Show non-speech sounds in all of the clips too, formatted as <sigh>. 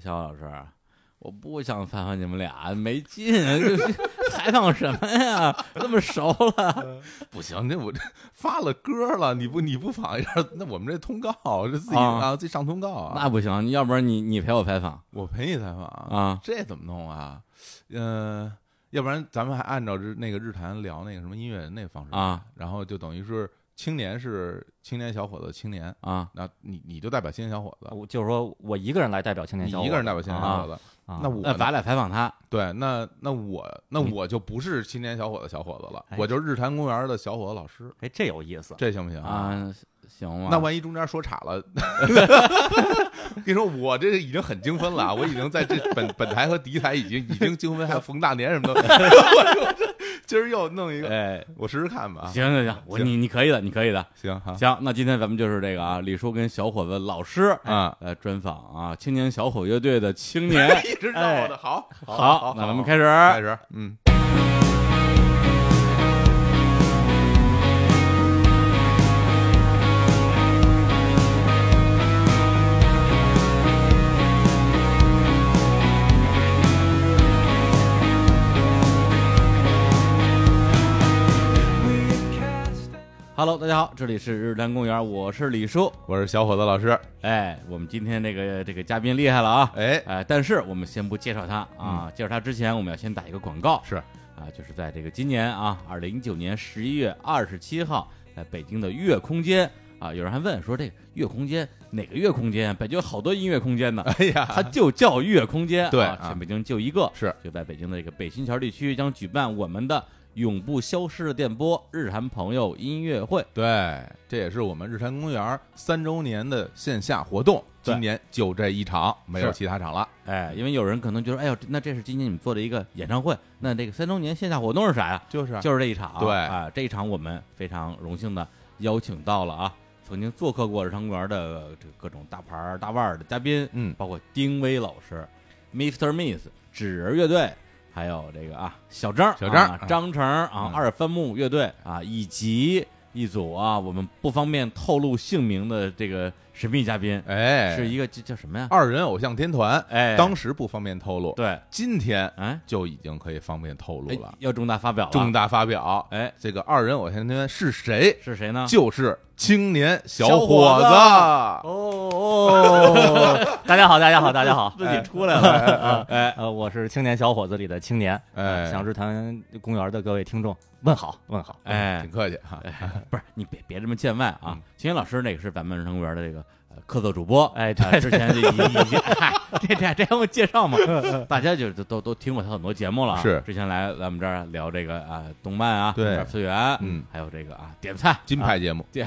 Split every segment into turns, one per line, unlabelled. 肖老师，我不想烦烦你们俩，没劲， <laughs> 就是采访什么呀？那么熟了，
不行，那我这发了歌了，你不你不仿一下，那我们这通告这自己
啊
啊自己上通告啊，
那不行，要不然你你陪我采访
我陪你采访啊，
啊？
这怎么弄啊？呃，要不然咱们还按照日那个日坛聊那个什么音乐人那个方式
啊，
然后就等于是青年是青年小伙子青年，
啊，
那你你就代表青年小伙子，
呃我就是说我一个人来代表青年
你
小伙子，
一个人代表青年小
啊
伙子，
啊
那我
那呃咱俩采访他
对，那那我那
你
我就不是青年小伙子小伙子了，
哎
我就是日坛公园的小伙子老师，
哎，这有意思，
这行不行？
啊，行吗？
那万一中间说岔了， <laughs> 跟你说我这已经很精分了啊！我已经在
<laughs>
这本本台和敌台已经已经精分，还有冯大年什么的， <laughs> 我
<laughs>
就今儿又弄一个，
哎，
我试试看吧。啊
行行行，我你你可以的，你可以的。
行
啊
哈
行，那今天咱们就是这个啊，李叔跟小伙子老师
哎
啊，
呃专访啊，青年小伙乐队的青年。
<laughs>
哎
一直绕我
哎
的好，
好
好，，
那咱们
好
开始。
开始，嗯。
Hello，大家好，这里是日坛公园，我是李叔。
我是小伙子老师，
哎，我们今天这个这个嘉宾厉害了啊！ <laughs>
哎，
哎，但是我们先不介绍他啊，介绍他之前，我们要先打一个广告。
嗯是
啊，就是在这个今年啊，二零一九年十一月二十七号，在北京的月空间啊，有人还问说这个月空间哪个月空间啊？北京有好多音乐空
<laughs>
间呢，
哎呀，
它就叫月空间，
对
啊
啊
全北京就一个，
是
就在北京的这个北新桥地区将举办我们的永不消失的电波日韩朋友音乐会。
对，这也是我们日坛公园三周年的线下活动，
对
今年就这一场，没有
是
其他场了。
哎，因为有人可能觉得，哎呦，那这是今年你们做的一个演唱会，那这个三周年线下活动是啥呀？
就是啊
就是这一场，
对
啊，这一场我们非常荣幸的邀请到了啊，曾经做客过日常公园的这个各种大牌儿大腕儿的嘉宾，
嗯
包括丁薇老师、Mr. Miss 纸人乐队，还有这个啊小张
小张
啊
啊
张成啊
嗯
二分木乐队啊，以及一组啊我们不方便透露姓名的这个神秘嘉宾，
哎，
是一个叫叫什么呀？
二人偶像天团，
哎，
当时不方便透露，
对，
今天
哎，
就已经可以方便透露
哎
了。
要重大发表了，
重大发表，
哎
这个二人偶像天团是谁？
是谁
啊
呢？
哎就是青年小
伙
伙
子
子。
哦哦，
<laughs> 大家好，大家好，大家好，
<laughs>
哎
自己出来了，
<laughs> 啊
哎，
呃，我是青年小伙子里的青年，
哎
向日坛公园的各位听众问好，问好，
哎
挺，客气哈。
不是你别别这么见外啊
哎嗯！
秦云老师那个是咱们人公园的这个呃客座主播，
哎对
啊之前就已已经，嗨，这这这还用介绍
<laughs>
吗？大家就都都都听过他很多节目了啊，
嗯是
之前来咱们这儿聊这个啊动漫啊，
对
二次元，
嗯，
还有这个啊点菜
金牌节目，
啊
对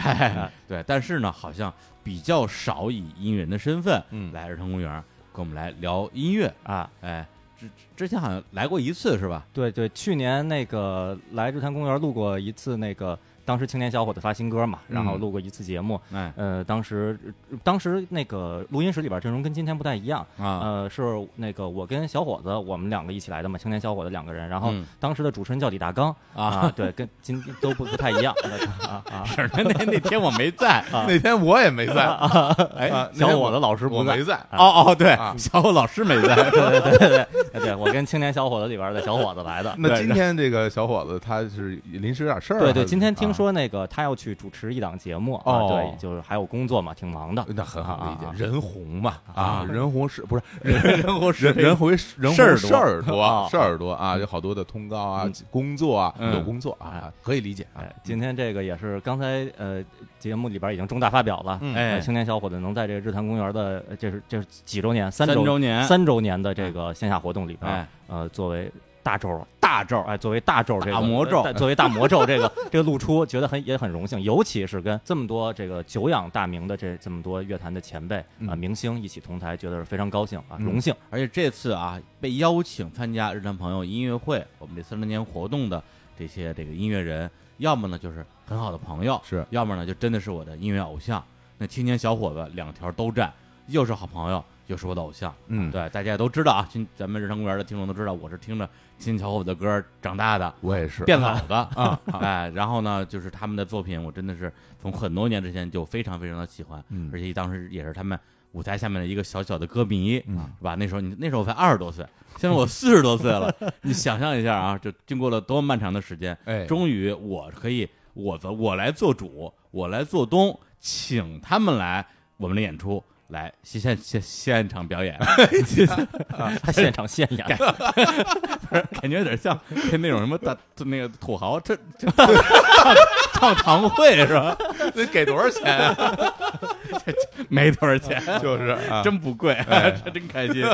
对，但是呢，好像比较少以音乐人的身份
嗯，
来儿童公园跟我们来聊音乐，
啊，
哎，之之前好像来过一次是吧？
对对，去年那个来日坛公园录过一次那个。当时青年小伙子发新歌嘛，然后
嗯
录过一次节目。
哎
呃，当时当时那个录音室里边阵容跟今天不太一样，
啊，
呃，是那个我跟小伙子，我们两个一起来的嘛，青年小伙子两个人。然后
嗯
当时的主持人叫李大刚
啊，
对，跟今都不不太一样啊啊。
<laughs> 是那那那天我没 <laughs> 在，
那天我也没
<laughs>
在，哎
小伙子老师
我
不在
没在，
哦哦，对
啊，
小虎老师没在，
<laughs> 对对对对对，对我跟青年小伙子里边的小伙子来的。
那
对
今天这个小伙子他是临时有点事儿，
对
还
对，
是
今天听、
啊
说那个他要去主持一档节目啊，
哦
对，就是还有工作嘛，挺忙的。
那很好理解，
啊啊啊
人红嘛
啊
人红是不是
<laughs>
人
人活
人人回人红
事儿多
事儿多
啊
事儿多啊，有好多的通告啊
嗯，
工作啊，
嗯
有工作啊，可以理解啊
哎，，今天这个也是刚才呃节目里边已经重大发表了，
嗯
呃
哎，
青年小伙子能在这个日坛公园的，呃这是这是几周年，三
三
周
周年，
三周年的
嗯
这个线下活动里边
哎，
呃，作为大咒大咒，哎，作为大咒这个
大魔咒
呃作为大魔咒这个这个露出，觉得很也很荣幸，尤其是跟这么多这个久仰大名的这这么多乐坛的前辈啊、
嗯
明星一起同台，觉得是非常高兴啊，
嗯
荣幸。
而且这次啊，被邀请参加日常朋友音乐会，我们这三周年活动的这些这个音乐人，要么呢就是很好的朋友，
是
要么呢就真的是我的音乐偶像。那青年小伙子两条都占，又是好朋友，又是我的偶像。
嗯，
对，大家也都知道啊，亲咱们日常公园的听众都知道，我是听着青年小伙子的歌长大的。
我也是，
变老的 <laughs> 啊，哎，然后呢，就是他们的作品，我真的是从很多年之前就非常非常的喜欢，
嗯
而且当时也是他们舞台下面的一个小小的歌迷，
嗯
是吧？那时候你那时候我才二十多岁，现在我四十多岁 <laughs> 了，你想象一下啊，就经过了多么漫长的时间，<laughs>
哎，
终于我可以我的我来做主，我来做东，请他们来我们的演出。来现现现现场表演，
他现场啊现演，
感觉有点像跟那种什么大那个土豪这这唱唱堂会是吧？
得给多少钱啊？
没多少钱，
<laughs> 就是啊，
真不贵，
哎
这真开心。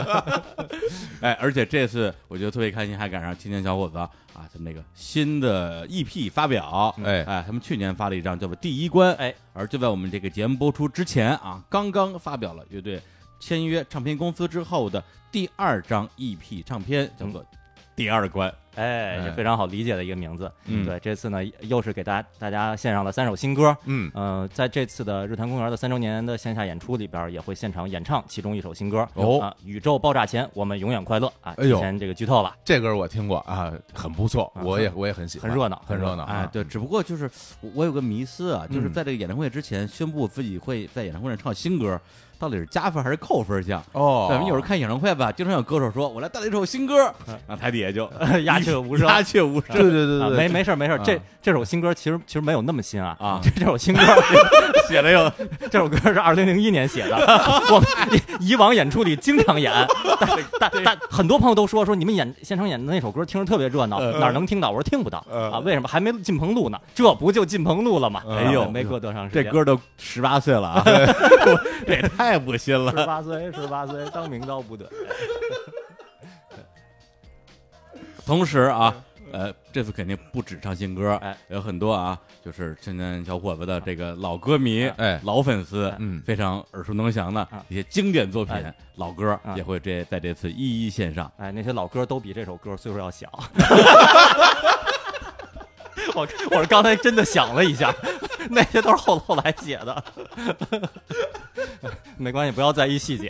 哎，而且这次我觉得特别开心，还赶上青年小伙子啊，他们那个新的 EP 发表。
哎，
哎，他们去年发了一张叫做《第一关》，
哎，
而就在我们这个节目播出之前啊，刚刚发表了乐队签约唱片公司之后的第二张 EP 唱片，叫做《第二关》。
哎，
哎
是非常好理解的一个名字。
嗯
对，这次呢又是给大家大家献上了三首新歌。
嗯，
呃，在这次的日坛公园的三周年的线下演出里边，也会现场演唱其中一首新歌。
哦
啊，宇宙爆炸前，我们永远快乐啊！
哎呦
之前这个剧透了，
这歌我听过啊，很不错，
啊
我也我也很喜欢，
很热闹
很热闹
哎
啊，，
对，只不过就是我我有个迷思啊，就是
嗯
在这个演唱会之前宣布自己会在演唱会上唱新歌，到底是加分还是扣分项？
哦，
咱们有时候看演唱会吧，经常有歌手说：“我来带来一首新歌。”啊，台底下就
鸦雀无声。
鸦雀无
对
声，
对对
啊，
对，
没没事儿没事儿，这
啊
这首新歌其实其实没有那么新啊
啊
这 <laughs> 这首新歌
写了又
这首歌是二零零一年写的， <laughs> 我们以以往演出里经常演，但但但很多朋友都说说你们演现场演的那首歌听着特别热闹，哪儿能听到？我说听不到
嗯
啊，为什么还没进棚录呢？这不就进棚录了吗？啊
哎
呦
没过多长时
这
间，
歌都十八岁了啊，这也太不新了。
十八岁十八岁当名刀部队，
同时啊，呃，这次肯定不只唱新歌
嗯哎，
有很多啊，就是青年小伙子的这个老歌迷、
哎
老粉丝，
嗯
非常耳熟能详的
啊
一些经典作品
哎、
老歌
啊，
也会这在这次一一献上。 <laughs>
哎，那些老歌都比这首歌岁数要小。 <laughs> 我我是刚才真的想了一下，那些都是后后来写的，没关系，不要在意细节。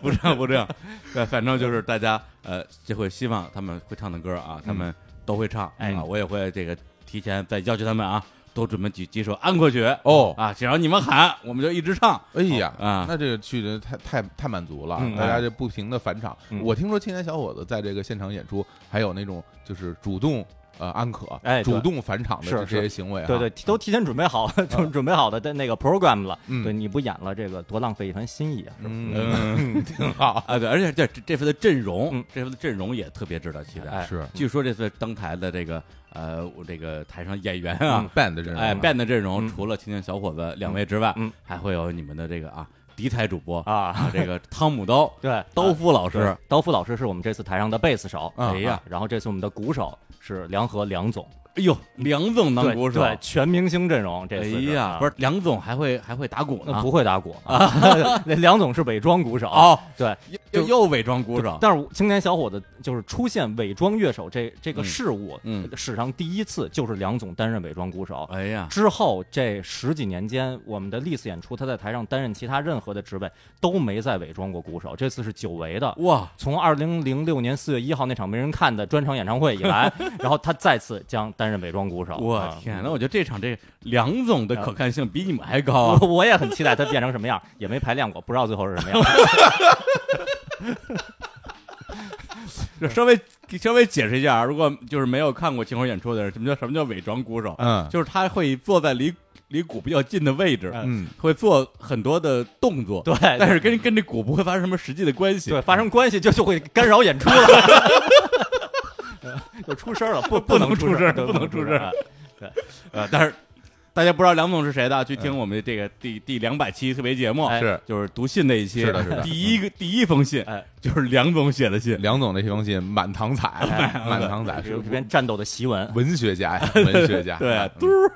不这样，不这样，对，反正就是大家呃，这回希望他们会唱的歌啊，他们都会唱、
嗯哎
啊，我也会这个提前再要求他们啊，多准备几几首安可曲
哦，
啊，只要你们喊，我们就一直唱。
哎呀
啊哎
那这个去的太太太满足了
嗯，
大家就不停的返场
嗯。
我听说青年小伙子在这个现场演出，还有那种就是主动呃安可，
哎对
主动返场的
是
这
是
些行为，啊
啊
对对，，提都提前准备好，准准备好的的那个 program 了。
嗯
对，你不演了，这个多浪费一番心意啊！是吧
嗯，
嗯，挺好啊，对，而且这这这次的阵容，
嗯
这次的阵容也特别值得期待。
嗯
哎
是
据说这次登台的这个呃，我这个台上演员啊，
band 嗯的人，
哎，band 的阵容
嗯
除了青年小伙子两位之外，
嗯嗯
还会有你们的这个啊敌台主播
啊，
啊，这啊个汤姆刀
对，
刀夫老
老
师
师，，刀夫老师是我们这次台上的贝斯手。
啊
哎呀
啊，然后这次我们的鼓手是梁和梁总，
哎呦，梁总当
对
鼓手，
对，全明星阵容。这
哎
次是
呀，
啊
不是梁总还会还会打鼓
那
呢，
不会打鼓啊，
<laughs>
那梁总是伪装鼓手。
哦，
对，
又
就
又伪装鼓手，
但是青年小伙子就是出现伪装乐手这这个
嗯
事物，
嗯
史上第一次就是梁总担任伪装鼓手。
哎呀，
之后这十几年间，我们的历次演出，他在台上担任其他任何的职位都没再伪装过鼓手，这次是久违的。
哇，
从二零零六年四月一号那场没人看的专场演唱会以来， <laughs> 然后他再次将担任伪装鼓手。
我
啊
天，那我觉得这场这梁总的可看性比你们还高啊
我！我也很期待他变成什么样，也没排练过，不知道最后是什么样。
<laughs> 就啊 <laughs> 稍微稍微解释一下啊，如果就是没有看过情况演出的人，什么叫什么叫伪装鼓手？
嗯
就是他会坐在离离鼓比较近的位置，
嗯，
会做很多的动作，
对，
但是跟跟这鼓不会发生什么实际的关系。
对，发生关系就就会干扰演出 <laughs> 了，就出声了， <laughs> 不
不能
能
出声
声，
不
不
能出
出
声
啊
呃，但是大家不知道梁总是谁的，啊去听我们
哎
这个第第两百期特别节目，
哎
是
就是读信那一期，
是的是的
第
<laughs>
一个第一封信，
哎，
就是梁总写的信，
梁总那封信满堂彩，
哎
<laughs> 满堂彩
这
是
边战斗的檄文，
文学家呀，文学家，
<laughs> 对啊
嗯，
嘟儿，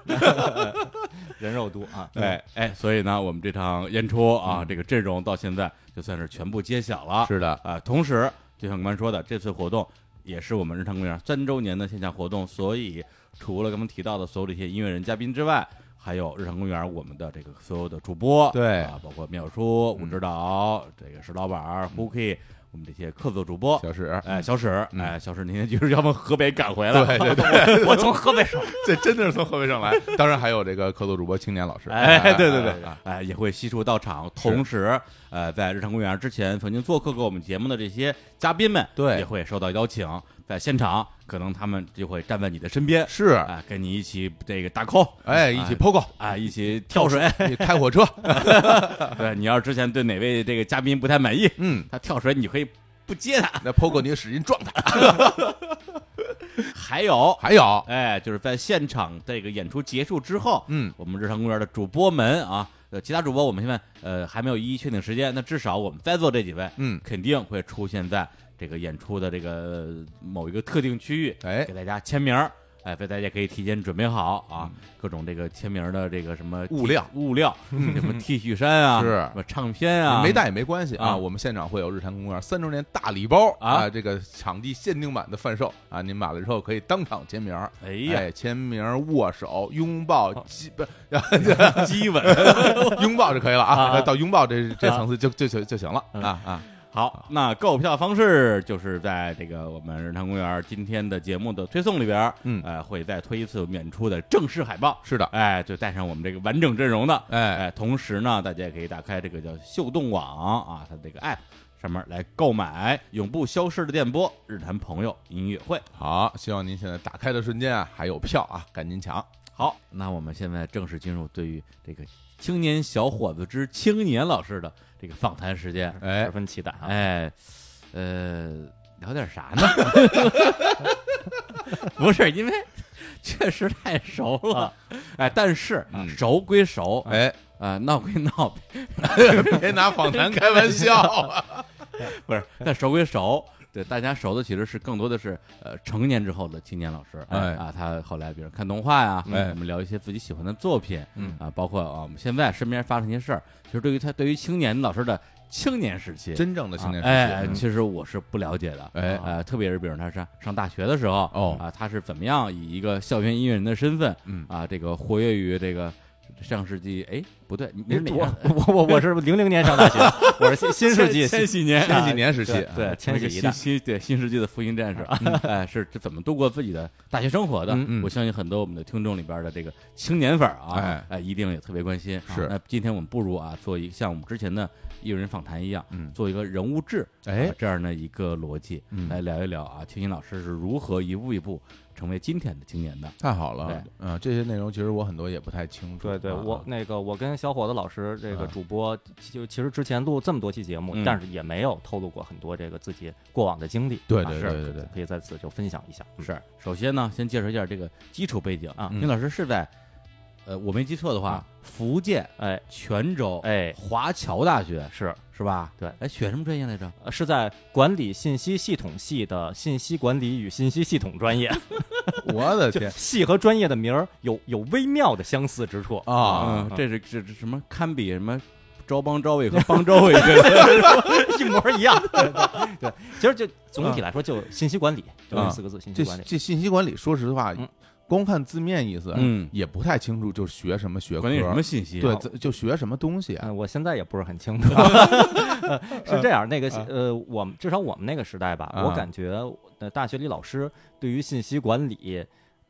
人肉毒啊，
哎哎，所以呢，我们这场演出啊，
嗯
这个阵容到现在就算是全部揭晓了，
是的，
啊，同时就像刚才说的，这次活动也是我们日常公园三周年的线下活动，所以除了刚刚提到的所有的一些音乐人嘉宾之外，还有日常公园我们的这个所有的主播，
对
啊，包括妙叔、
嗯
武指导、这个石老板、Hooky。我们这些客座主播，
小史，
哎，小史，
嗯
哎，小史那天就是要从河北赶回来， <laughs>
对对对，
<laughs> 我从河北省，
这真的是从河北上来。当然还有这个客座主播青年老师，
哎对对
对，啊
哎，也会悉数到场。同时，呃，在日常公园之前曾经做客过我们节目的这些嘉宾们，
对
也会受到邀请，在现场可能他们就会站在你的身边，
是，
哎，跟你一起这个打 call，
哎，一起 POGO，
哎，一起跳水。
一起开火车，
对，你要是之前对哪位这个嘉宾不太 <laughs> 满意，
嗯，
他跳水你可以不接他。
那
<laughs>
POGO 你就使劲撞他。
还有，
还有，
哎，就是在现场这个演出结束之后，
嗯，
我们日常公园的主播们啊，呃，其他主播我们现在呃还没有一一确定时间，那至少我们在座这几位，
嗯
肯定会出现在这个演出的这个呃某一个特定区域，
哎
给大家签名儿。哎，所以大家可以提前准备好啊，各种这个签名儿的这个什么
嗯物料嗯
物料，什么 T 恤衫啊，
是
什么唱片啊，
没带也没关系啊，
啊
我们现场会有日坛公园三周年大礼包
啊
这个场地限定版的贩售啊，您买了之后可以当场签名儿，
哎呀
哎，签名儿、握手、拥抱、
<laughs>
基不
基本
<laughs> 拥抱就可以了啊，
啊
到拥抱这这
啊
层次就就就就行了
嗯
啊啊，
好，那购票方式就是在这个我们日坛公园今天的节目的推送里边，
嗯
呃，会再推一次我们演出的正式海报，
是的，
哎，就带上我们这个完整阵容的，
哎，
哎，同时呢，大家也可以打开这个叫秀动网啊，它这个 app 上面来购买《永不消失的电波》日坛朋友音乐会。
好，希望您现在打开的瞬间啊，还有票啊，赶紧抢，
好，那我们现在正式进入对于这个青年小伙子之青年老师的这个访谈时间。
哎
十，分期待 <laughs> 啊！
哎，呃，聊点啥
<laughs>
呢？不是因为确实太熟了，哎，但是
啊嗯
熟归熟，
哎， <laughs>
啊，闹归闹，
别拿访谈开玩
<laughs>
笑啊，
不是，但熟归熟，对大家熟的其实是更多的是呃成年之后的青年老师，
哎
啊，他后来比如看动画呀，
哎
我们聊一些自己喜欢的作品，
嗯
啊，包括啊我们现在身边发生一些事儿，其实对于他对于青年老师的青年时期，
真正的青年时期
哎，哎
嗯
其实我是不了解的，
哎
呃，特别是比如他上上大学的时候，
哦
啊，他是怎么样以一个校园音乐人的身份，
嗯
啊，这个活跃于这个上世纪，哎，不对，你是哪
我
年？
我我我是零零年上 <laughs> 大学，我是新新世纪
<laughs> 千禧年，啊
千禧年时期，
对
对，
千
那个
禧一
新
代
新对新世纪的福音战士 <laughs> 啊，哎，是这怎么度过自己的大学生活的？
嗯嗯
我相信很多我们的听众里边的这个青年粉儿啊，
哎
哎，一定也特别关心。啊
是
那今天我们不如啊，做一像我们之前的艺人访谈一样，
嗯
做一个人物志，
哎
啊这样的一个逻辑
嗯
来
哎
聊一聊啊，青年老师是如何一步一步成为今天的青年的。
太好了
对，
嗯，这些内容其实我很多也不太清楚啊，
对对，我那个我跟小伙子老师这个
嗯
主播，就其实之前录这么多期节目
嗯，
但是也没有透露过很多这个自己过往的经历。
对
啊
对
是
对对对
可以在此就分享一下。
是，
嗯
首先呢，先介绍一下这个基础背景
啊
青年老师是在，呃，我没记错的话，
啊
福建
哎
泉州
哎，
华侨大学
是
是吧？
对
哎，选什么专业来着？
呃是在管理信息系统系的信息管理与信息系统专业，
我的
<laughs> 就
天
系和专业的名儿有有微妙的相似之处。嗯
啊！
这是这是什么？堪比什么？招帮招 <laughs> 伟和帮招伟，对
一模一样。对对对，其实就总体来说，就信息管理，就这四个字，信息
这
管理。
这信息管理，说实话
嗯，
光看字面意思，啊
嗯
也不太清楚，就是学什么学科
管理，有什么信息？啊
对，这就学什么东西啊？
嗯，我现在也不是很清 <laughs> 楚，呃是这样，那个呃，我们至少我们那个时代吧，
啊
我感觉呃，大学里老师对于信息管理，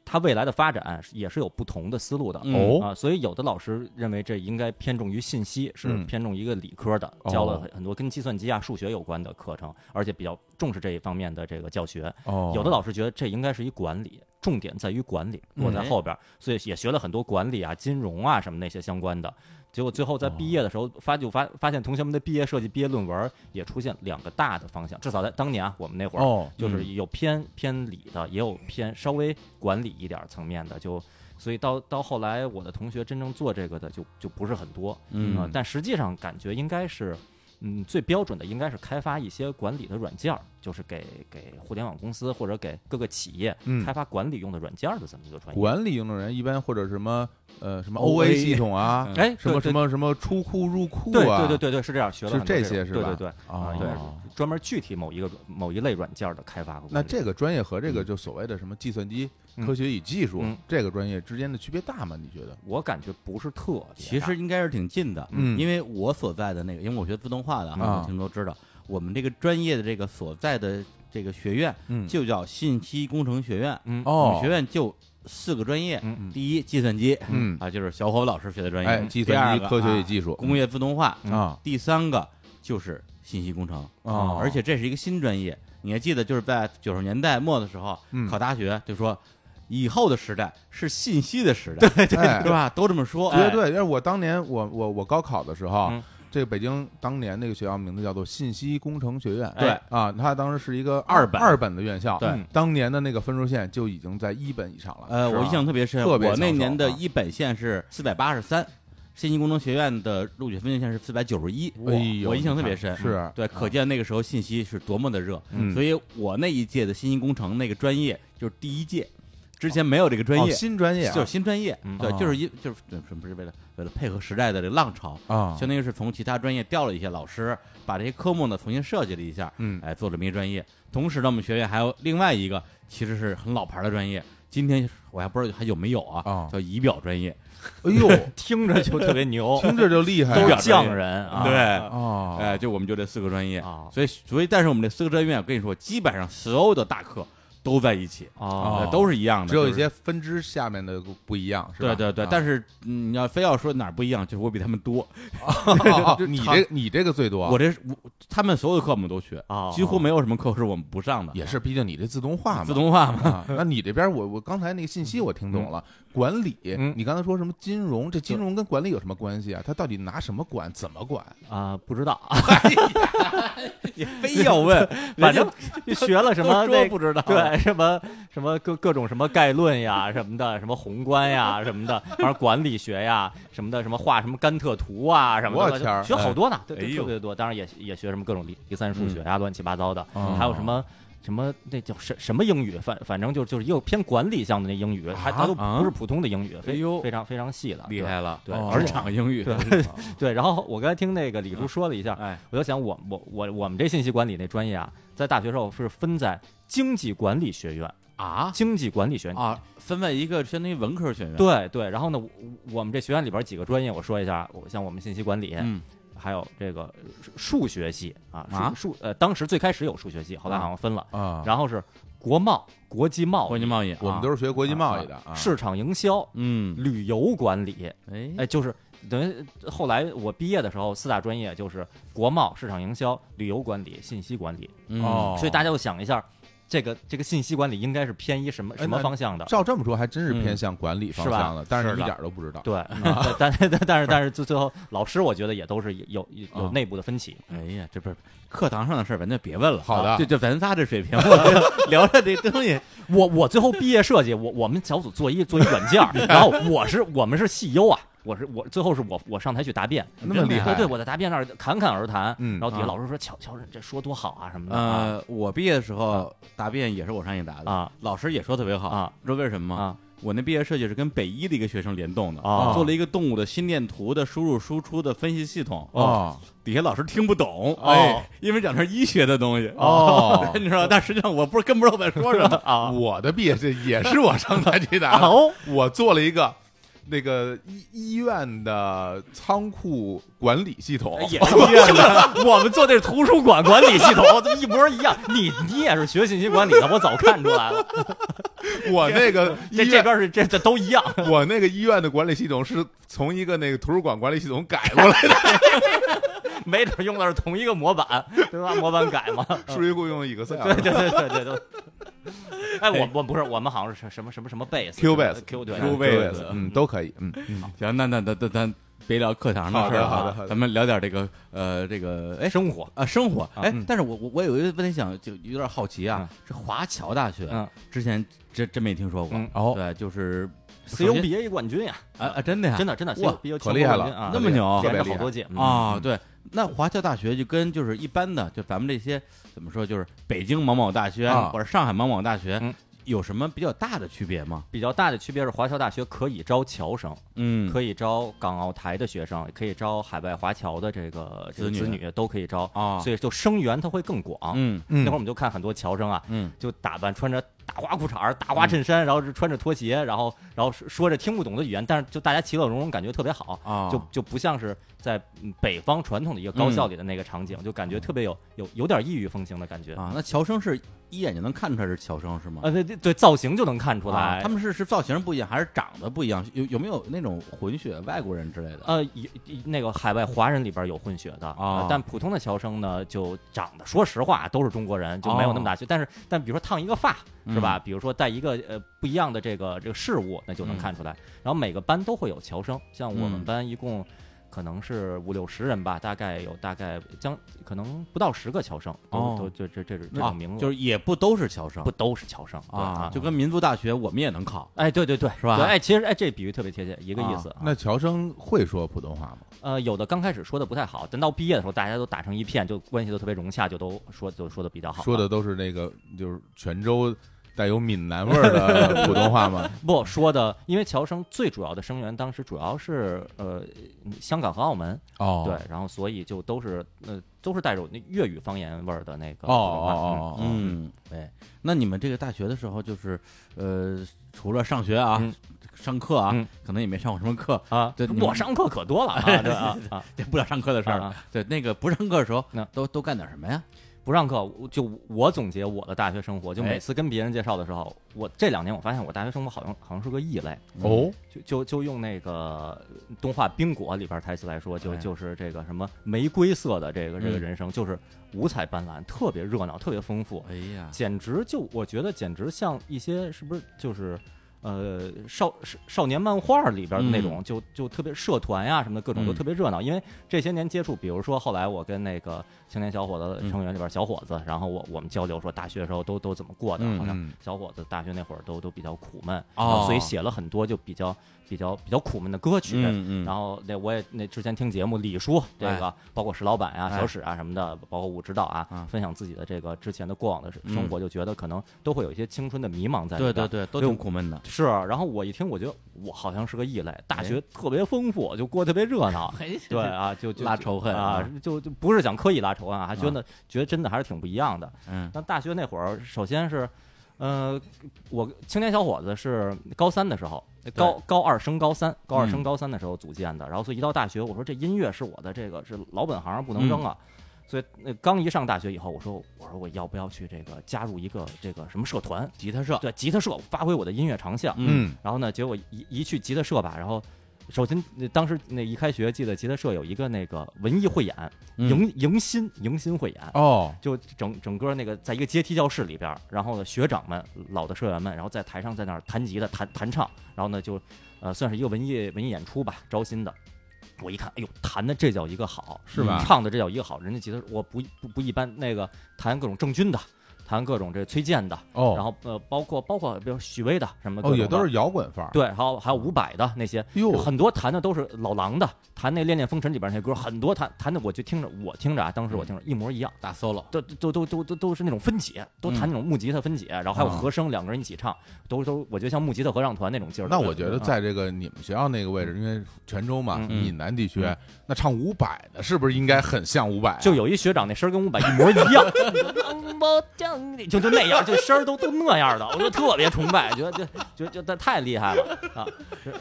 他未来的发展也是有不同的思路的。
嗯
哦，
啊，所以有的老师认为这应该偏重于信息，是
嗯
偏重一个理科的，
哦
教了很很多跟计算机啊、数学有关的课程，而且比较重视这一方面的这个教学。
哦，
有的老师觉得这应该是一管理，重点在于管理，
嗯
落在后边儿，所以也学了很多管理啊、金融啊什么那些相关的。结果最后在毕业的时候发就发发现同学们的毕业设计、毕业论文也出现两个大的方向，至少在当年啊，我们那会儿、
哦，
就是有偏偏理的，也有偏稍微管理一点儿层面的，就所以到到后来，我的同学真正做这个的就就不是很多，
嗯
呃但实际上感觉应该是，嗯，最标准的应该是开发一些管理的软件儿，就是给给互联网公司或者给各个企业
嗯
开发管理用的软件儿的这么一个专业。
管理用的人一般或者什么呃什么
OA
OA 系统啊，
嗯
哎，
什么什。
对
么什么出库入库
对
啊，
对对对对，是这样学了
是
很多
这
这
些
种
是
对
吧
对对，啊，应该是
哦。
专门具体某一个某一类软件儿的开发和管理。
那这个专业和这个就所谓的什么计算机科学与技术
嗯
这个专业之间的区别大吗？你觉得？
我感觉不是特别大，
其实应该是挺近的，
嗯
因为我所在的那个，因为我学自动化的，
啊
听都知道，我们这个专业的这个所在的这个学院
嗯
就叫信息工程学院，
嗯
我
哦
们学院就四个专业，
嗯
第一计算机，
嗯
啊，就是小伙老师学的专业，
哎，计
第二
算
个
机科学与
啊
技术嗯
工业自动化，
啊
第三个就是信息工程，啊
哦
而且这是一个新专业。你还记得，就是在九十年代末的时候，
嗯
考大学就说，以后的时代是信息的时代，对
哎
是吧？都这么说，
绝对。因为我当年我我我高考的时候
嗯，
这个北京当年那个学校名字叫做信息工程学院，
对
啊，它当时是一个
二本
二本的院校，
对
嗯，当年的那个分数线就已经在一本以上了。
呃，
是吧
我印象特别深，
特别
我那
抢手
年的
啊
一本线是四百八十三，信息工程学院的录取分数线是四百九十一，
哎呦
我印象
你
特别
看
深，
是
对，可见那个时候信息是多么的热，
啊嗯
所以我那一届的信息工程那个专业就是第一届，之前没有这个嗯专
哦
业，
新专业啊
就是新专业，
嗯
对
哦，
就是一就是对不是为了为了配合时代的这浪潮，
啊，
相当于是从其他专业调了一些老师，把这些科目呢重新设计了一下，
嗯
哎，做这么一专业。同时呢，我们学院还有另外一个其实是很老牌的专业，今天我还不知道还有没有啊，
哦
叫仪表专业。
哎呦，
<laughs>
听着就特别牛，
<laughs> 听着就厉害
都
表
是
专业
匠人啊，
哎对
啊，
哎，就我们就这四个
哦
专业，
啊
所以所以但是我们这四个专业，我跟你说，基本上所有的大课都在一起，
啊
呃都是一样的，
只有一
就是
些分支下面的不一样，是吧？
对对对
啊， <laughs>
但是嗯你要非要说哪儿不一样，就是我比他们多。
哦哦
就
你
他
这你这个最多，
<laughs>
啊
我这我他们所有的课我们都学
哦
几乎没有什么课是我们不上的。
也是，毕竟你这自动化嘛，
啊自动化嘛，
啊，那你这边我我刚才那个信息我听懂了，管理，
嗯
你刚才说什么金融，这金融跟管理有什么关系啊？它到底拿什么管，怎么管？
啊，不知道，
也非 <laughs> 要哎
<laughs>
问，
反正 <laughs> 学了什么
都说
那
不知道
对，什么什么各各种什么概论呀， <laughs> 什么的，什么宏观呀， <laughs> 什么的，反正管理学呀，什么的，什么画什么甘特图啊，什么
我天儿
的，学好多呢，对，
哎呦嗯
特别多。当然也也学什么各种离离散数学啊，乱七八糟的，
哦
还有什么。什么那叫什什么英语？反反正就就是又偏管理项的那英语，还它都
啊
不是普通的英语，非
哎呦
非常非常细的，
厉害了，
对
哦
职场英语， <laughs>
对。对，然后我刚才听那个李叔说了一下，
哎，
我就想我，我我我们这信息管理那专业啊，在大学时候是分在经济管理学院，
啊
经济管理学院。
啊，分为一个相当于文科学院，，嗯
对对，然后呢，我我们这学院里边几个专业，我说一下，我像我们信息管理，
嗯，
还有这个数学系啊，数
啊
数呃，当时最开始有数学系，后来好像分了，
啊，
然后是国贸、国际贸
国
易、
际贸易啊，
我们都是学国际贸易的啊，
市场营销、
嗯，
旅游管理，
嗯
哎
哎，就是等于后来我毕业的时候，四大专业就是国贸、市场营销、旅游管理、信息管理。
嗯
哦，
所以大家就想一下，这个这个信息管理应该是偏一什么
哎
什么
那
方向的？
照这么说，还真是
嗯
偏向管理方向的，但是一点都不知道。
对，
嗯
<laughs> 但但但是但是最最后老师我觉得也都是有有有
嗯
啊
内部的分歧。 <laughs>
哎呀，这不是课堂上的事儿，咱就别问了。
好的
啊就就咱仨这水 <laughs> 平，我聊聊这东西，
我我最后毕业设计，我我们小组做一做一软件儿，然后我是我们是细优啊，我是我最后是我我上台去答辩，
那么厉害
对对，我在答辩那儿侃侃而谈，
嗯
然后底下
啊
老师说乔乔你这说多好啊什么的啊
呃，我毕业的时候答辩也是我上去答的
啊，
老师也说特别好
啊，
你知道为什么吗？
啊
我那毕业设计是跟北医的一个学生联动的，
啊
做了一个动物的心电图的输入输出的分析系统，
啊
哦
底下老师听不懂，
哦
哎，因为讲的是医学的东西，
哦
你知道，但实际上我不是跟不知道我在说什么
啊
我的毕业这也是我上台去答的，啊
哦
我做了一个。那个医医院的仓库管理系统，
哦也是医院的，我们做的是 <laughs> 图书馆管理系统，怎么一模一样？你你也是学信息管理的，我早看出来了。
我那个医
这这
院
边是这这都一样。
<laughs> 我那个医院的管理系统是从一个那个图书馆管理系统改过来 <laughs> 的，
没准用的是同一个模板，对吧？模板改嘛。
数据库用 Excel，
对对对对对对。哎，我我不是，我们好像是什么什么什么 base
Q base
Q 对
Q
对
base，嗯，都可以，嗯嗯，
行，那那那那咱别聊课堂的事儿了啊
好的好的好的
咱们聊点这个呃这个哎
生活
啊生活哎
嗯，
但是我我我有一个问题想就有点好奇啊，这华侨大学
嗯
之前真真没听说过
嗯，
哦，
对，就是首先
CUBA 冠军呀，
啊啊真的呀
真的真的
哇
CUBA
可厉害了
啊，
那么牛
特别
连
厉
着好
害
多届嗯
啊，对。那华侨大学就跟就是一般的，就咱们这些怎么说，就是北京某某大学
啊
或者上海某某大学
嗯，
有什么比较大的区别吗？
比较大的区别是华侨大学可以招侨生，
嗯，
可以招港澳台的学生，也可以招海外华侨的这个这个
子女
子女都可以招，
啊，
所以就生源它会更广。
嗯
嗯
那会儿我们就看很多侨生啊，
嗯
就打扮穿着大花裤衩儿、大花衬衫，然后是穿着拖鞋，然后然后说说着听不懂的语言，但是就大家其乐融融，感觉特别好，
啊，
就就不像是在嗯北方传统的一个高
嗯
校里的那个场景，就感觉特别有有有点异域风情的感觉。
啊，那乔生是一眼就能看出来是乔生是吗？
啊，对对对，造型就能看出
啊
来，
他们是是造型不一样，还是长得不一样？有有没有那种混血外国人之类的？
呃，有那个海外华人里边有混血的
啊
呃但普通的侨生呢，就长得说实话都是中国人，就没有那么大
哦
区别。但是，但比如说烫一个发
嗯
是吧？比如说带一个呃不一样的这个这个事物，那就能
嗯
看出来。然后每个班都会有侨生，像我
嗯
们班一共。可能是五六十人吧，大概有大概将可能不到十个侨生，都、
哦
都这这这是这
啊
种名，额，
就是也不都是乔生
不都是侨生对
啊
啊，，
就跟民族大学我们也能考
哎对对对
是吧
对哎，其实哎这比喻特别贴切，一个意思。啊
那乔生会说普通话吗？
呃，有的刚开始说的不太好，等到毕业的时候，大家都打成一片，就关系都特别融洽，就都说就说的比较好了。
说的都是那个就是泉州带有闽南味儿的普通话 <laughs> 吗？
不说的，因为侨生最主要的生源当时主要是呃香港和澳门，
哦
对，然后所以就都是呃都是带有那粤语方言味儿的那个
哦哦哦哦，嗯
嗯，哎，那你们这个大学的时候，就是呃，除了上学啊，
嗯
上课啊，
嗯
可能也没上过什么课，
普通话啊
对你，们
我上课可
<laughs>
多了啊，对啊啊，
这不了上课的事儿了。
啊
对，那个不上课的时候
那，
都都干点什么呀？
不上课，我就我总结我的大学生活，就
哎
每次跟别人介绍的时候，我这两年我发现我大学生活好像好像是个异类，
哦，
就就就用那个动画《冰果》里边台词来说，就
哎
就是这个什么玫瑰色的这个这个
嗯
人生，就是五彩斑斓，特别热闹，特别丰富，
哎呀，
简直就我觉得简直像一些是不是就是。呃，少少少年漫画里边的那种，就就特别社团呀、什么的，各种都
嗯
特别热闹。因为这些年接触，比如说后来我跟那个青年小伙
嗯
子成员里边小伙子，然后我我们交流说大学的时候都都怎么过的，
嗯
好像
嗯
小伙子大学那会儿都都比较苦闷，
哦
然后所以写了很多就比较比较比较苦闷的歌曲。
嗯嗯
然后那我也那之前听节目，李叔这个、包括石老板啊、
哎
小史啊什么的，包括武指导啊，
啊
分享自己的这个之前的过往的生活，就觉得可能都会有一些青春的迷茫在
嗯
里
对
边。
对对，都挺苦闷的。。
是，然后我一听，我觉得我好像是个异类，大学特别丰富，就过得特别热闹
<laughs> 嘿，
对啊，就
<laughs>
就
拉仇恨
啊
啊，
就就不是想刻意拉仇恨啊，还觉得、觉得真的还是挺不一样的。
嗯
那大学那会儿，首先是，呃，我青年小伙子是高三的时候，高高二升高三，高二
嗯
升高三的时候组建的。然后所以一到大学，我说这音乐是我的这个是老本行，不
嗯
能扔啊。所以那刚一上大学以后，我说我说我要不要去这个加入一个这个什么社团？
吉他社，
对，吉他社发挥我的音乐长项。
啊嗯
然后呢，结果一一去吉他社吧，然后首先那当时那一开学，记得吉他社有一个那个文艺汇演，
嗯
迎迎新迎新汇演。
哦，
就整整个那个在一个阶梯教室里边儿，然后呢，学长们、老的社员们，然后在台上在那儿弹吉他、弹弹唱，然后呢就，呃，算是一个文艺文艺演出吧，招新的。我一看，哎呦，弹的这叫一个好，
是吧
唱的这叫一个好，人家吉他我不不不一般，那个弹各种郑钧的，弹各种这崔健的，
哦，
然后呃，包括包括比如许巍的什么各
哦
种的，
也都是摇滚范儿，
对，还有还有伍佰的那些，
哟，
很多弹的都是老狼的，弹那《恋恋风尘》里边那些歌，很多弹弹的，我就听着我听着啊，当时我听着一模一样。
大 solo，
都都都都都都是那种分解，都
嗯
弹那种木吉他分解，然后还有
啊
和声，两个人一起唱，都都我觉得像木吉他合唱团那种劲儿。
那我觉得
嗯
在这个你们学校那个位置，因为泉州嘛，
嗯
嗯
闽南地区
嗯，
那唱伍佰的是不是应该很像伍佰啊？
就有一学长那声儿跟伍佰一模一样，就就那样，就声儿都都那样的，我就特别崇拜，觉得就就就他太厉害了啊！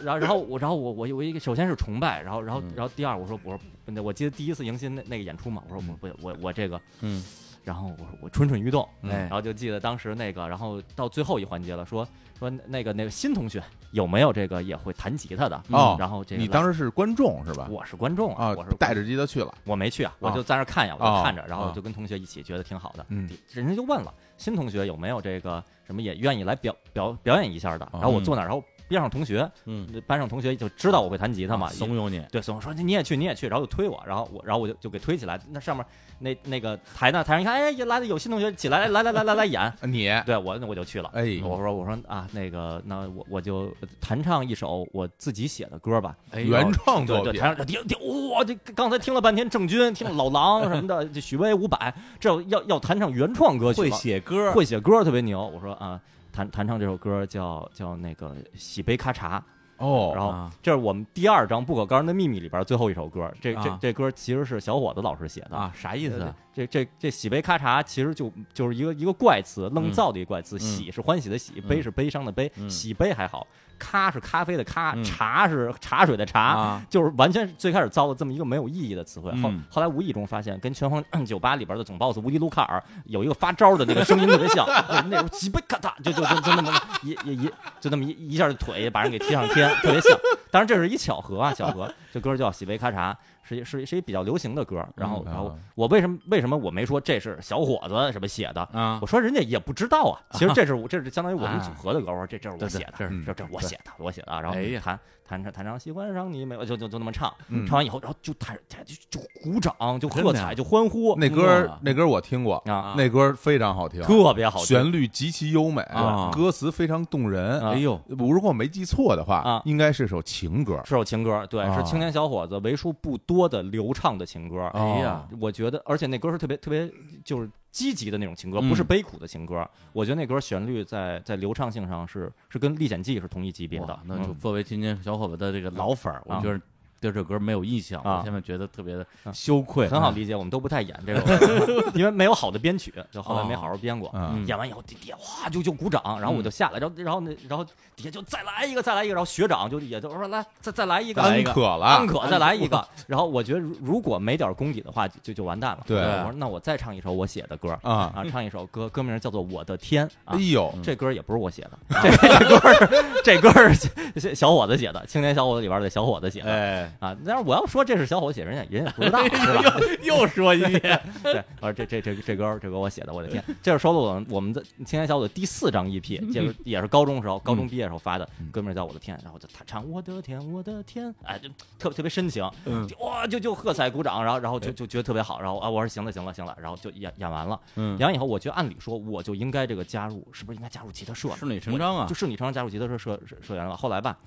然后然后我然后我我我一个首先是崇拜，然后然后
嗯
然后第二我说我说我记得第一次迎新那那个演出嘛，我说我我我我这个
嗯，
然后我说我蠢蠢欲动，哎
嗯
然后就记得当时那个，然后到最后一环节了，说说那个那个新同学有没有这个也会弹吉他的？
哦
嗯然后这个
你当时是观众是吧？
我是观众
啊
我是，
带着吉他去了，
我没去啊，我
啊
就在那儿看呀，我
啊
就看着，然后
啊
就跟同学一起觉得挺好的。
嗯，
人家就问了新同学有没有这个什么也愿意来表表表演一下的？然后我坐那儿，然后边上同学
嗯，啊
班上同学就知道我会弹吉他嘛，
怂恿你，
对，怂说你也去，你也去，然后就推我，然后我，然后我就就给推起来。那上面那那个台呢，台上一看，哎，来了有新同学起来，来来来来来演。
你
对我，那我就去了。
哎
我说我说啊，那个那我我就弹唱一首我自己写的歌吧。
哎呦
原创作
对对，
品
台上就就哇，这刚才听了半天郑钧，听了老狼什么的，这许巍、伍佰，这要要弹唱原创歌曲
会
了
写歌，
会写歌特别牛。我说啊，弹弹唱这首歌叫叫那个《喜杯咔茶》，
哦
然后
啊
这是我们第二张《不可告人的秘密》里边最后一首歌，这这
啊
这歌其实是小伙子老师写的
啊，啥意思
呃？这这这喜悲咔嚓，其实就就是一个一个怪词，愣造的一个怪词。
嗯
喜是欢喜的喜，
嗯
悲是悲伤的悲，
嗯
喜悲还好，咖是咖啡的咖，
嗯
茶是茶水的茶。
啊，
就是完全最开始造了这么一个没有意义的词汇，后
嗯
后来无意中发现跟《拳皇嗯 <coughs> 酒吧》里边的总 boss 无敌卢卡尔有一个发招的那个声音特别像， <laughs> 就是那种喜悲咔嚓，就就就就那么一一一就那么一一下腿把人给踢上天，特别像。当然这是一巧合啊，巧合。这歌叫《喜悲咔嚓》，是一是一是一比较流行的歌。然后
嗯
然后
啊
我为什么为什么我没说这是小伙子什么写的？
啊
我说人家也不知道
<laughs>
啊，其实这是我这是相当于我们
啊
组合的歌，我说这这是我
对
写
对这
的，
是
这这我写的，我写的啊，然后
哎呀
弹弹唱弹唱喜欢上你没有，就就就那么唱，
嗯
唱完以后，然后就弹弹就就鼓掌，就
真的
喝
啊
彩，就欢呼，
那歌
哇
儿那歌儿我听过，
啊，
那歌儿非常好听，
特别好听，
旋律极其优美
啊，
歌词非常动人。
啊
哎呦，
我如果我没记错的话
啊，
应该是首情歌。
是首情歌，对，
啊
是青年小伙子为数不多的流畅的情歌。啊
哎呀
我觉得，而且那歌是特别特别就是积极的那种情歌，
嗯
不是悲苦的情歌。我觉得那歌旋律在在流畅性上是是跟《历险记》是同一级别的
哇，那就
嗯
作为今天小伙子的这个老粉儿，我
啊
觉得对这首歌没有印象，
啊
我现在觉得特别的羞愧，
很好
嗯
理解。我们都不太演这个， <laughs> 因为没有好的编曲，就后来没
哦
好好编过。
啊
嗯
演完以后，底底下哇就就鼓掌，然后
嗯
我就下来，然后然后那然后底下就再来一个，再来一个，然后学长就也就说来再再来一个，
安可啊了，
安可再来一个。然后我觉得如如果没点功底的话，就就就完蛋了。
对
我说那我再唱一首我写的歌
啊
啊，唱一首歌，歌名叫做《我的天》啊
哎。呦，
嗯
这歌也不是我写的， <laughs> 这这歌是这歌是小小伙子写的，青年小伙子里边的小伙子写的
哎，
啊。但是我要说这是小伙子写，人家人家也
<laughs>
不知道，
哎
是吧？
<laughs> 又说一遍，
<laughs> 对，我说这这这这歌这歌我写的，我的天！这是收录我们我们的青年小组第四张
<laughs>
EP，就是也是高中时候，高
嗯
中毕业时候发的，歌名叫《我的天》，然后我就他唱我的天，我的天，哎，就特特别深情，
嗯
就哇就就喝彩鼓掌，然后然后就就觉得特别好，然后啊我说行了行了行了，然后就演演完了，
嗯
演，完以后，我觉得按理说我就应该这个加入，是不是应该加入吉他社？
顺理成章啊
就，顺理成章加入吉他社社社社员了吧。后来吧，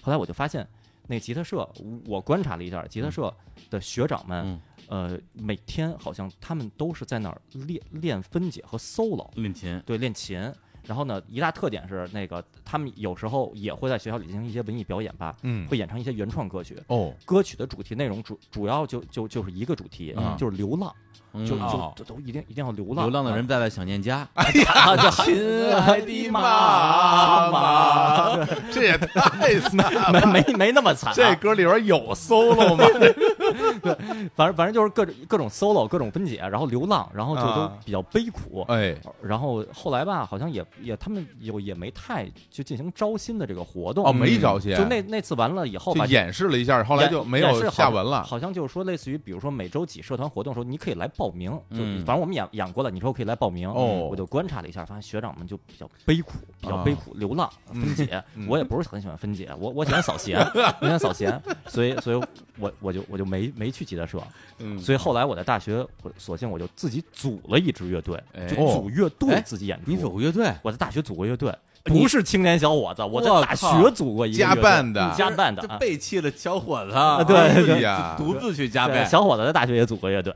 后来我就发现，那吉他社，我观察了一下，吉他社的学长们
嗯，
呃，每天好像他们都是在那儿练练分解和 solo，
练琴，
对，练琴。然后呢，一大特点是那个他们有时候也会在学校里进行一些文艺表演吧，
嗯，
会演唱一些原创歌曲。 <laughs>
哦，
歌曲的主题内容主主要就就就是一个主题，
嗯
就是流浪，
嗯
就
哦
就就都一定一定要流浪。
流浪的人在外想念家，
啊， <laughs> 就
亲爱的妈妈，这也
<laughs>
太惨了。
没没没那么惨、啊，
这歌里边有 solo
<laughs>
吗？
反正反正就是各种各种 solo，各种分解，然后流浪，然后就都
啊
比较悲苦。
哎，
然后后来吧，好像也也他们有也没太就进行招新的这个活动
哦，没招些，
就那那次完了以后
就
吧，
演示了一下，后来
演
就没
演示
有
好
下文了。
好像就是说类似于比如说每周几社团活动的时候，你可以来报名。就
嗯
反正我们演演过了，你说可以来报名。嗯
哦
我就观察了一下，发现学长们就比较悲苦，比较
啊
悲苦，流浪分解
嗯。
我也不是很喜欢分解，我我喜欢扫
<laughs>
弦，我喜欢扫弦，所以所以我我就我就没没去吉他社。
嗯
所以后来我在大学，我索性我就自己组了一支乐队，
哎
就
哦
组乐
哎
队自己演出。
你组过乐队，
我在大学组过乐队，
你
不是青年小伙子，我在
我
大
靠
学组过一个
加
乐队
班的
加办的
这
啊。
背弃了小伙子啊，
<laughs> 对对
哎呀，
独自去加
对
班，
小伙子在大学也组过
<laughs>
乐队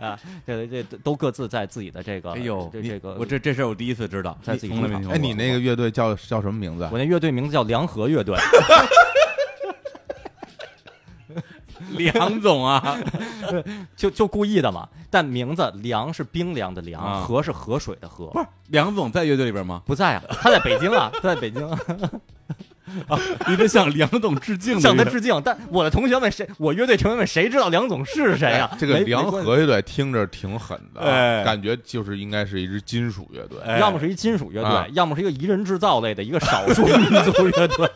啊，这这都各自在自己的这个，
哎呦，
这
你
这个
我这这事儿我第一次知道，
在自己
从来没
工
听
厂
过。
哎，你那个乐队叫叫什么名字
我？那乐队名字叫梁河乐队，
<laughs> 梁总啊，
就就故意的嘛。但名字梁是冰凉的
啊
凉，河是河水的河，
不是梁总在乐队里边吗？ <laughs>
不在啊，他在北京啊，他在北京啊。
你得向梁总致敬的
向他
这个，
致敬。但我的同学们谁，我乐队成员们谁知道梁总是谁啊
哎？这个
没
梁，
没关
河乐队听着挺狠的
哎
啊，感觉就是应该是一支金属乐 <laughs> 队。
哎
系要么是一金属乐
啊
队，要么是一个夷人制造类的一个少数民族乐队。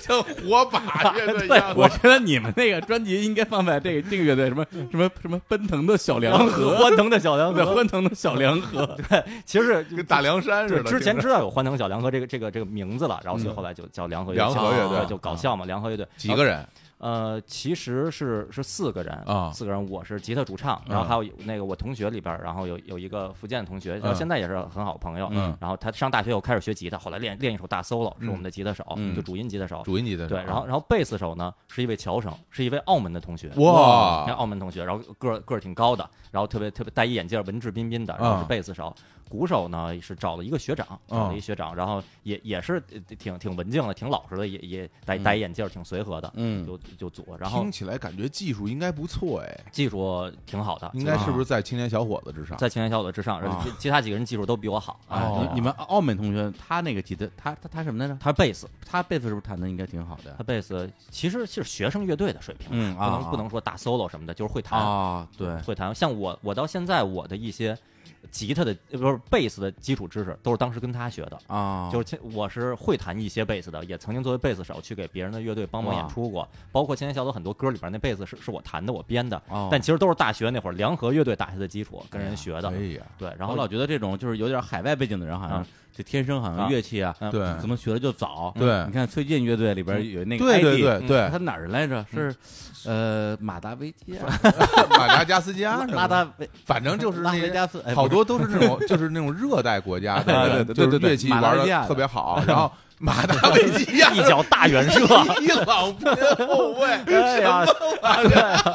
像火
<laughs>
把乐队一
对
样，，
我觉得你们那个专辑应该放在这个这个乐队什么什么什么奔腾的小梁河，
欢腾的小梁
对，
河，
欢腾的小梁河，
其实是
跟大凉山似
对，
的。
之前
听着
知道有欢腾小梁河这个这个这个名字了，然后所以后来就叫梁河乐队
梁河乐队
就搞笑嘛，梁河乐队
几个人
呃，其实是是四个人
啊
四个人，我是吉他主唱，然后还有那个我同学里边儿，然后有有一个福建的同学，到
嗯
现在也是很好朋友。
嗯
然后他上大学又开始学吉他，后来练练一首大 solo，是我们的吉他手，
嗯
就主音吉他手。
主音级的
对，然
啊
后然后贝斯手呢是一位侨生，是一位澳门的同学。
哇
那澳门同学，然后个儿个儿挺高的，然后特别特别戴一眼镜儿，文质彬彬的，然后
嗯
啊
是贝斯手。鼓手呢是找了一个学长，找了一学长，然后也也是呃挺挺文静的，挺老实的，也也戴戴一眼镜儿，挺随和的，
嗯，
就就组。然后
听起来感觉技术应该不错哎，
技术挺好的，
嗯
应该
技术
是不是在青年小伙子之上？
啊在青年小伙之上，然后其其他几个人技术都比我好
哎
啊。
哦
嗯你你们澳门同学，他那个吉他，他他他什么来着？
他贝斯，
他贝斯是不是弹的应该挺好的
他？贝斯其实是学生乐队的水平，
嗯
不能
啊
不能说大 solo 什么的，就是会弹。
啊，
哎
对，
会弹。像我，我到现在我的一些吉他的呃不是贝斯的基础知识，都是当时跟他学的。
哦
啊，
就是其我是会弹一些贝斯的，也曾经作为贝斯手去给别人的乐队帮忙
哇
演出过，包括《青年小组》很多歌里边那贝斯是是我弹的，我编的，
哦
但其实都是大学那会儿梁河乐队打下的基础，跟人学的。
哎呀，
对，然
我
后
老觉得这种就是有点海外背景的人，好像
啊
这天生好像
啊
乐器啊，
嗯
对
可能学的就早。
对
你看崔健乐队里边有那个
对
ID，
对
嗯
对对
他，哪儿来着？是呃马达维基啊，
<laughs> 马达加斯
<laughs>
加什么
拉
的，
达维
反正就是
拉
那
维加斯，哎
好
不是
多都是那
<laughs>
种，就是那种热带国家的
啊
人，
对对对
就是
对对
乐器
马达
玩
维亚
的
的
特别好，然后马达维基亚 <laughs>
一脚大远射。
伊朗
<laughs>
边后卫，
哎呀， <laughs> 啊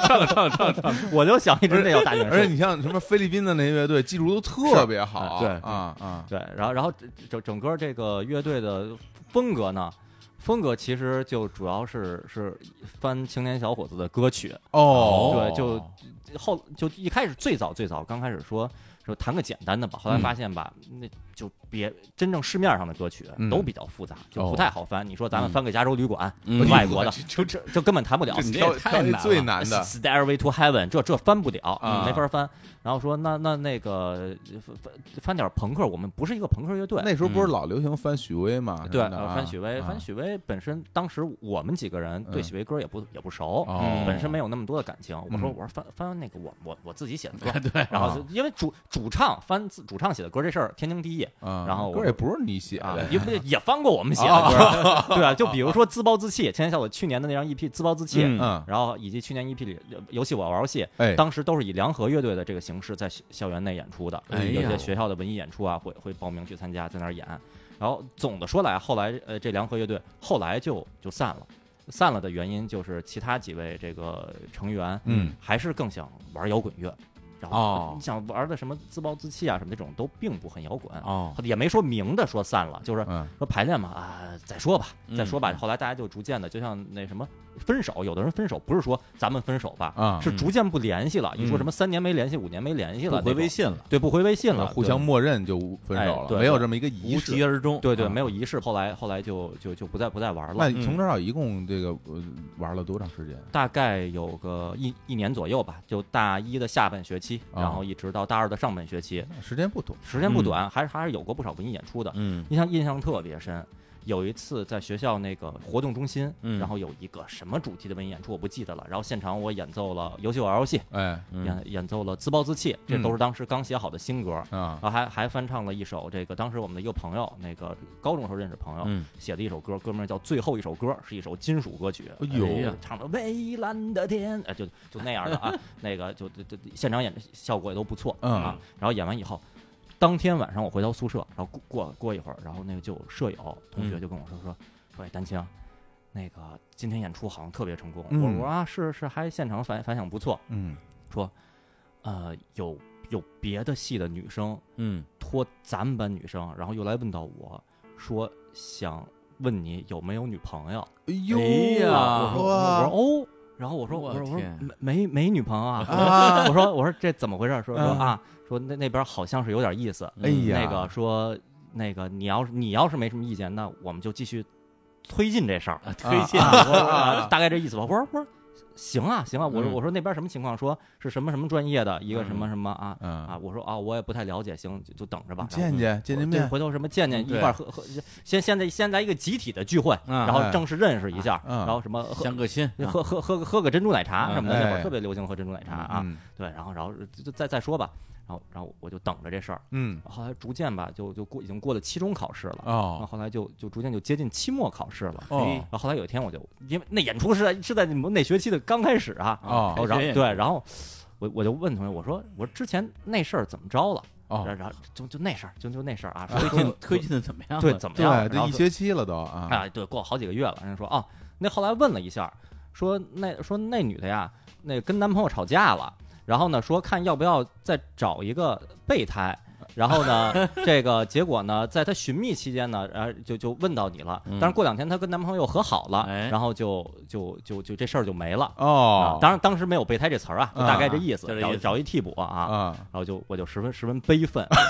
唱唱唱唱，
我就想一直那叫大
<laughs>
远
而且
射。
你像什么菲律宾的那些乐队，技术都特别好，
是哎对
啊啊，
对，然后然后整整整个这个乐队的风格呢，风格其实就主要是是翻青年小伙子的歌曲，
哦，
对就后就一开始最早最早刚开始说说弹个简单的吧，
嗯
后来发现吧，那就别真正市面上的歌曲
嗯
都比较复杂，就
哦
不太好翻。你说咱们
嗯
翻个《加州旅馆
嗯》，
外国的
<laughs> 就这
就根本弹不了
这。
你这
挑
也太
挑一
难
最
了
难的
Stairway to Heaven，这这翻不了，
啊
没法翻。然后说那那那个翻翻点朋克，我们不是一个朋克乐队，
那时候不是老流行翻许巍吗？
对，
什么的
呃
啊
翻许巍，
啊
翻许巍本身当时我们几个人对
嗯
许巍歌也不也不熟，
哦，
本身没有那么多的感情。我说
嗯哦
我说翻翻那个我我我自己写的
<laughs>
歌，
对，
然后就因为主主唱翻自主唱写的歌这事儿天经地义
啊
然后我
歌也不是你写
啊
的，，
也不
<laughs>
也翻过我们写
哦
的歌，对啊，就比如说自暴自弃，前天下午去年的那张 EP 自暴自弃。
嗯
<laughs>
嗯，
然后以及去年 EP 里呃游戏我玩游戏，
哎，
当时都是以梁河乐队的这个形式在校校园内演出的，
哎
有
呀
些学校的文艺演出啊，会会报名去参加，在那儿演。然后总的说来，后来呃，这梁河乐队后来就就散了，散了的原因就是其他几位这个成员，
嗯，
还是更想玩摇滚乐，然后、
哦
你想玩的什么自暴自弃啊什么这种都并不很摇滚，
哦，
也没说明的说散了，就是
嗯
说排练嘛啊，再说吧，再说吧。
嗯
后来大家就逐渐的，就像那什么分手，有的人分手不是说咱们分手吧，
啊，
是逐渐不联系了。一说
嗯
什么三年没联系，五年没联系
不
了那种，
回微信啊了，
对，不回微信了，
互相
对
默认就分手
哎
了，
对
没有这么一个仪
无
式
疾。而终。
对对，
啊
没有仪式。后来后来就就就不再不再玩
那
了，
你从这儿到一共这个呃玩了多长时间？
大概有个一一年左右吧，就大一的下半学期，
啊
然后一直到大二的上半学期，
时间不短
时间不
嗯
短，还是还是有过不少文艺演出的。
嗯
印象印象特别深。有一次在学校那个活动中心，
嗯
然后有一个什么主题的文艺演出，我不记得了。然后现场我演奏了《游戏我玩游戏》，
哎
嗯
演演奏了《自暴自弃》，这
嗯
都是当时刚写好的新歌。
啊
然，后还还翻唱了一首这个当时我们的一个朋友，那个高中时候认识朋友、
嗯
写的一首歌，歌名叫《最后一首歌》，是一首金属歌曲。
哎呦
呃唱的蔚蓝的天，哎，就就那样的
<laughs>
啊，那个就就就现场演效果也都不错、
嗯
啊。然后演完以后，当天晚上我回到宿舍，然后过过过一会儿，然后那个就有舍友同
嗯
学就跟我说说说，哎，丹青。那个今天演出好像特别成功，我
嗯
我说啊是是，还现场反反响不错。
嗯，
呃，有有别的系的女生
嗯，
托咱们班女生，然后又来问到我说想问你有没有女朋友？
哎
哎呀
我说我
哇
说哦，然后我说
我
我说我说
天
没没没女朋友啊，
啊，
<laughs> 我说我说这怎么回事？说说
嗯
啊，说那那边好像是有点意思，
哎呀
那个说那个你要是你要是没什么意见，那我们就继续推进这事儿。
推荐
啊我说
啊
啊大概这意思吧。我说我说行啊行啊，我说
嗯
我说那边什么情况？说是什么什么专业的一个什么
嗯
什么啊啊，
嗯，
我说啊我也不太了解，行就就等着吧。然后
见见见见
对
面，
回头什么见见
嗯
一块儿喝喝，先现在先来一个集体的聚会，
嗯
然后正式认识一下，
哎嗯
然后什么喝
相个亲，
喝喝喝个喝个珍珠奶茶什么的，
嗯
那会
哎
儿特别流行喝珍珠奶茶啊，
嗯
对，然后然后就就再再说吧，然后然后我就等着这事儿。
嗯，
后来逐渐吧，就就过已经过了期中考试了，然后
哦
后来就就逐渐就接近期末考试了。
哦
然后后来有一天我就因为那演出是在是在你们那学期的刚开始啊，
哦
然后
开学演出
对，然后我我就问同学，我说我说之前那事儿怎么着了？
哦，
然然后就就那事儿，就就那事儿啊，
推
推
进 <laughs> 推
<laughs> 进
进的怎么样了？啊
对怎么
对
样了？，然
这
后
一
说
学期了都啊，
啊，对，过了好几个月了。人家说哦，那后来问了一下，说那说那女的呀，那跟男朋友吵架了，然后呢说看要不要再找一个备胎。然后呢，这个结果呢，在她寻觅期间呢，然后就就问到你了。
嗯
但是过两天她跟男朋友和好了，
哎
然后就就就就这事儿就没了。
哦
啊，当然当时没有备胎这词儿啊，就大概这意思，
啊就这
找
意思
找一替补啊。
啊，
然后就我就十分十分悲愤， <laughs>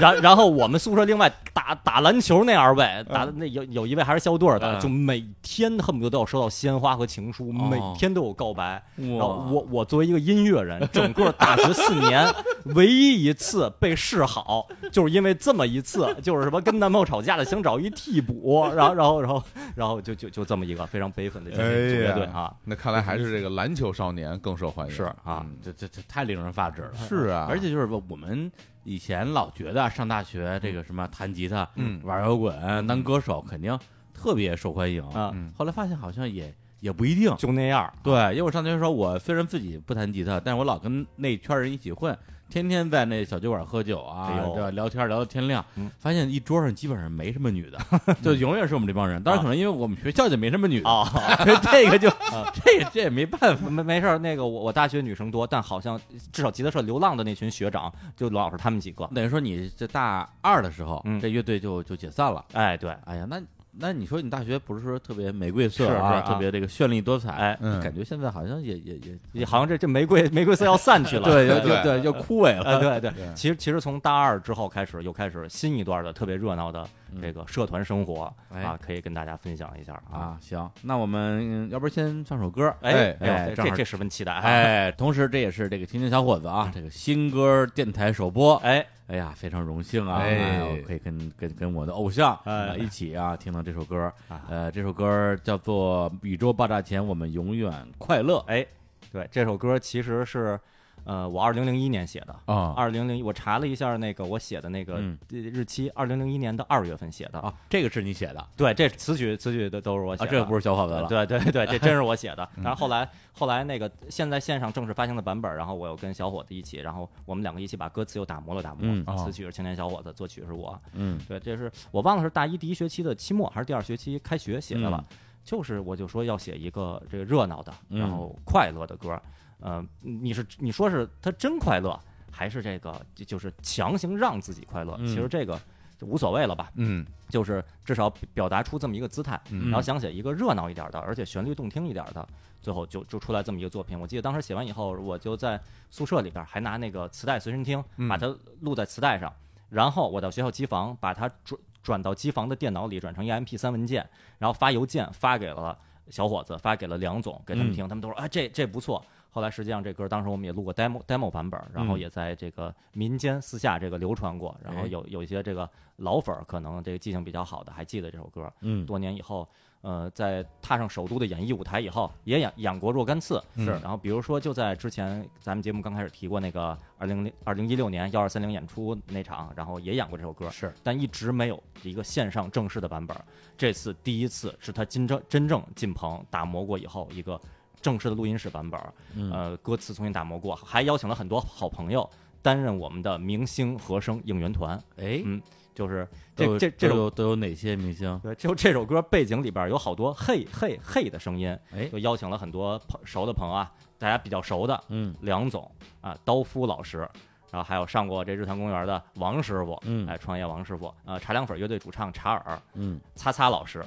然然后我们宿舍另外打打篮球那二位，打那有有一位还是校队的，
嗯
就每天恨不得都要收到鲜花和情书，
哦
每天都有告白。然后
哇，
我我作为一个音乐人，
<laughs>
整个大学四年唯一一次被示好，就是因为这么一次，就是什么跟男朋友吵架了，想找一替补，然后然后然后然后就就就这么一个非常悲愤的经历，组
哎
乐
呀
队啊，
那看来还是这个篮球少年更受欢迎，
是啊，
嗯这这这太令人发指了。
是啊，
而且就是我们以前老觉得上大学这个什么弹吉他、
嗯
玩摇滚、当歌手肯定特别受欢迎
啊
嗯
后来发现好像也也不一定。
就那样儿，
对，因为我上大学的时候，我虽然自己不弹吉他，但是我老跟那圈人一起混，天天在那小酒馆喝酒啊，
哎呦
对吧聊天聊到天亮，
嗯
发现一桌上基本上没什么女
<laughs>
的，就永远是我们这帮人。当然，可能因为我们学校就没什么女的，
啊。
所以这个就、这这也没办法。
没没事儿，那个我我大学女生多，但好像至少吉他社流浪的那群学长，就老是他们几个。
等于说你这大二的时候，
嗯
这乐队就就解散了。
哎，对，
哎呀，那那你说你大学不是说特别玫瑰色
是是
啊，
啊
特别这个绚丽多彩，
哎
嗯
感觉现在好像也也也
也好像这这玫瑰玫瑰色要散去了。
对
对
就就对就枯萎
哎，
了。
对对
对，
其实其实从大二之后开始，又开始新一段的特别热闹的
嗯
这个社团生活、
哎
啊，可以跟大家分享一下啊。
啊，行，那我们要不然先唱首歌？
哎
哎哎
呦
正
这
好
这十分期待啊。
哎，同时这也是这个青年小伙子啊，这个新歌电台首播，
哎，
哎呀，非常荣幸啊，
哎
我可以跟跟跟我的偶像
哎
呃一起啊听到这首歌
啊，
呃，这首歌叫做《宇宙爆炸前我们永远快乐》，
哎，对，这首歌其实是呃我二零零一年写的。
啊，
二零零，我查了一下那个我写的那个
嗯
日期，二零零一年的二月份写的
啊，这个是你写的啊，
对，这词曲词曲都都是我写的，
这个不是小伙子
呃
了，嗯
对对对，这真是我写的。 <laughs> 然后后来后来那个现在线上正式发行的版本，然后我又跟小伙子一起，然后我们两个一起把歌词又打磨了打磨。
嗯
哦
词曲是青年小伙子，作曲是我。
嗯
对，这是我忘了是大一第一学期的期末还是第二学期开学写的了。就是我就说要写一个这个热闹的，
嗯
然后快乐的歌。呃，你是你说是他真快乐，还是这个就就是强行让自己快乐？
嗯
其实这个就无所谓了吧，
嗯
就是至少表达出这么一个姿态。
嗯
然后想写一个热闹一点的，而且旋律动听一点的，最后就就出来这么一个作品。我记得当时写完以后，我就在宿舍里边还拿那个磁带随身听
嗯
把它录在磁带上，然后我到学校机房把它转转到机房的电脑里，转成 EMP 三文件，然后发邮件发给了小伙子，发给了梁总，给
嗯
他们听，他们都说啊这这不错。后来实际上这歌当时我们也录过 demo demo 版本，然后
嗯
也在这个民间私下这个流传过，然后
哎
有有一些这个老粉儿可能这个记性比较好的还记得这首歌，
嗯，
多年以后，呃，在踏上首都的演艺舞台以后，也演演过若干次。
嗯
是
然后比如说就在之前咱们节目刚开始提过那个二零零二零一六年幺二三零演出那场，然后也演过这首歌，
是
但一直没有一个线上正式的版本。这次第一次是他真正真正进棚打磨过以后一个正式的录音室版本，
嗯
呃，歌词重新打磨过，还邀请了很多好朋友担任我们的明星和声应援团，
哎，
嗯就是
都
这这这
都
首
有都有哪些明星？
对，就这首歌背景里边儿有好多嘿嘿嘿的声音，
哎，
就邀请了很多朋熟的朋友啊，大家比较熟的
嗯
梁总啊、刀夫老师，然后还有上过这日坛公园的王师傅，
嗯
哎，创业王师傅，呃，茶凉粉乐队主唱查尔，
嗯
擦擦老师，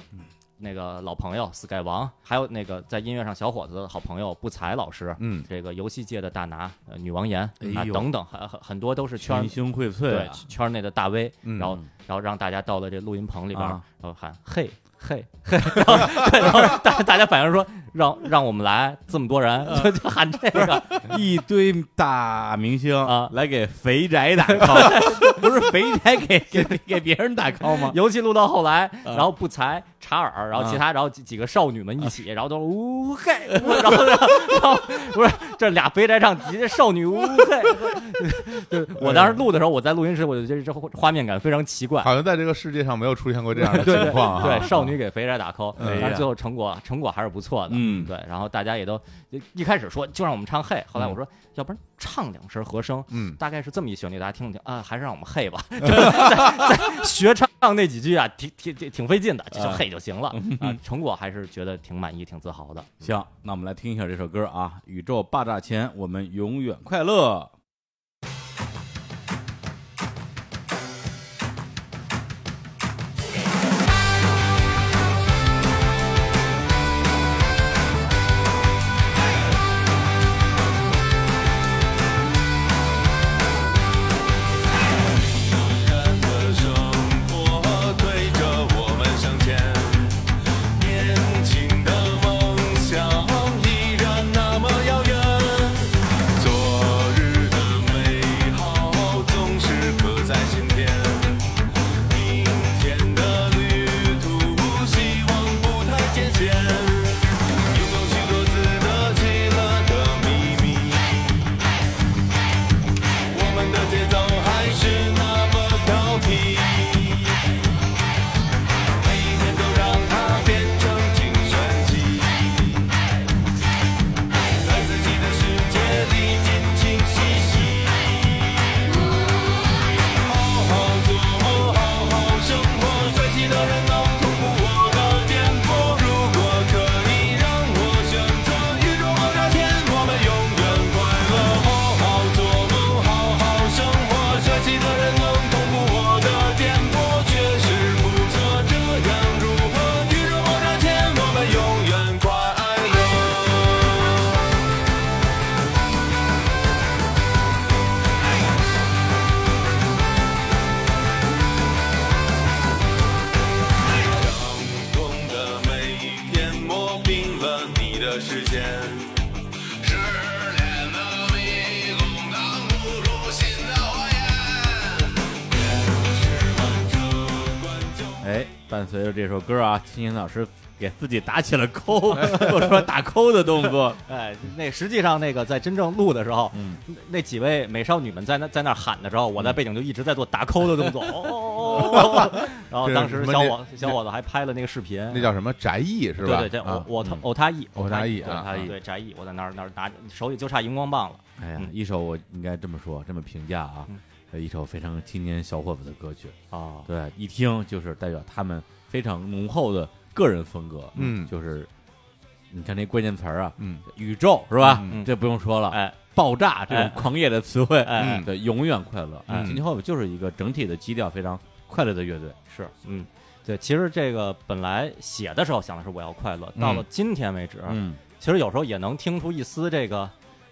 那个老朋友 Sky 王，还有那个在音乐上小伙子的好朋友不才老师，
嗯
这个游戏界的大拿、呃、女王岩、
哎
啊
呦
等等，很很很多都是圈儿
群星荟萃
对
啊，
圈儿内的大 V，
嗯
然后然后让大家到了这录音棚里边儿
啊，
<laughs> 然后喊嘿嘿嘿，然后然后大大家反应说让让我们来这么多人，
啊
就 <laughs> 就喊这个，
一堆大明星
啊
来给肥宅打 call，不是肥宅 <laughs> 给给给别人打 call
<laughs>
吗？
尤其录到后来，
啊
然后不才、查尔，然后其
啊
他，然后几几个少女们一起，然后都呜 <laughs> 嘿，然后然后然后不是这俩肥宅唱急的少女呜嘿， <laughs> 就是我当时录的时候，我在录音室，我就觉得这画面感非常奇怪。
好像在这个世界上没有出现过这样的
<laughs> 对对
情况啊。
对，少女给肥宅打 call，
哎呀
但是最后成果成果还是不错的。
嗯
对，然后大家也都一开始说就让我们唱嘿，后来我说、要不然唱两声和声，
嗯，
大概是这么一旋律，大家听听啊，还是让我们嘿吧，就是在在学唱那几句啊，挺挺挺挺费劲的，就
啊
嘿就行了啊。成果还是觉得挺满意，挺自豪的。
行，那我们来听一下这首歌啊，《宇宙爆炸前我们永远快乐》。
生活推着我们向前，年轻的梦想依然那么遥远。昨日的美好总是刻在心田，明天的旅途希望不太艰险。拥有许多值得记乐的秘密。我们的节奏还是那么挑剔，每一天都让它变成精神剂，在自己的世界里尽情嬉戏。好好做，好好生活，帅气的人能突破我的颠簸。如果可以让我选择，宇宙爆炸天，我们永远快乐。好好做梦，好好生活，帅气的人能突破我的颠簸，确实不错。这样如何？宇宙爆炸天，我们永远快乐。空的每一天磨平了你的视线。失恋的迷宫挡不住新的火焰。
哎，伴随着这首歌啊，青年老师给自己打起了扣， <laughs> 做出了打扣的动作。
哎，那实际上那个在真正录的时候，
嗯
那几位美少女们在那在那儿喊的时候，我在背景就一直在做打 call 的动作，哦哦哦哦哦，然后当时小伙小伙子还拍了那个视频，
那叫什么宅艺是吧？
对对对，我
啊
我
嗯
欧他艺，
偶他艺啊
偶他艺，对翟艺，我在那儿那儿拿手里就差荧光棒了，
<laughs> 哎呀
嗯，
一首我应该这么说，这么评价啊
嗯，
呃一首非常青年小伙子的歌曲。
哦，
对，一听就是代表他们非常浓厚的个人风格。
嗯
就是你看那关键词儿啊，
嗯，
宇宙是吧？
嗯
这不用说了，
哎，
爆炸这种
哎
狂野的词汇，嗯
哎嗯
对，永远快乐。
哎
今天后面就是一个整体的基调非常快乐的乐队。
是，嗯，对，其实这个本来写的时候想的是我要快乐，到了今天为止，
嗯
其实有时候也能听出一丝这个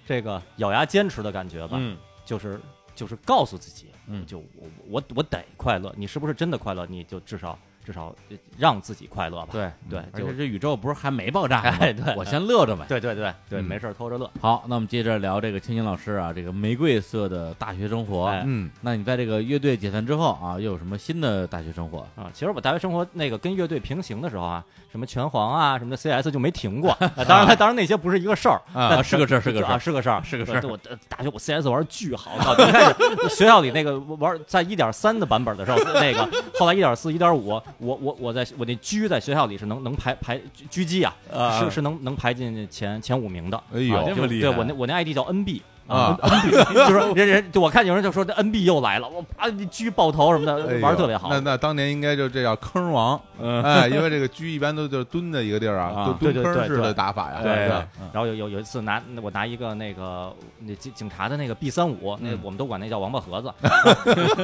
这个咬牙坚持的感觉吧，
嗯
就是就是告诉自己，
嗯
就我我我得快乐，你是不是真的快乐？你就至少至少呃让自己快乐吧，
对嗯
对
而
就
且这宇宙不是还没爆炸呢吗？
哎对
我先乐着吧。
对对对对，
嗯
没事儿偷着乐，
好，那我们接着聊这个青青老师啊，这个玫瑰色的大学生活。
哎
嗯
那你在这个乐队解散之后啊，又有什么新的大学生活？
啊，其实我大学生活那个跟乐队平行的时候啊，什么拳皇啊，什么的 CS 就没停
<laughs>
过。啊当然了，当然那些不是一个事儿
啊 <laughs>
啊，
是个事儿，是个事
啊，
儿。
是个事儿，是
个事儿
儿。对我呃大学我 CS 玩儿巨好，到底一开始学校里那个玩儿在一点三的版本的时候，那个后来一点四、一点五，我我我在我那狙在学校里是能能排排狙狙击啊，
啊
是是能能排进前前五名的。
哎
啊
呦
这，么厉害
对我那我那 ID 叫 NB。
啊
，NB 就是人人，就我看有人就说这 NB 又来了，我啊你狙爆头什么的
哎，呦
玩儿特别好。
那那当年应该就这叫坑王，
嗯
哎，因为这个狙一般都就是蹲在一个地儿
啊
啊，就
对
蹲
对
坑
对
式
对
的打法呀，
对
是吧
然后有有有一次拿我拿一个那个那警警察的那个 B 三五，那
嗯
<laughs> <laughs>
我们都管那叫王八盒子。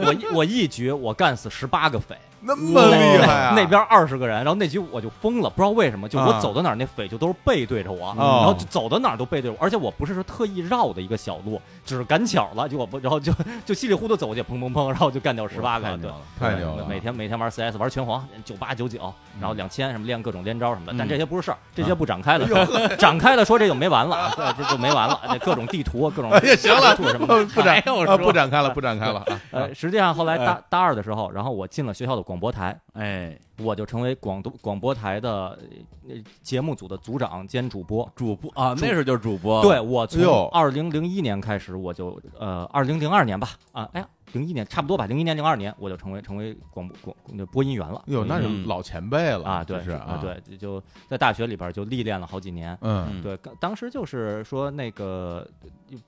我一我一局我干死十八个匪，
那么厉害啊！
那边二十个人，然后那局我就疯了，不知道为什么，就我
啊
走到哪儿，那匪就都是背对着我，
哦
然后就走到哪儿都背对我，而且我不是说特意绕的一个小路，只是赶巧了，就我不，然后就就稀里糊涂走过去，砰砰砰，然后就干掉十八个
太
人，
牛
对。
了，
太牛了！嗯
每天每天玩 CS 玩拳皇九八九九，然后两千什么练各种连招什么的，但
嗯
这些不是事儿，这些不展开
哎
了， <laughs> 展开了说这就没完了， <laughs> 啊这就没完了，这各种地图啊，
<laughs>
各种
哎行了
地图什么的哎
呃， <laughs> 不展哎
还有
啊
说
不展开了，不展开了
<laughs>
啊！
呃，实际上后来大大二的时候，然后我进了学校的广播台，
哎，
我就成为广东广播台的呃节目组的组长兼主播。
主播啊，那时候就是主播，
对，我从
哎呦
二零零一年开始，我就呃，二零零二年吧，啊，哎呀，零一年差不多吧，零一年零二年我就成为成为广播广那播音员了。
哟，哎那就
嗯
老前辈了
啊，对，
这是
啊，，对，就在大学里边就历练了好几年。
嗯
嗯
对，刚当时就是说那个，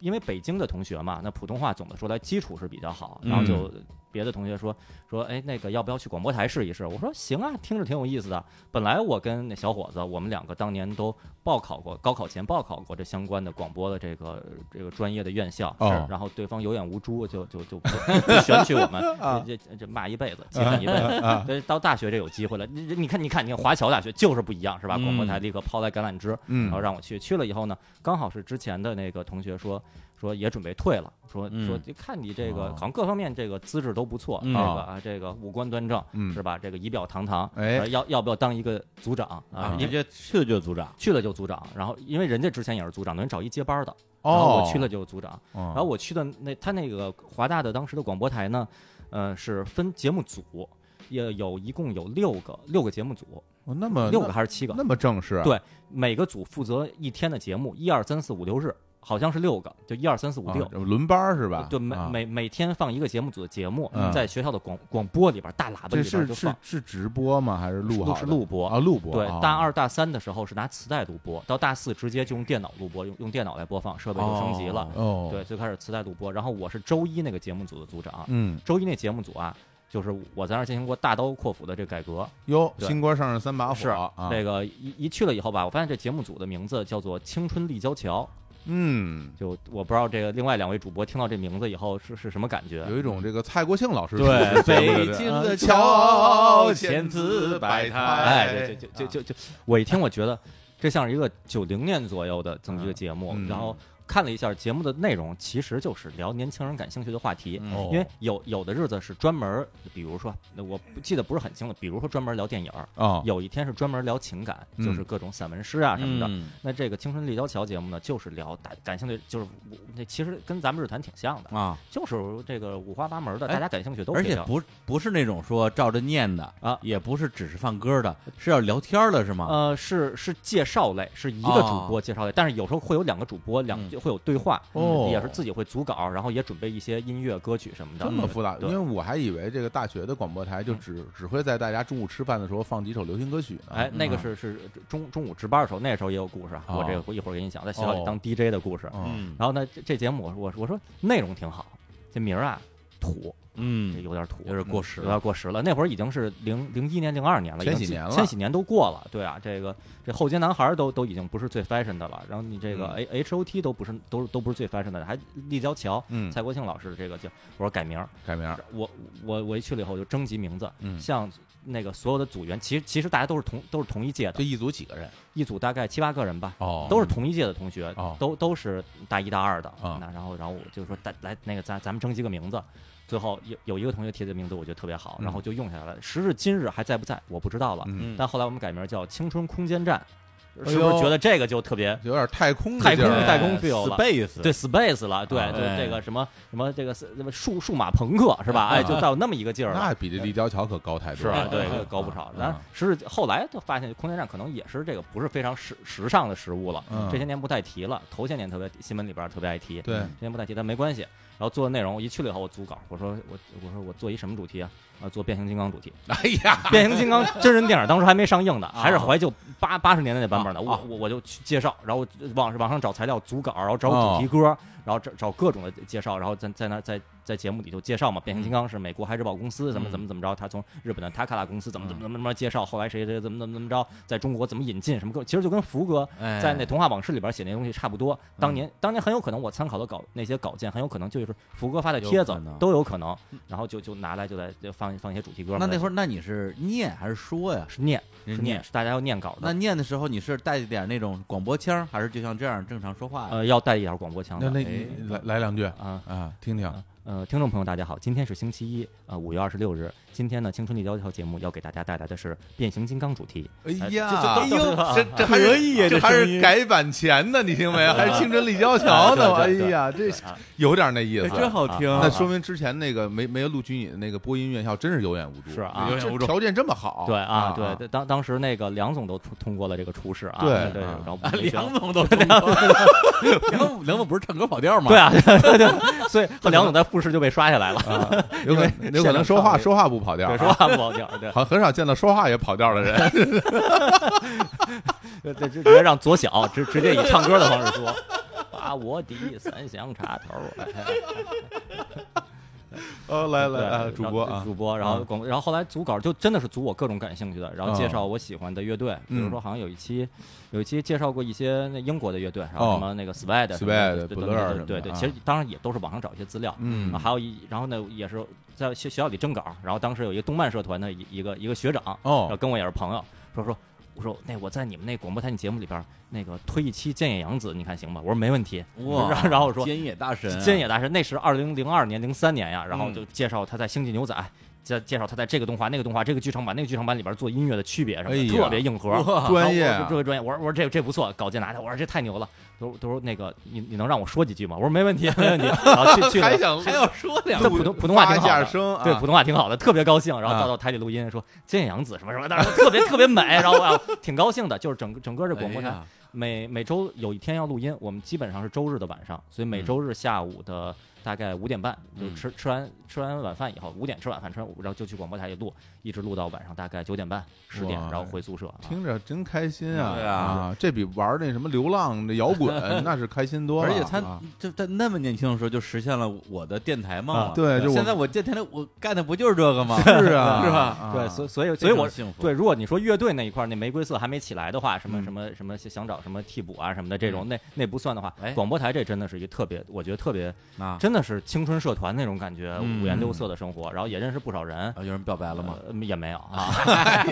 因为北京的同学嘛，那普通话总的说来基础是比较好，
嗯
然后就别的同学说说，哎，那个要不要去广播台试一试？我说行啊，听着挺有意思的。本来我跟那小伙子，我们两个当年都报考过，高考前报考过这相关的广播的这个这个专业的院校，
哦
然后对方有眼无珠，就就就不不选取我
<laughs>
们，这这这骂一辈子，气愤一辈子。
啊，
对，到大学这有机会了。你你看，你看，你看华侨大学就是不一样，是吧？
嗯
广播台立刻抛来橄榄枝，然后
嗯，
让我去。去了以后呢，刚好是之前的那个同学说说也准备退了，说
嗯
说就看你这个
哦
好像各方面这个资质都不错，
嗯
这个
哦
啊这个五官端正
嗯
是吧？这个仪表堂堂，
哎
呃要要不要当一个组长啊
啊，？
因
直
为
接去就组长，
去了就组长，然后因为人家之前也是组长，等于找一接班的，然后
哦，
我去了就组长。
嗯，然
然后我去的那他那个华大的当时的广播台呢，呃，是分节目组，也有一共有六个六个节目组，
哦呃那么
六个还是七个？
那么正式啊，
对每个组负责一天的节目，一二三四五六日，好像是六个，就一二三四五
啊
六。
轮班儿是吧？
对，每
啊
每每天放一个节目组的节目，
嗯
在学校的广广播里边大喇叭
这
里边
是
就是放，
是直播吗？还是录好的
是录播
啊？录播
对
啊，
大二大三的时候是拿磁带录播，到大四直接就用电脑录播，用用电脑来播放，设备就升级了。
哦
哦，
对，，最开始磁带录播，然后我是周一那个节目组的组长，
嗯，
周一那节目组啊，就是我在那儿进行过大刀阔斧的这个改革。
哟，
对
新官上任三把火
是
啊，
这个一一去了以后吧，我发现这节目组的名字叫做“青春立交桥
嗯”，。
就我不知道这个另外两位主播听到这名字以后是是什么感觉。
有一种这个蔡国庆老师
对，
主持节目
北
这
京
啊
的
桥
桥千姿百态，
哎，就就就就就，我一听我觉得这像是一个九零年左右的这么一个节目，
嗯嗯
然后看了一下节目的内容，其实就是聊年轻人感兴趣的话题。
嗯
因为有有的日子是专门儿，比如说，我不记得不是很清楚，比如说专门聊电影儿，
啊，
有一天是专门聊情感，
嗯
就是各种散文诗啊什么的。
嗯
那这个《青春立交桥》节目呢，就是聊大感兴趣，就是我那其实跟咱们日坛挺像的，
啊，
就是这个五花八门的，
哎
大家感兴趣都可
而
以
且
聊
不不是那种说照着念的
啊
也不是只是放歌的，是要聊天的是吗？哦
呃，是是介绍类，是一个主播介绍类，但是有时候会有两个主播，两
嗯
就会有对话，
哦
也是自己会组稿，然后也准备一些音乐歌曲什么的。
这么复杂，因
对嗯
为我还以为这个大学的广播台就只只会在大家中午吃饭的时候放几首流行歌曲呢。
哎，那个
嗯
是是中中午值班的时候，那时候也有故事啊，
哦
我这个一会儿给你讲，在学校里
哦
当 DJ 的故事。
嗯
然后呢，这这节目我我我说内容挺好，这名儿啊土，这
嗯，
有点土，
有点过时
有点
了，
过时了。那会儿已经是零零一年、零二年了，已经
千禧年了
千禧年都过了。对啊，这个这后街男孩都都已经不是最 fashion 的了，然后你这
嗯
个 A H O T 都不是都都不是最 fashion 的，还立交桥。
嗯，
蔡国庆老师的这个就我说改名儿，
改名儿
我我我一去了以后就征集名字，
嗯
像那个所有的组员，其实其实大家都是同都是同一届的
这，一组几个人？
一组大概七八个人吧，
哦
都是同一届的同学，
哦
都都是大一大二的。
啊
那然后然后我就说大来那个咱咱们征集个名字，最后有有一个同学提的名字我觉得特别好，
嗯
然后就用下来了。时至今日还在不在我不知道了，
嗯，
但后来我们改名叫青春空间站，
哎呦
是不是觉得这个就特别？
有点太空的
太
劲儿
空
了
代工 feel 了
space
对 space 了，对，
啊
就
哎
这个什么什么这个什么数数码朋克
啊
是吧？哎，就到那么一个劲儿了
那，比这立交桥可高太多
是吧
了。？
对，这个高不少
啊。
然后时至后来就发现空间站可能也是这个不是非常时时尚的食物了，
嗯
这些年不太提了，头些年特别新闻里边特别爱提，
对
之前不太提，但没关系。然后做的内容，我一去了以后，我组稿，我说我我说我做一什么主题啊？啊，做变形金刚主题。
哎呀，
变形金刚真人电影当时还没上映呢，还是怀旧八八十年代那版本的。
啊
我
啊
我我就去介绍，然后往网上找材料组稿，然后找主题歌，然后找找各种的介绍，然后在在那在在节目里就介绍嘛，变形金刚是美国海之宝公司怎么怎么怎么着，他从日本的塔卡拉公司怎么怎么怎么怎么介绍，后来谁谁怎么怎么怎么着，在中国怎么引进什么各，其实就跟福哥
哎嗯
在那童话往事里边写那东西差不多。当年当年很有可能我参考的稿那些稿件很有可能就是福哥发的帖
有
子
可能嗯
都有可能，然后就就拿来就在就放放一些主题歌嘛。
那那会
儿
儿，那你是念还是说呀？
是念
是
是
念
念是大家要念稿
那
的，
念的时候你是带着点那种广播腔儿，还是就像这样正常说话呀？
呃要带一点广播腔
那
的。
那
哎
来来两句
啊，
啊，听听。
呃，听众朋友，大家好，今天是星期一，呃，五月二十六日。今天呢，《青春立交桥》节目要给大家带来的是变形金刚主题。
哎呀，
这这都
这这还
可以呀
是
这
这还
声音
是改版前呢，你听没有？还是青春立交桥呢？
啊
哎
对对对
呀，这
啊
有点那意
哎
思，
真好听。
那说明之前那个没没有陆军那个播音院校真是有眼无珠，
是啊
有眼无珠，条件这么
哦
好，
对
啊，
对，对，当当时那个梁总都通通过了这个厨师啊，
对
对，
啊
<laughs>
然后
啊，
没想
梁总都通过了梁总梁总不是唱歌跑调吗？
对啊， <laughs> 对对
<laughs>
对，所以后梁总在复试就被刷下来了，
啊有可能有可能说话说话不跑调
对，
啊，
说话不好听，对
好很少见到说话也跑调的人，
对，对直接让左小直直接以唱歌的方式
<laughs>
说，把我的三香茶头儿，哎
哦，来
对，
来啊，
然
主
后
播啊，
主播，然后广，然后后来组稿就真的是组我各种感兴趣的，
嗯
然后介绍我喜欢的乐队，比如说好像有一期，有一期介绍过一些那英国的乐队，然后什么那个 Swede 什么
Swede
的对
哦 Blur
对
什么的
对对，
啊
其实当然也都是网上找一些资料，
嗯
啊还有一，然后呢也是在学学校里征稿，然后当时有一个动漫社团的一一个一个学长，然后
哦，
跟我也是朋友，说说。我说那我在你们那广播台那节目里边儿那个推一期菅野洋子，你看行吧？我说没问题。
哇，
然后然后我说
菅野大神啊，
菅野大神，那是二零零二年、零三年呀，然后
嗯
就介绍他在《星际牛仔》介介绍他在这个动画、那个动画、这个剧场版、那个剧场版里边做音乐的区别什么
哎
的，
呀
特别硬核。
哇
专业
然后我说
啊
这位专业，我说我说这这不错，稿件拿他，我说这太牛了。他说他说那个你你能让我说几句吗？我说没问题，没问题。然后去去了
还想
还要说两
他
句
普通普通话
发一
挺好
下
的，
声啊，
对普通话挺好的，特别高兴。然后
啊
到到台里录音说菅野洋子什么什么的，然后特别特别美，然后我啊挺高兴的，就是整个整个这广
哎
播台
呀
每每周有一天要录音，我们基本上是周日的晚上，所以每周日下午的大概五点半，
嗯
就吃吃完吃完晚饭以后，五点吃晚饭，吃完然后就去广播台里录，一直录到晚上大概九点半十点，
哇
然后回宿舍。啊
听着真开心啊！
对啊
啊，这比玩那什么流浪的摇滚那是开心多了。
而且他
啊
就在那么年轻的时候就实现了我的电台梦
啊
了
对就我
现在我电台里我干的不就是这个吗？
是
<laughs>
啊，
是吧
啊
对，所以所以所以我
非常幸福
对，如果你说乐队那一块儿，那玫瑰色还没起来的话，什么
嗯
什么什么想找什么替补啊什么的这种，那那不算的话
嗯哎，
广播台这真的是一个特别，我觉得特别，
啊，
真的是青春社团那种感觉，
嗯
五颜六色的生活，然后也认识不少人
啊，有人表白了吗？
呃也
<laughs>
没有啊。 <laughs>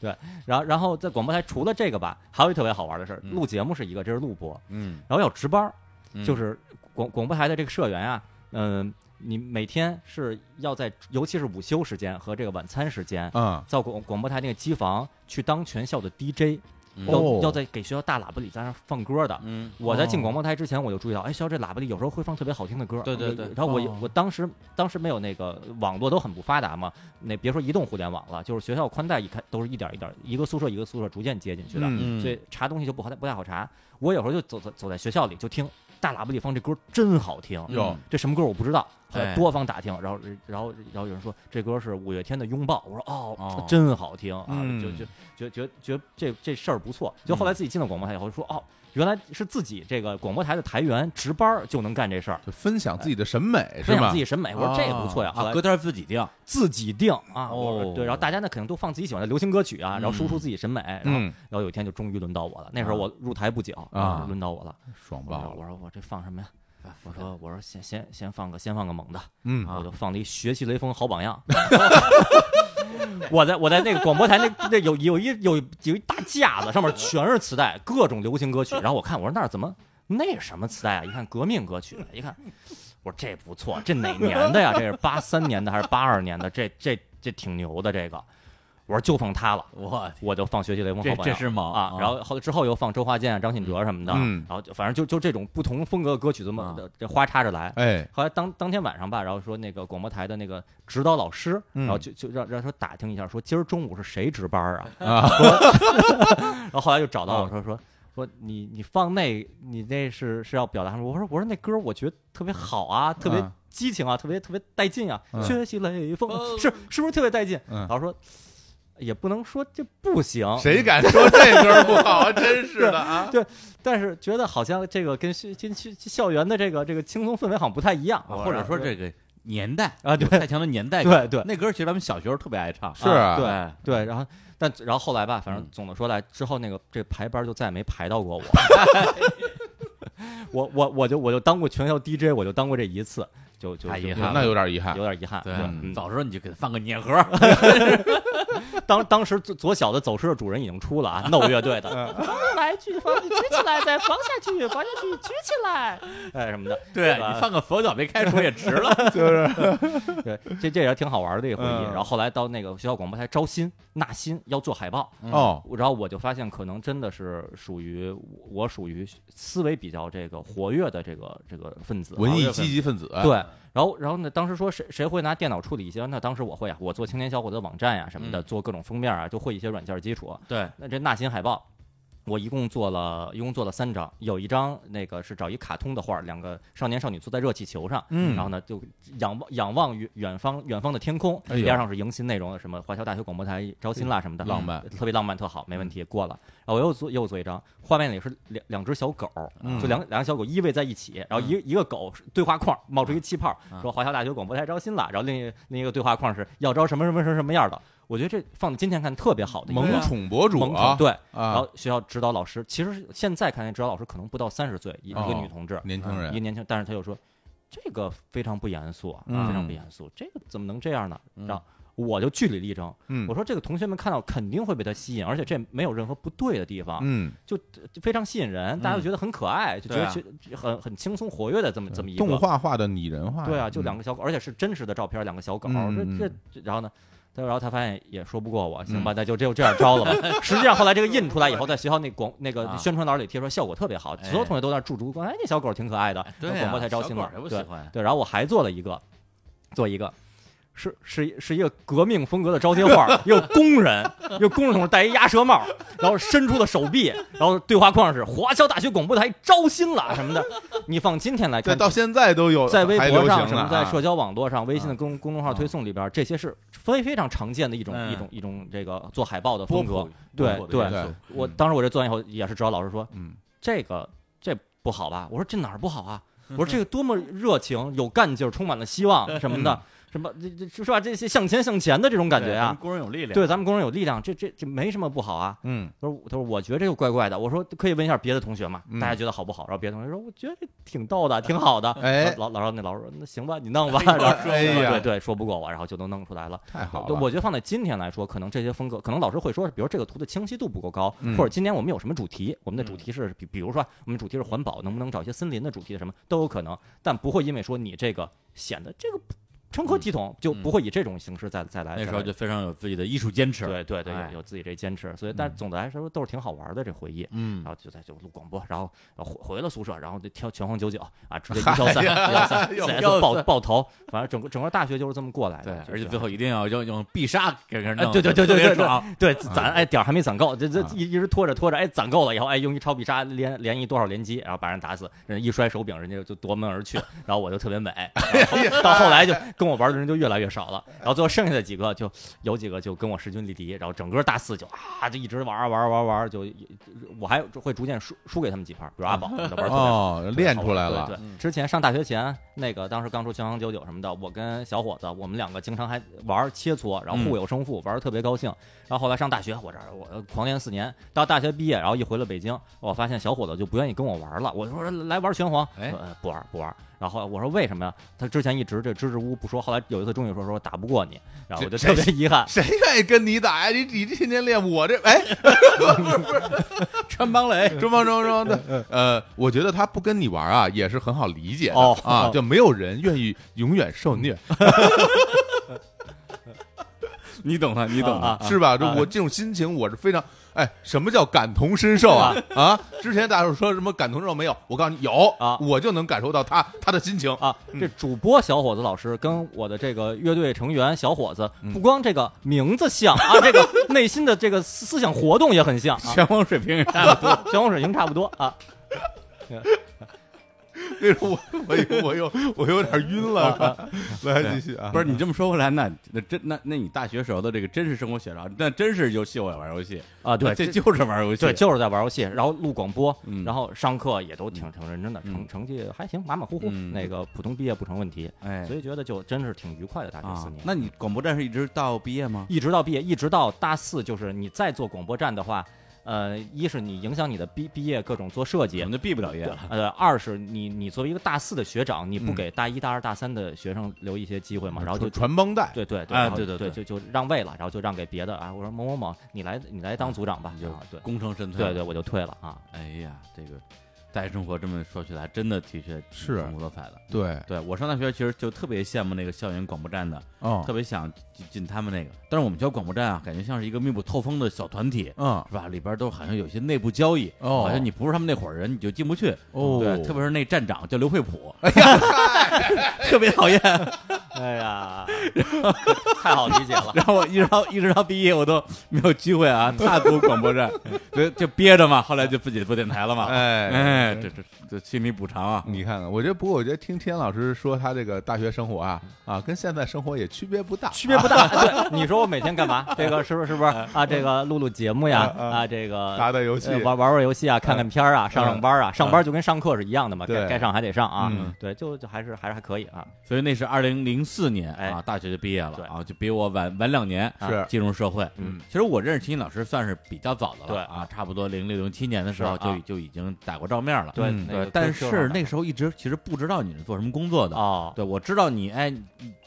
对，然后然后在广播台除了这个吧，还有一特别好玩的事儿，
嗯
录节目是一个，这是录播，
嗯，
然后要值班儿，
嗯
就是广广播台的这个社员啊，嗯、你每天是要在，尤其是午休时间和这个晚餐时
啊
间，
嗯，
到广广播台那个机房去当全校的 DJ，
嗯
要、
哦
要在给学校大喇叭里在那儿放歌的。
嗯
我在进
哦
广播台之前，我就注意到，哎，学校这喇叭里有时候会放特别好听的歌。
对对对
然后我、
哦
我当时当时没有那个网络都很不发达嘛，那别说移动互联网了，就是学校宽带一开都是一点一点，一个宿舍一个宿舍逐渐接进去的，
嗯
所以查东西就不好不太好查。我有时候就走走走在学校里就听大喇叭里放这歌真好听，
嗯哟
这什么歌我不知道，后
哎
来多方打听，然后然后然后有人说这歌是五月天的《拥抱》，我说哦，
哦
真好听啊，
嗯
就就觉觉觉得这这事儿不错。就后来自己进了广播台以后说哦，原来是自己这个广播台的台员值班儿就能干这事儿。
就分享自己的审美是
分
吧
享自？己审美，我说这也不错呀。后
啊，
来
歌单自己定，
自己定啊，我
哦
说对，然后大家呢肯定都放自己喜欢的流行歌曲啊，然后输出自己审美，然后
嗯，
然后有一天就终于轮到我了。那时候我入台不久
啊
轮到我了。
爽
我
爆
说
了，
我说我这放什么呀？我说我说先先先放个先放个猛的，
嗯
啊
我就放了一学习雷锋好榜样。 <laughs> 我在我在那个广播台那那有有一有有一大架子，上面全是磁带，各种流行歌曲。然后我看我说那儿怎么那是什么磁带啊？一看革命歌曲，一看我说这不错，这哪年的呀？这是八三年的还是八二年的？这这这挺牛的这个。我说就放它了，
我
我就放学习雷锋好
这
榜样。
这是猛
啊，然后后来之后又放周华健、张信哲什么的，
嗯
然后就反正就就这种不同风格的歌曲这么
啊
的这花插着来。
哎，
后来当当天晚上吧，然后说那个广播台的那个指导老师，
嗯
然后就就让让说打听一下，说今儿中午是谁值班啊？
啊
<laughs> 说然后后来就找到我
啊
说说说你你放那你那是是要表达什么？我说我说那歌我觉得特别好啊，特别
啊
激情啊，特别特别带劲啊，
嗯
学习雷锋
哦
是是不是特别带劲？
嗯
然后说。也不能说这不行，
谁敢说这歌不好啊？真是的
<laughs>
啊！
但是觉得好像这个跟学跟学校园的这个这个轻松氛围好像不太一样，
啊或者说这个年代
啊对
有太强的年代感。
对对
那歌其实咱们小时候特别爱唱，
是啊
啊
<laughs> 对对，然后但然后后来吧，反正
嗯
总的说来，之后那个这排班就再也没排到过我。我我我就我就当过全校 DJ，我就当过这一次，就就
太
就
遗憾了
那有点遗憾
有。点遗憾。
对
嗯
早知道你就给他放个碾核，
当当时左左小的走失的主人已经出了啊，闹乐队的，
嗯
来举房，举起来，再放下去，放下去，举起来，哎什么的，
对
吧
你放个佛脚没开除也值了。
对，这这也挺好玩的这个回忆。
嗯
然后后来到那个学校广播台招新纳新，要做海报，
哦，
然后我就发现可能真的是属于我属于思维比较这个活跃的这个这个分子，
文
啊
艺积极分子，
对，然后然后呢，当时说谁谁会拿电脑处理一些？那当时我会啊，我做青年小伙子网站呀、什
嗯
么的，做各种封面啊，就会一些软件基础。
对，
那这纳新海报，我一共做了一共做了三张，有一张那个是找一卡通的画儿，两个少年少女坐在热气球上，
嗯
然后呢就仰望仰望远远方远方的天空，
哎呦
边上是迎新内容，什么华侨大学广播台招新啦什么的，
浪漫
嗯
嗯
特别浪漫，特好，没问题，过了。然后我又做又做一张，画面里是两两只小狗，
嗯
就两两个小狗依偎在一起，然后一、一个狗是对话框冒出一个气泡，
嗯
说华侨大学广播台招新啦，然后另一另一个对话框是要招什么什么什么什么样的。我觉得这放到今天看特别好的一个
萌宠博主
萌
啊
宠，对，然
啊
后，学校指导老师，其实现在看见指导老师可能不到三十岁，一一个
哦
女同志，
年轻
一个
人，
年轻，但是他就说这个非常不严肃啊，
嗯
非常不严肃，这个怎么能这样呢？然后我就据理力争，
嗯
我说这个同学们看到肯定会被他吸引，而且这没有任何不对的地方，
嗯，
就就非常吸引人，大家都觉得很可爱，就觉得
对啊
觉得很很轻松活跃的这么这么一个
动画画的拟人
哎
化呀，
对啊，就两
嗯
个小狗，而且是真实的照片，两个小狗。
嗯
这这，然后呢，他然后他发现也说不过我，行
嗯
吧，那就就这样招了吧。实际上后来这个印出来
<laughs>
以后，在学校那广那个
啊
宣传栏里贴出来，效果特别好，所有同学都在那儿驻足观察，哎，那小狗挺可爱的，
对啊
广播台招新
小
了
狗儿，不喜
对
欢
对。然后我还做了一个，做一个。是是一是一个革命风格的招贴画，一个工人，一个工人同志戴一鸭舌帽，然后伸出了手臂，然后对话框是华侨大学广播台招新了什么的。你放今天来
对，
看，
到现在都有，
在微
还
博
流
上、
行
什么
呢
在
啊嗯
社交网络上、微信的公公众号推送里边，这些是非非常常见的一种
嗯
一种一种这个做海报的风格。对
波普的
对
元素
我当时我这做完以后，也是指导老师说
嗯，
这个这不好吧？我说这哪儿不好啊？我
<laughs>
说这个多么热情、有干劲儿、充满了希望什么
嗯
的，什么这这是吧？这些向前向前的这种感觉啊！
工人有力量，
对，咱们工人有力量，这这这没什么不好啊。
嗯，
他说：“他说我觉得这个怪怪的。”我说：“可以问一下别的同学嘛，
嗯
大家觉得好不好？”然后别的同学说：“我觉得这挺逗的，挺好的。”
哎
老老师那老师说：“那行吧，你弄吧。”然后
哎呀
对对，说不过我，然后就能弄出来了。
太好
对
了，
我觉得放在今天来说，可能这些风格，可能老师会说，比如这个图的清晰度不够高，
嗯
或者今年我们有什么主题，我们的主题是，比比如说我们主题是环保，能不能找一些森林的主题什么都有可能，但不会因为说你这个显得这个成
嗯
何体统，就不会以这种形式再再来。
那时
再
候
来
就非常有自己的艺术坚持。
对对对，
哎
有有自己这坚持，所以但是总的来说都是挺好玩的这回忆。
嗯
然，后就在就录广播，然后然后回回了宿舍，然后就跳拳皇九九啊，
<laughs>
直接一
哎
挑三，一 <laughs> 挑三，
呦
再
又
就爆爆头，反正整个整个大学就是这么过来
对
的。，
而且最后一定要用用必杀给人
哎
弄，，
对对对对对
特别爽，啊
对，对攒哎点儿还没攒够，这这一一直拖着拖着，哎攒够了以后，哎用一超必杀连连一多少连击，然后把人打死，人一摔手柄，人家就夺门而去，然后我就特
<laughs>
别美，
哎
然后到后来就跟我玩的人就越来越少了，然后最后剩下的几个就有几个就跟我势均力敌，然后整个大四就啊就一直玩儿玩儿玩儿玩儿，就我还会逐渐输输给他们几盘，比如
<laughs>
阿宝什么的玩儿特别好。
哦，练出来了，
对对，之前上大学前，那个当时刚出《拳皇九九》什么的，我跟小伙子，我们两个经常还玩切磋，然后
嗯
互有胜负，玩的特别高兴。然后后来上大学，我这儿我狂练四年，到大学毕业，然后一回了北京，我发现小伙子就不愿意跟我玩了。我就说来玩拳皇，
哎
说呃不玩不玩。然后我说为什么呀？他之前一直这支支吾吾不说，后来有一次终于说说打不过你，然后我就
这
特别遗憾，
谁愿意跟你打呀？你你天天练，我这哎， <laughs>
穿帮雷，
中方中方中方
嗯
的，呃，我觉得他不跟你玩啊，也是很好理解的
哦嗯
啊，就没有人愿意永远受虐，
你懂的，你懂的
啊
啊
是吧？就我这种心情，我是非常哎，什么叫感同身受啊？啊，之前大家说什么感同身受没有？我告诉你有
嗯啊
我就能感受到他他的心情。
啊，
嗯
这主播小伙子老师跟我的这个乐队成员小伙子，
嗯
不光这个名字像
<laughs>
啊，这个内心的这个思思想活动也很像啊，
全网水平也差不多。
对，交通水平差不多啊。
那时候我我有哎我有我有点晕
啊
了，来继续啊，
<laughs> 不是你这么说回来，那那真那那你大学时候的这个真实生活写照，啊那真是游戏我也玩游戏
啊对
这
这
就是玩游戏，
对，就是在玩游戏，然后录广播，
嗯
然后上课也都挺挺认真的，成
嗯
成绩还行，马马虎虎，
嗯
那个普通毕业不成问题，
哎
所以觉得就真是挺愉快的大学
啊
四年。，
那你广播站是一直到毕业吗？
一直到毕业，一直到大四，就是你再做广播站的话，呃，一是你影响你的毕毕业各种做设计
我们，就毕不了业了，
呃，二是你你作为一个大四的学长，你不
啊嗯
给大一、大二、大三的学生留一些机会嘛，然后就
传传帮带，
对对对，
啊
然后
对对
对
对
就就让位了，然后就让给别的啊，我说某某某，你来你来当组长吧
你，就
啊，对
功成身退。
对对，，我就退了
<laughs>
啊，
哎呀，这个大学生活这么说起来，真的的确挺
是
丰富多彩的。
对，
对我上大学其实就特别羡慕那个校园广播站的，
哦
嗯
特别想进进他们那个。但是我们学校广播站啊，感觉像是一个密不透风的小团体，
嗯
啊
是吧？里边都好像有些内部交易，
哦
好像你不是他们那伙儿人，你就进不去。
哦
对，特别是那站长叫刘惠
<laughs>
普， <laughs> 特别讨厌。
哎 <laughs> 呀，太好理解了，
然后我一直到一直到毕业，我都没有机会啊，
嗯
踏足广播
<laughs>
站，对，就憋着嘛。后来就自己做电台了嘛。
哎。
哎，这这这心理补偿啊。
嗯
你看看，我觉得，不过我觉得听天老师说他这个大学生活啊，啊，跟现在生活也区别不大。
<laughs> 嗯区别不 <laughs> 大。对，你说我每天干嘛？这个是不是是不是啊？这个录录节目呀，
嗯嗯
啊，这个
打打游戏嗯
呃玩玩玩游戏啊，看看片儿啊，上上班啊，上班就跟上课是一样的嘛，
对
该该上还得上啊
嗯。
对，就就还是还是还可以啊。
所以那是二零零四年啊
哎，
大学就毕业了
对
啊，就比我晚晚两年啊
是
进入社会。
嗯，
其实我认识秦老师算是比较早的了，
对
啊，差不多零六零七年的时候
是啊
就已就已经打过照面了。
对
嗯，
那个 QQ
但是
上
那时候一直其实不知道你是做什么工作的。
哦，
对，我知道你，哎，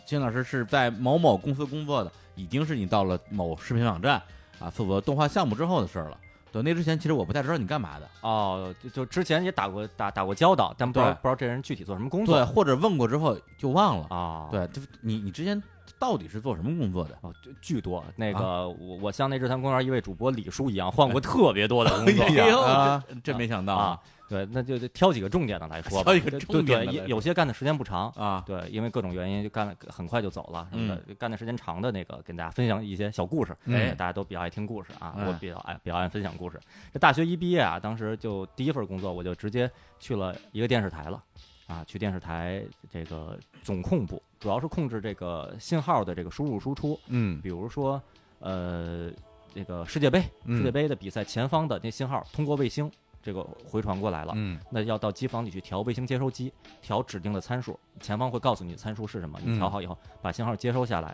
秦老师是在某某公司工作的，已经是你到了某视频网站啊，负责动画项目之后的事儿了。对，那之前其实我不太知道你干嘛的，
哦，就就之前也打过打打过交道，但不知道
对
不知道这人具体做什么工作
对，或者问过之后就忘了。
啊。。
对，就你你之前到底是做什么工作的？
哦，巨巨多！那
啊
个，我我像那日坛公园一位主播李叔一样，
哎
换过特别多的工作
哎呀
呦，
啊
真真没想到
啊！。对，那就就挑几个重点的来说吧。
挑一个
对
重点的来
对对，也
说
有些干的时间不长，
啊！
对，因为各种原因就干了，很快就走了什么的。干的时间长的那个，跟大家分享一些小故事，
哎
大家都比较爱听故事啊，
哎
我比较爱比较爱分享故事。这大学一毕业啊，当时就第一份工作，我就直接去了一个电视台了，啊，去电视台这个总控部，主要是控制这个信号的这个输入输出，
嗯
比如说呃，这个世界杯
嗯
世界杯的比赛前方的那信号通过卫星这个回传过来了。
嗯
那要到机房里去调卫星接收机，调指定的参数，前方会告诉你参数是什么，
嗯
你调好以后，把信号接收下来，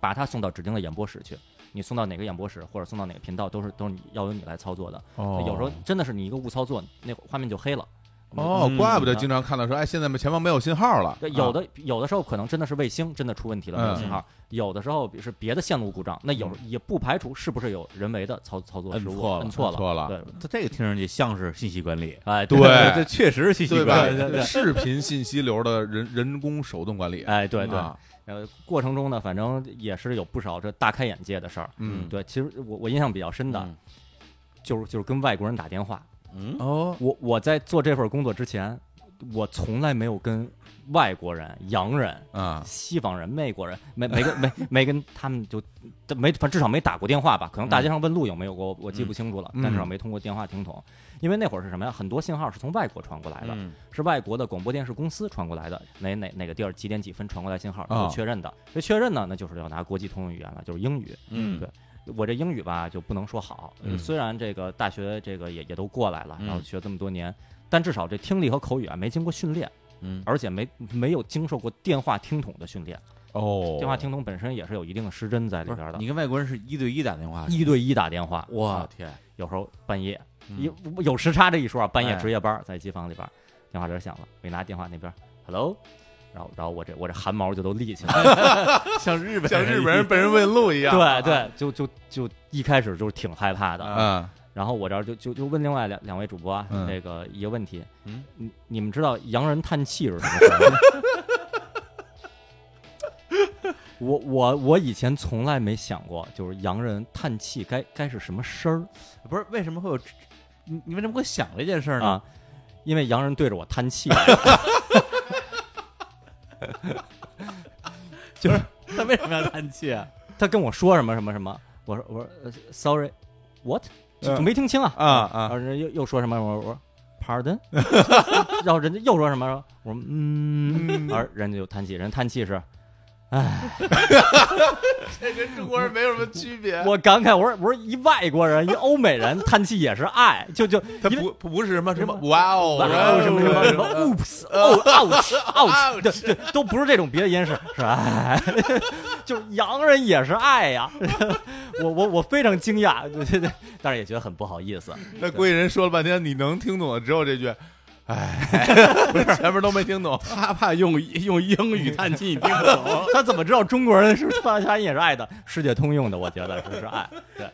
把它送到指定的演播室去。你送到哪个演播室，或者送到哪个频道，都是都是你要由你来操作的。
哦
有时候真的是你一个误操作，那画面就黑了。
哦，怪不得
嗯
经常看到说，哎，现在前方没有信号了。啊
对有的有的时候可能真的是卫星真的出问题了，没有信
嗯
号；有的时候是别的线路故障，那有也不排除是不是有人为的操操作
摁
失误，
错了
摁
错
错了，
错了，
对，
他这个听上去像是信息管理，
哎，
对
<laughs> 这确实是信息
对吧
管理。？
<laughs>
视频信息流的人人工手动管理，
哎，对对，
啊
呃，过程中呢，反正也是有不少这大开眼界的事儿。
嗯
对，其实我我印象比较深的、
嗯
就是就是跟外国人打电话。
嗯，
哦，
我我在做这份工作之前，我从来没有跟外国人、洋人、
啊，
西方人、美国人没没跟没没跟他们就都没，反正至少没打过电话吧。可能大街上问路有没有过，我记不清楚了，
嗯
但至少没通过电话听筒。因为那会儿是什么呀？很多信号是从外国传过来的，
嗯
是外国的广播电视公司传过来的，哪哪哪个地儿几点几分传过来信号，
啊
都确认的。这确认呢，那就是要拿国际通用语言了，就是英语。
嗯
对。我这英语吧就不能说好，
嗯
虽然这个大学这个也也都过来了，
嗯
然后学这么多年，但至少这听力和口语啊没经过训练，
嗯，
而且没没有经受过电话听筒的训练。
哦，
<laughs> 电话听筒本身也是有一定的失真在里
不
边
是
的
你。跟外国人是一对一打电话，
一对一打电话，
我
啊
天，
有时候半夜
嗯
有有时差这一说啊，半夜
哎
值夜班儿在机房里边儿，电话铃儿响了，没拿电话那边儿，hello，然后然后我这我这汗毛就都立起来了，
<laughs> 像日本
像日本
一
人被人问路一
哎
样，
<laughs> 对对，就就就一开始就是挺害怕的，
嗯
啊，
然后我这儿就就就问另外两两位主播啊
嗯，
这个一个问题，
嗯
你你们知道洋人叹气是什么
<laughs>
声儿吗？我我我以前从来没想过，就是洋人叹气该该是什么声儿。
不是为什么会有你你为什么会想这件事儿呢？
啊，因为洋人对着我叹气，就是
他 <laughs> 为什么要叹气啊？
他跟我说什么什么什么，我说我说呃，sorry，what 就
嗯
就没听清啊
啊啊
然后人家又又说什么我说我说哈尔滨。然后人家又说什么？我说嗯，而人家就叹气，人叹气是
<laughs> 这跟中国人没有什么区别。
我感慨，我说我说一外国人，一欧美人叹气也是爱，就就
他
因为
不不是什么什么哇哦，
哇哦什么什么什么，oops，哦，ouch，ouch，对对，都不是这种别音是是哎， <laughs> 就是洋人也是爱呀， <laughs> 我我我非常惊讶，对对对，但是也觉得很不好意思，
那估计人说了半天，你能听懂的只有这句， <laughs> 哎，不是前面都没听懂。
他怕用用英语叹气，你听不懂。
<laughs> 他怎么知道中国人是不是发音也是爱的？世界通用的，我觉得是不是爱？对。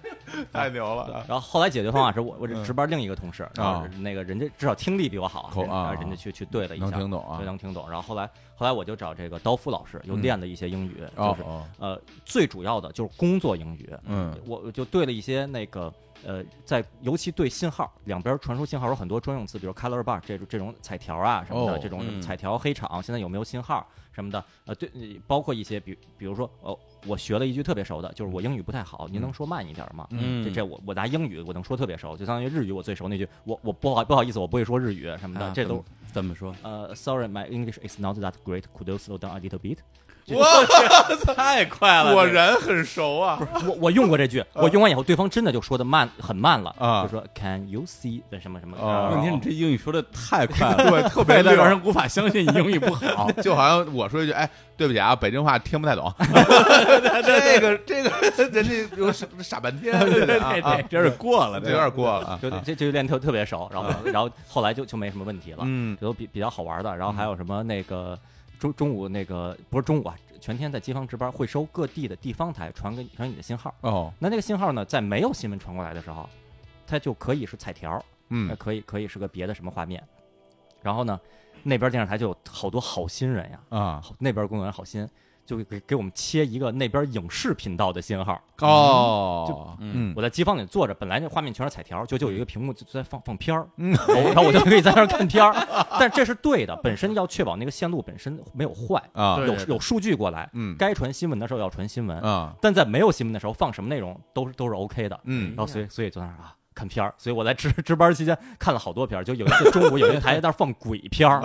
太牛了！
啊
然后后来解决方法是我我这值班另一个同事，然后那个人家至少听力比我好，
口
人
啊
人家去去对了一下，
能听懂啊
对能听懂。然后后来后来我就找这个刀夫老师，又
嗯
练了一些英语，
哦
就是
哦，
呃最主要的就是工作英语，
嗯，
我就对了一些那个呃，在尤其对信号两边传输信号有很多专用词，比如 color bar 这种这种彩条啊什么的，
哦
这种
嗯
彩条黑场现在有没有信号什么的，呃，对，呃包括一些比比如说哦，我学了一句特别熟的，就是我英语不太好，您能说慢一点吗？
嗯
这这我我拿英语我能说特别熟，就相当于日语我最熟那句，我我不好不好意思我不会说日语什么的，
啊
这都
怎么说？
呃，sorry my English is not that great, could you slow down a little bit？
哇，
太快了，
果
这
然很熟啊！
我我用
<laughs>
过这句，我用完以后，对方真的就说的慢很慢了，
嗯啊
就说 Can you see 的什么什么？
哦
问题你这英语说的太快
<laughs>
了，
对，特别
快到
溜啊
让人无法相信你英语不好。
就好像我说一句，哎，对不起啊，北京话听不 <laughs> 太懂。这个这个，人家有傻傻半天， <laughs> 对对
这
啊
哎这，真是过了，
这有点过了啊。啊
就这这就练特特别熟，然后然后后来就就没什么问题了，
嗯，
这都比比较好玩的。然后还有什么那个中中午那个不是中午啊，全天在街坊值班，会收各地的地方台传给你传给你的信号。
哦，
那那个信号呢，在没有新闻传过来的时候，它就可以是彩条，呃
嗯，
可以可以是个别的什么画面。然后呢，那边电视台就有好多好心人呀，
啊，
好那边工作人员好心，就给给我们切一个那边影视频道的信号。
哦，嗯，
我在机房里坐着，本来那画面全是彩条，就就有一个屏幕就在放放片儿，然后我就可以在那儿看片儿。但这是对的，本身要确保那个线路本身没有坏，
啊
对
有有数据过来，
嗯
该传新闻的时候要传新闻，
啊，
但在没有新闻的时候放什么内容都是都是 OK 的。
嗯
然后所以所以就在那儿啊看片儿，所以我在值值班期间看了好多片儿，就有一次中午有一台在那儿放鬼片儿，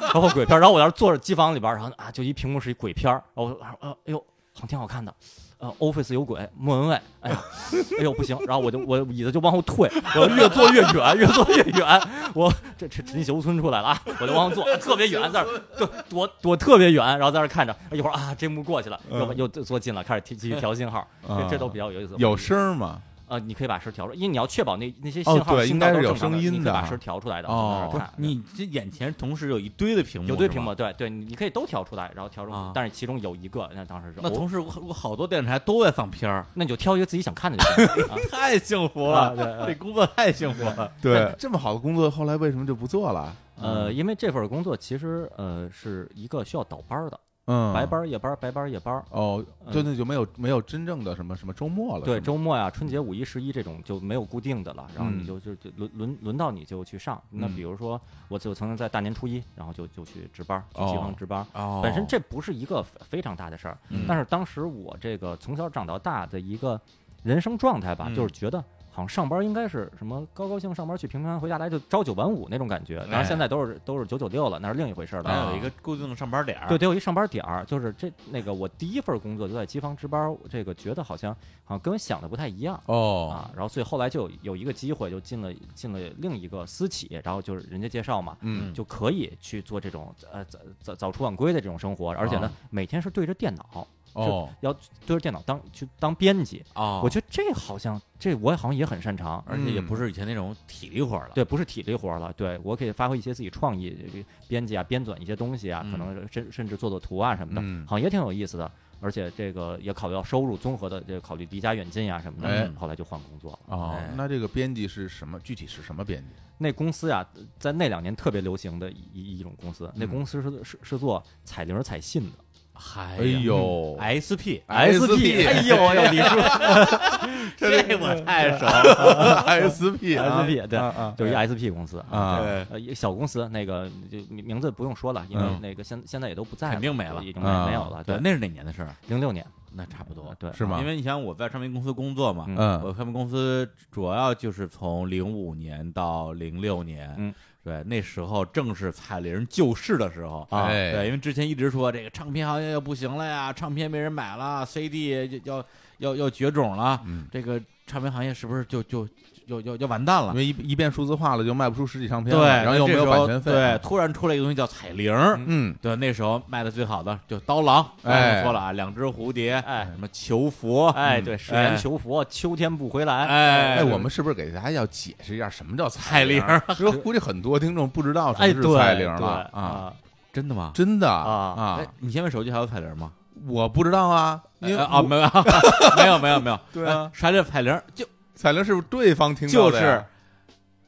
然后鬼片儿，然后我在那儿坐着机房里边儿，然后啊就一屏幕是一鬼片儿，然后我说啊呃哎呦好挺好看的。呃，Office 有鬼，莫文蔚，哎呀， <laughs> 哎呦不行，然后我就我椅子就往后退，我越坐越远，越坐越远，我这这陈秀村出来了啊，我就往后坐，特别远，在那儿躲躲躲特别远，然后在那儿看着，一会儿啊这幕过去了，
嗯
又又坐近了，开始提继续调信号，这这都比较有意思。
有声儿吗？
呃，你可以把声调出来，因为你要确保那那些
哦
信号、
对
信
应该
道都
是有
正常
声
的
音
你可以
的
把
啊
声调出来的。
哦
从那儿看
你这眼前同时有一堆的屏幕，
有对
是
屏
吗
幕，对对，你你可以都调出来，然后调出
啊
但是其中有一个，那当时是
那
哦
同时我我好多电视台都在放片儿，
那你就挑一个自己想看的就行啊。
太幸福
啊
了，
对啊
这工作太幸福了。
对，这么好的工作，后来为什么就不做了？
呃，因为这份工作其实呃是一个需要倒班儿的，
嗯，
白班儿夜班儿，白班儿夜班儿。
哦，
嗯
对，那就没有没有真正的什么什么周末了，
对，
是吗
周末呀、春节、五一、十一这种就没有固定的了，然后
嗯
你就就就轮轮轮到你就去上。那
嗯
比如说，我就曾经在大年初一，然后就就去值班儿，去
哦
机房值班儿。
哦，
本身这不是一个非非常大的事儿，
嗯
但是当时我这个从小长到大的一个人生状态吧，
嗯
就是觉得好像上班应该是什么高高兴上班去，平平安安回家来就朝九晚五那种感觉。当然现在都是都是九九六了，那是另一回事儿了。啊
咱哎有一个固定的上班点儿，
对，得有一上班点儿，就是这那个我第一份工作就在机房值班，这个觉得好像好像跟我想的不太一样。
哦，
啊，然后所以后来就有有一个机会，就进了进了另一个私企，然后就是人家介绍嘛，
嗯
就可以去做这种呃早早早出晚归的这种生活，而且呢，
啊
每天是对着电脑，
哦，
要对着电脑当去当编辑，
哦，
我觉得这好像这我好像也很擅长。
而且也
嗯
不是以前那种体力活儿了，
对，不是体力活儿了，对我可以发挥一些自己创意，这个编辑啊，编纂一些东西啊，可能甚甚至做做图啊什么的，
嗯
好像也挺有意思的。而且这个也考虑到收入，综合的这个考虑离家远近呀、啊什么的，
哎
后来就换工作了。
哦
哎，
那这个编辑是什么？具体是什么编辑？
那公司呀、在那两年特别流行的一一一种公司，那公司是是是做彩铃儿彩信的
嗨
哎
呀
呦，
，SP，
SP
哎呦哎呦，李叔
哎
<laughs> 这我太熟了， <laughs>
，SP 啊
SP 对
啊啊
就是一 SP 公司
啊
对呃，一个小公司那个就名名字不用说了，因为
嗯
那个现现在也都不在了，
肯定没了
已经
啊
没有了。
对，，那是哪年的事儿？啊
零六年
那差不多，
对
是吗
因？为你想我在唱片公司工作嘛，
嗯
嗯
我唱片公司主要就是从零五年到零六年，
嗯
对，那时候正是彩铃救市的时候
啊
哎
对，因为之前一直说这个唱片行业要不行了呀，唱片没人买了，CD 要要要要绝种了，
嗯
这个唱片行业是不是就就就要要完蛋了
因？为一一变数字化了，就卖不出实体唱片
对，
了，然后又没有
这时
版
候
权费，
对，，突然出来一个东西叫彩铃，
嗯，
对，那时候卖的最好的就刀郎，刚才
哎
说了啊，两只蝴蝶，
哎
什么求佛，
哎，
嗯
对，十年
哎
求佛，秋天不回来。
哎
哎，我们是不是给大家要解释一下什么叫
彩
铃
铃？
<laughs> 因为估计很多听众不知道什么
哎，
是
对，
彩铃
对
了啊，
啊，
真的吗？
真的
啊
哎，你现在手机还有彩铃吗？
我不知道啊，因为
哎啊，
我
没有， <laughs> 没有，没有，没有。
<laughs> 对啊
哎啥叫彩铃？就
彩铃是不是对方听到
就
的
是
呀？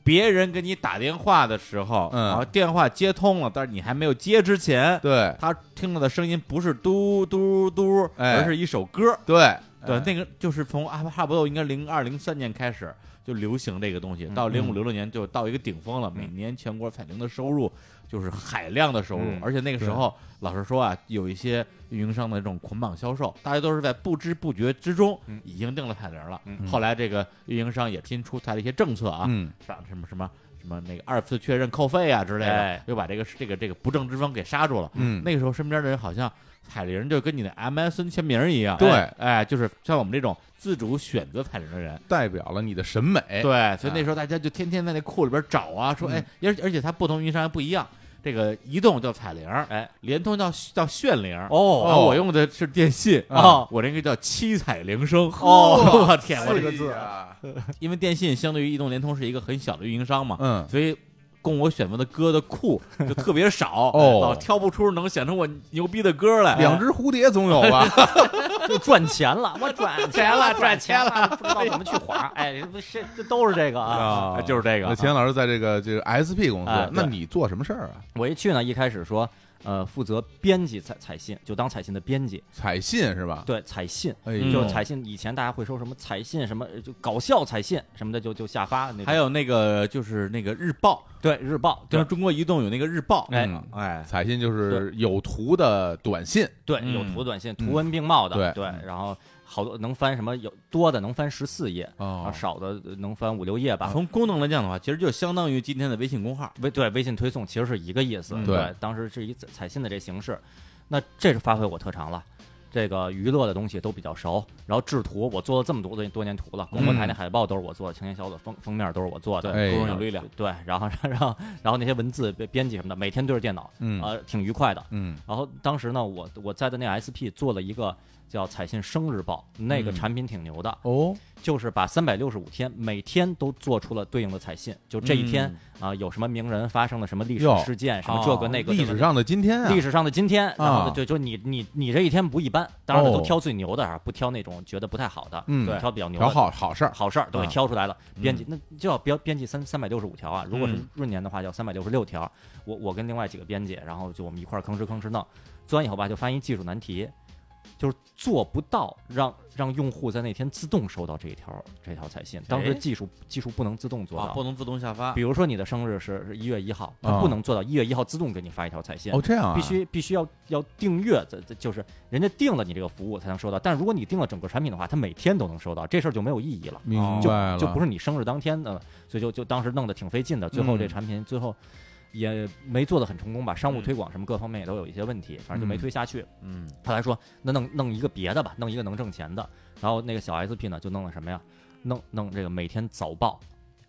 别人给你打电话的时候，
嗯
然后电话接通了，但是你还没有接之前，
对
他听到的声音不是嘟嘟嘟，
哎
而是一首歌。
对
对，
哎
那个就是从啊差不多应该零二零三年开始就流行这个东
嗯
西，到零五零六年就到一个顶峰了。每年全国彩铃的收入就是海量的收入，
嗯
而且那个时候老实说啊，有一些运营商的这种捆绑销售，大家都是在不知不觉之中
嗯
已经定了彩铃了。
嗯
后来这个运营商也新出台了一些政策啊，
嗯，
什么什么什么什么那个二次确认扣费啊之类的
哎，
又把这个这个这个不正之风给刹住了。
嗯
那个时候身边的人好像彩铃就跟你的 MSN 签名一样，
对
哎，哎就是像我们这种自主选择彩铃的人。
代表了你的审美，
对，
啊
所以那时候大家就天天在那库里边找啊，
嗯
说哎，而而且它不同运营商还不一样，这个移动叫彩铃，
哎，
联通叫叫炫铃，
哦
然后我用的是电信
啊
我那个叫七彩铃声，我
哦
哎
天，我
这
这
个字啊，
嗯
因为电信相对于移动、联通是一个很小的运营商嘛，
嗯，
所以供我选择的歌的库就特别少，
哦
老挑不出能显出我牛逼的歌来。
两只蝴蝶总有吧？
就赚钱了，我赚钱了，赚钱了，不知道怎么去花。哎，这不是这都是这个啊。
啊，就是这个
那
啊，
钱老师在这个这个 SP 公司
哎，
那
对
你做什么事儿啊？
我一去呢，一开始说，呃，负责编辑采采信，就当采信的编辑。
采信是吧？
对，采信。
哎
啊嗯
呦，
就是采信，以前大家会说什么采信什么，呃就搞笑采信什么的，就就下发那种。
还有那个就是那个日报，
对日报，
就
对
是中国移动有那个日报，
哎
嗯哎，
彩信就是有图的短信，
对，
嗯
有图短信，图文并茂的，
对
然后好多能翻什么有多的能翻十四页，
哦
啊，少的呃能翻五六页吧。
从功能来讲的话，其实就相当于今天的微信公号，
微对微信推送其实是一个意思，
嗯
对
当时是以采采信的这形式，那这是发挥我特长了。这个娱乐的东西都比较熟，然后制图我做了这么多多多年图了，广播台那海报都是我做的，青年小组封封面都是我做的，
嗯哎
功能有力量。
对，然后然后然后那些文字编编辑什么的，每天对着电脑，
嗯
呃，挺愉快的。
嗯，
然后当时呢，我我在的那 SP 做了一个叫“彩信生日报”，那
嗯
个产品挺牛的，
哦，
就是把三百六十五天每天都做出了对应的彩信，就这一天
嗯
啊、有什么名人发生了什么历史
哟
事件，什么
哦
这个那个
历
这
史
个
上的今天啊，
历史上的今天，然后
啊
呢就就你你你这一天不一般，当然了
哦
都挑最牛的啊，不挑那种觉得不太好的，
嗯
挑比较牛
条
的。
好好事儿，
好事儿都
嗯
给
啊
挑出来了，编辑那就要标编辑三三百六十五条啊，如果是
嗯
闰年的话，要三百六十六条。我我跟另外几个编辑，然后就我们一块儿吭哧吭哧弄，做完以后吧，就发现一技术难题，就是做不到让让用户在那天自动收到这一条这条彩信。当时技术技术不能自动做
啊，不嗯
到，
能自动下发
比。如说你的生日是一月一号，它
啊
不能做到一月一号自动给你发一条彩信
哦，。这样啊，
必须必须要要订阅，这这就是人家定了你这个服务才能收到。但如果你定了整个产品的话，它每天都能收到，这事儿就没有意义了。
明
就
白了，
哦就不是你生日当天的，所以就就当时弄得挺费劲的。最后这
嗯
产品最后也没做得很成功吧，商务
嗯
推广什么各方面也都有一些问题，反正就没
嗯
推下去。
嗯，
后来说那弄弄一个别的吧，弄一个能挣钱的。然后那个小 SP 呢，就弄了什么呀？弄弄这个每天早报，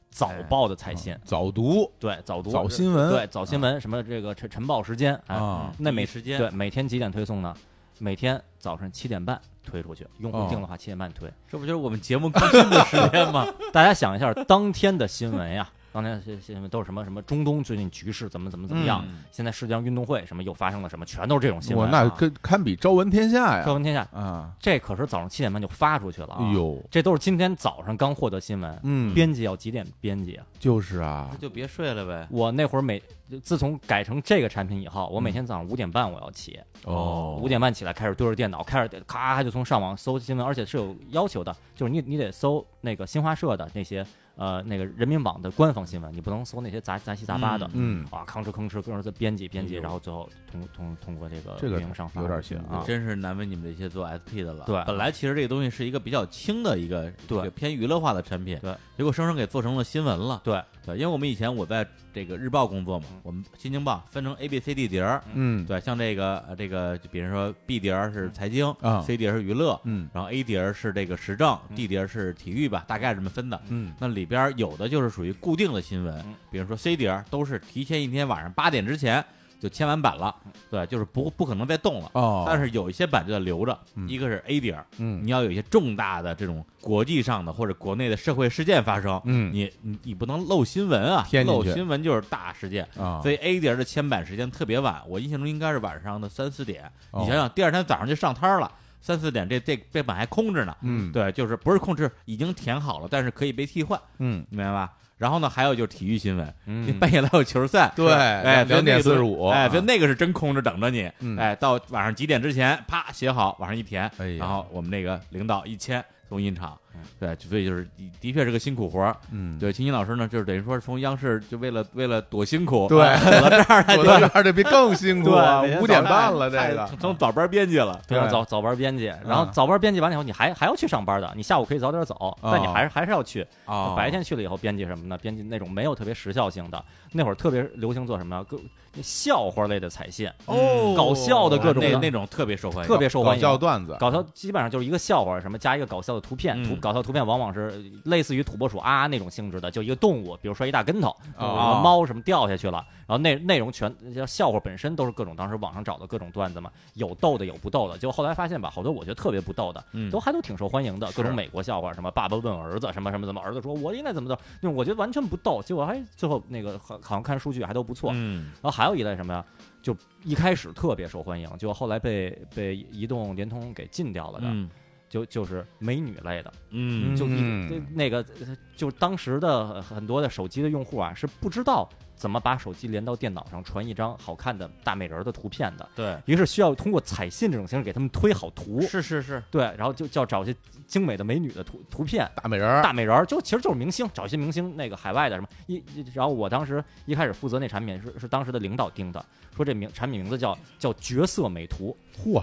早
哎
报的彩信，
早读
对早读
早新闻，
对早新闻，什么这个晨晨报时间，哎，
啊，
那
啊哦第一
每
时间
对每天几点推送呢？每天早上七点半推出去，用
哦
户定的话七点半推。
这不就是我们节目更新的时间吗？
<laughs> 大家想一下，当天的新闻呀，当天的新闻都是什么什么中东最近局势怎么怎么怎么样，
嗯
现在世界上运动会什么又发生了什么，全都是这种新
我
闻、
那
啊。
跟堪比朝闻天下
朝
呀，
闻天下，
啊，
这可是早上七点半就发出去了、啊。
哎，呦，
这都是今天早上刚获得新闻。
嗯，
编辑要几点编辑啊？
就是啊
那， <laughs> 就别睡了呗。
我那会儿每自从改成这个产品以后，我
嗯
每天早上五点半我要起，
哦，
五点半起来开始对着电脑，开始咔就从上网搜新闻，而且是有要求的，就是你你得搜那个新华社的那些呃那个人民网的官方新闻，你不能搜那些杂杂七杂八的。
嗯，
啊，吭哧吭哧，各种在编辑编辑，
哎呦
然后最后通通通过这个
这个
运营商发
有点
出去
辛苦
啊，
真是难为你们这些做 SP 的了。
对
本来其实这个东西是一个比较轻的一个，
对
一个偏娱乐化的产品，
对，
结果生生给做成了新闻了。
对
对，因为我们以前我在这个日报工作嘛，我们新京报分成 A、B、C、D 碟儿，
嗯，
对，像这个呃这个，就比如说 B 碟儿是财经
啊
，C 碟儿是娱乐，
嗯
然后 A 碟儿是这个时政
嗯
，D 碟儿是体育吧，大概是这么分的。
嗯
那里边儿有的就是属于固定的新闻
嗯，
比如说 C 碟儿都是提前一天晚上八点之前就签完版了，对，就是不不可能再动了。
嗯哦，
但是有一些版就得留着，
嗯
一个是 A 碟儿，
嗯
你要有一些重大的这种国际上的或者国内的社会事件发生，
嗯
你你你不能漏新闻啊
添，进
漏
去
新闻就是大事件。
啊，
所以 A 碟儿的签版时间特别晚，我印象中应该是晚上的三四点。
哦
你想想，第二天早上就上摊儿了，三四点这这这版还空着呢。
嗯
对，就是不是控制已经填好了，但是可以被替换，
嗯
你明白吧？然后呢，还有就是体育新闻，
嗯
你半夜老有球赛，
<laughs> 对
哎，
两
所以那
2:45
个
45
哎，
啊
所以那个是真空着等着你
嗯，
哎，到晚上几点之前，啪写好，往上一填
哎呀，
然后我们那个领导一签送印厂，对，所以就是的的确是个辛苦活儿，
嗯，
对，秦秦老师呢，就是等于说是从央视就为了为了躲辛苦，
对
啊躲到这儿来
我
就 <laughs>
到这儿这比更辛苦啊，
对每天
五点
早
半
上
了这个
成，成早班编辑了。
对啊，
对
早早班编辑，然后
嗯
早班编辑完了以后，你还还要去上班的，你下午可以早点走，但你
哦
还是还是要去。
啊
白天去了以后，编辑什么呢？编辑那种没有特别时效性的，那会儿特别流行做什么呢？各笑话类的彩信，
哦
搞笑的各种
那那种特别受欢迎，
特别受欢
搞笑
迎。
段子，
哎搞笑基本上就是一个笑话，什么加一个搞笑的图片，图
嗯
搞笑图片往往是类似于土拨鼠啊啊那种性质的，就一个动物，比如摔一大跟头，
哦
什么猫什么掉下去了，然后内内容全笑话本身都是各种当时网上找的各种段子嘛，有逗的有不逗的，结果后来发现吧，好多我觉得特别不逗的，
嗯
都还都挺受欢迎的，
是
各种美国笑话，什么爸爸问儿子，什么什么怎么，儿子说我应该怎么着，那种我觉得完全不逗，结果还最后那个好好像看数据还都不错，
嗯
然后还有一类什么呀？就一开始特别受欢迎，就后来被被移动、联通给禁掉了的，
嗯
就就是美女类的，
嗯
就一
嗯
就那个呃就当时的很多的手机的用户啊是不知道怎么把手机连到电脑上传一张好看的大美人儿的图片的，
哦
对，
于是需要通过彩信这种形式给他们推好图，
是是是，
对，然后就就要找一些精美的美女的图图片，
大美人儿，
大美人儿，就其实就是明星，找一些明星那个海外的什么一，一然后我当时一开始负责那产品是是当时的领导定的，说这名产品名字叫叫角色美图，
嚯，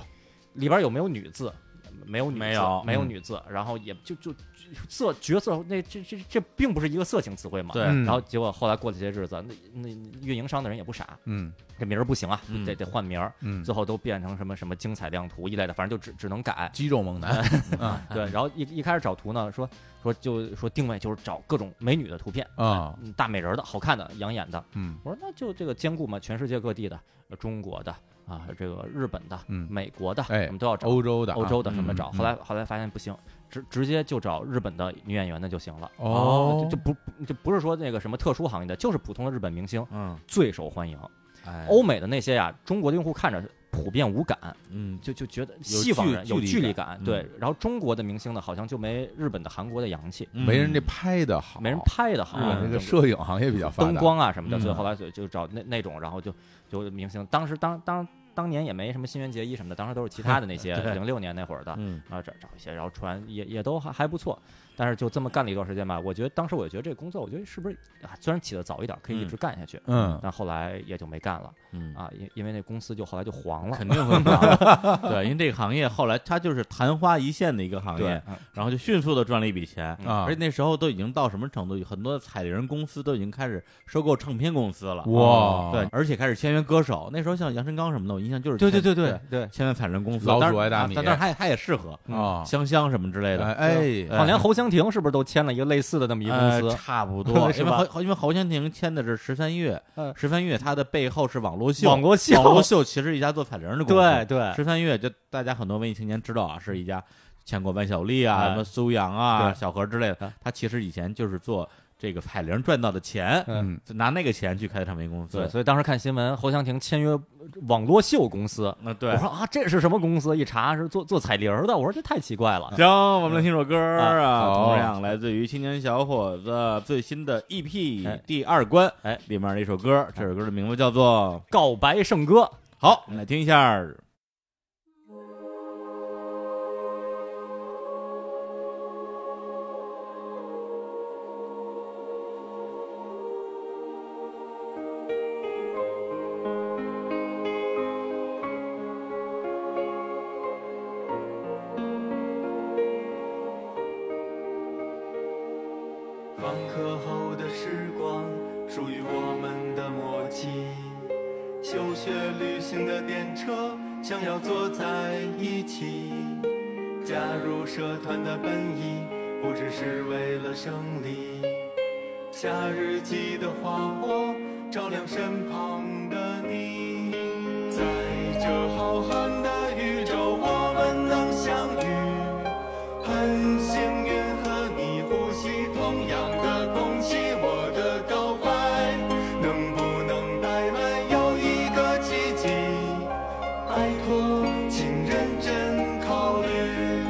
里边有没有女字？没有女字，
没有
没有
嗯
女字，然后也就就就色角色那这这这并不是一个色情词汇嘛。
对
嗯
然后结果后来过了些日子，那那那运营商的人也不傻，
嗯
这名儿不行啊，
嗯
得得换名儿，
嗯，
最后都变成什么什么精彩亮图一类的，反正就只只能改。
肌肉猛男，
对，然后一一开始找图呢，说说就说定位就是找各种美女的图片
啊
嗯大美人儿的、好看的、养眼的。
嗯
我说那就这个兼顾嘛，全世界各地的，呃中国的啊，这个日本的、
嗯，
美国的，
哎
我们都要找。
欧洲的啊，
欧洲的什么
嗯
找？
嗯
后来后来发现不行，直直接就找日本的女演员的就行了。
哦
就就不就不是说那个什么特殊行业的，就是普通的日本明星
嗯，
最受欢迎。
哎，
哦
欧美的那些呀，中国的用户看着普遍无感，
嗯
就就觉得西方
距
人
距
有
离
距离
感
感，
嗯
对。然后中国的明星呢，好像就没日本的、韩国的洋气，
没
嗯
嗯人这拍嗯的好，
没人拍的好。
日本
那
这
个
整
摄影行业比较发达，
灯光啊什么的，
嗯
所以后来就就找那那种，然后就就明星，当时当当当年也没什么新垣结衣什么的，当时都是其他的那 <laughs> 些
对
零六年那会儿的，
嗯
然后找找一些，然后传也也都还还不错，但是就这么干了一段时间吧，我觉得当时我觉得这个工作，我觉得是不是啊，虽然起得早一点，可以一直干下去，
嗯
但后来也就没干了
嗯
啊，因因为那公司就后来就黄了，
肯定会黄，对，因为这个行业后来它就是昙花一现的一个行
对
业，，然后就迅速的赚了一笔钱，
嗯
啊
而且，那时候都已经到什么程度，很多彩铃公司都已经开始收购唱片公司了，哦
哇
对，而且开始签约歌手。那时候像杨臣刚什么的，我印象就是
对对
签
对对对，
签约彩铃公司，
老鼠
当然
爱大米
啊但但是他也他也适合
啊，
香香什么之类的。
哎
哎
好像连侯湘婷是不是都签了一个类似的那么一个
呃
公司？
差不多， <laughs>
是
因为
吧
侯因为侯湘婷签的是十三月
嗯，
十三月它的背后是网络秀，
呃网络秀
网络秀其实一家做彩铃的公司，
<laughs> 对对
十三月就大家很多文艺青年知道啊，是一家签过万晓利啊、
嗯哎
什么苏阳啊、
对
小何之类的
嗯。
他其实以前就是做这个彩铃赚到的钱，
嗯
就拿那个钱去开唱片公司。
哎对，所以当时看新闻，侯湘婷签约网络秀公司，
那对
我。说啊，这是什么公司？一查是做做彩铃儿的，我说这太奇怪了。
行，我们来听首歌儿
哎
啊，
好
同样来自于青年小伙子最新的 EP《
哎
第二关》，
哎，
里面的一首歌儿，这首歌儿的名字叫做
告白圣歌，
《好》，我们来听一下儿。
我
上课后的时光属于我们的默契。休学旅行的电车将要坐在一起，加入社团的本意不只是为了胜利。夏日记的花火照亮身旁的你，在这浩瀚的宇宙，我们能相遇。很幸运和你呼吸同样的空气，我的告白能不能摆满又一个奇迹？拜托，请认真考虑。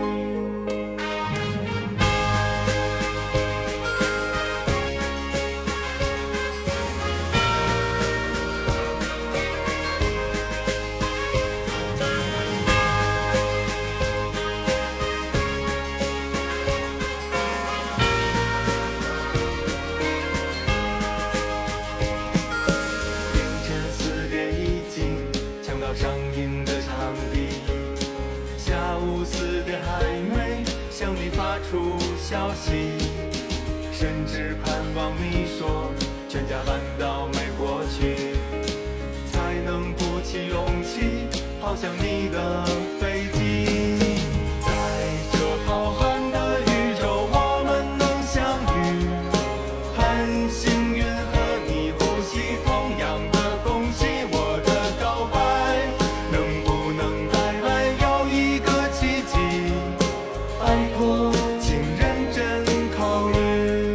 凌晨四点已经抢到上映的场地，下午四点还没向你发出消息，甚至盼望你说全家搬到美国去，才能鼓起勇气跑向你的飞机。在这浩瀚的宇宙，我们能相遇。很幸运和你呼吸同样的空气，我的告白能不能带来又一个奇迹？拜托，请认真考虑。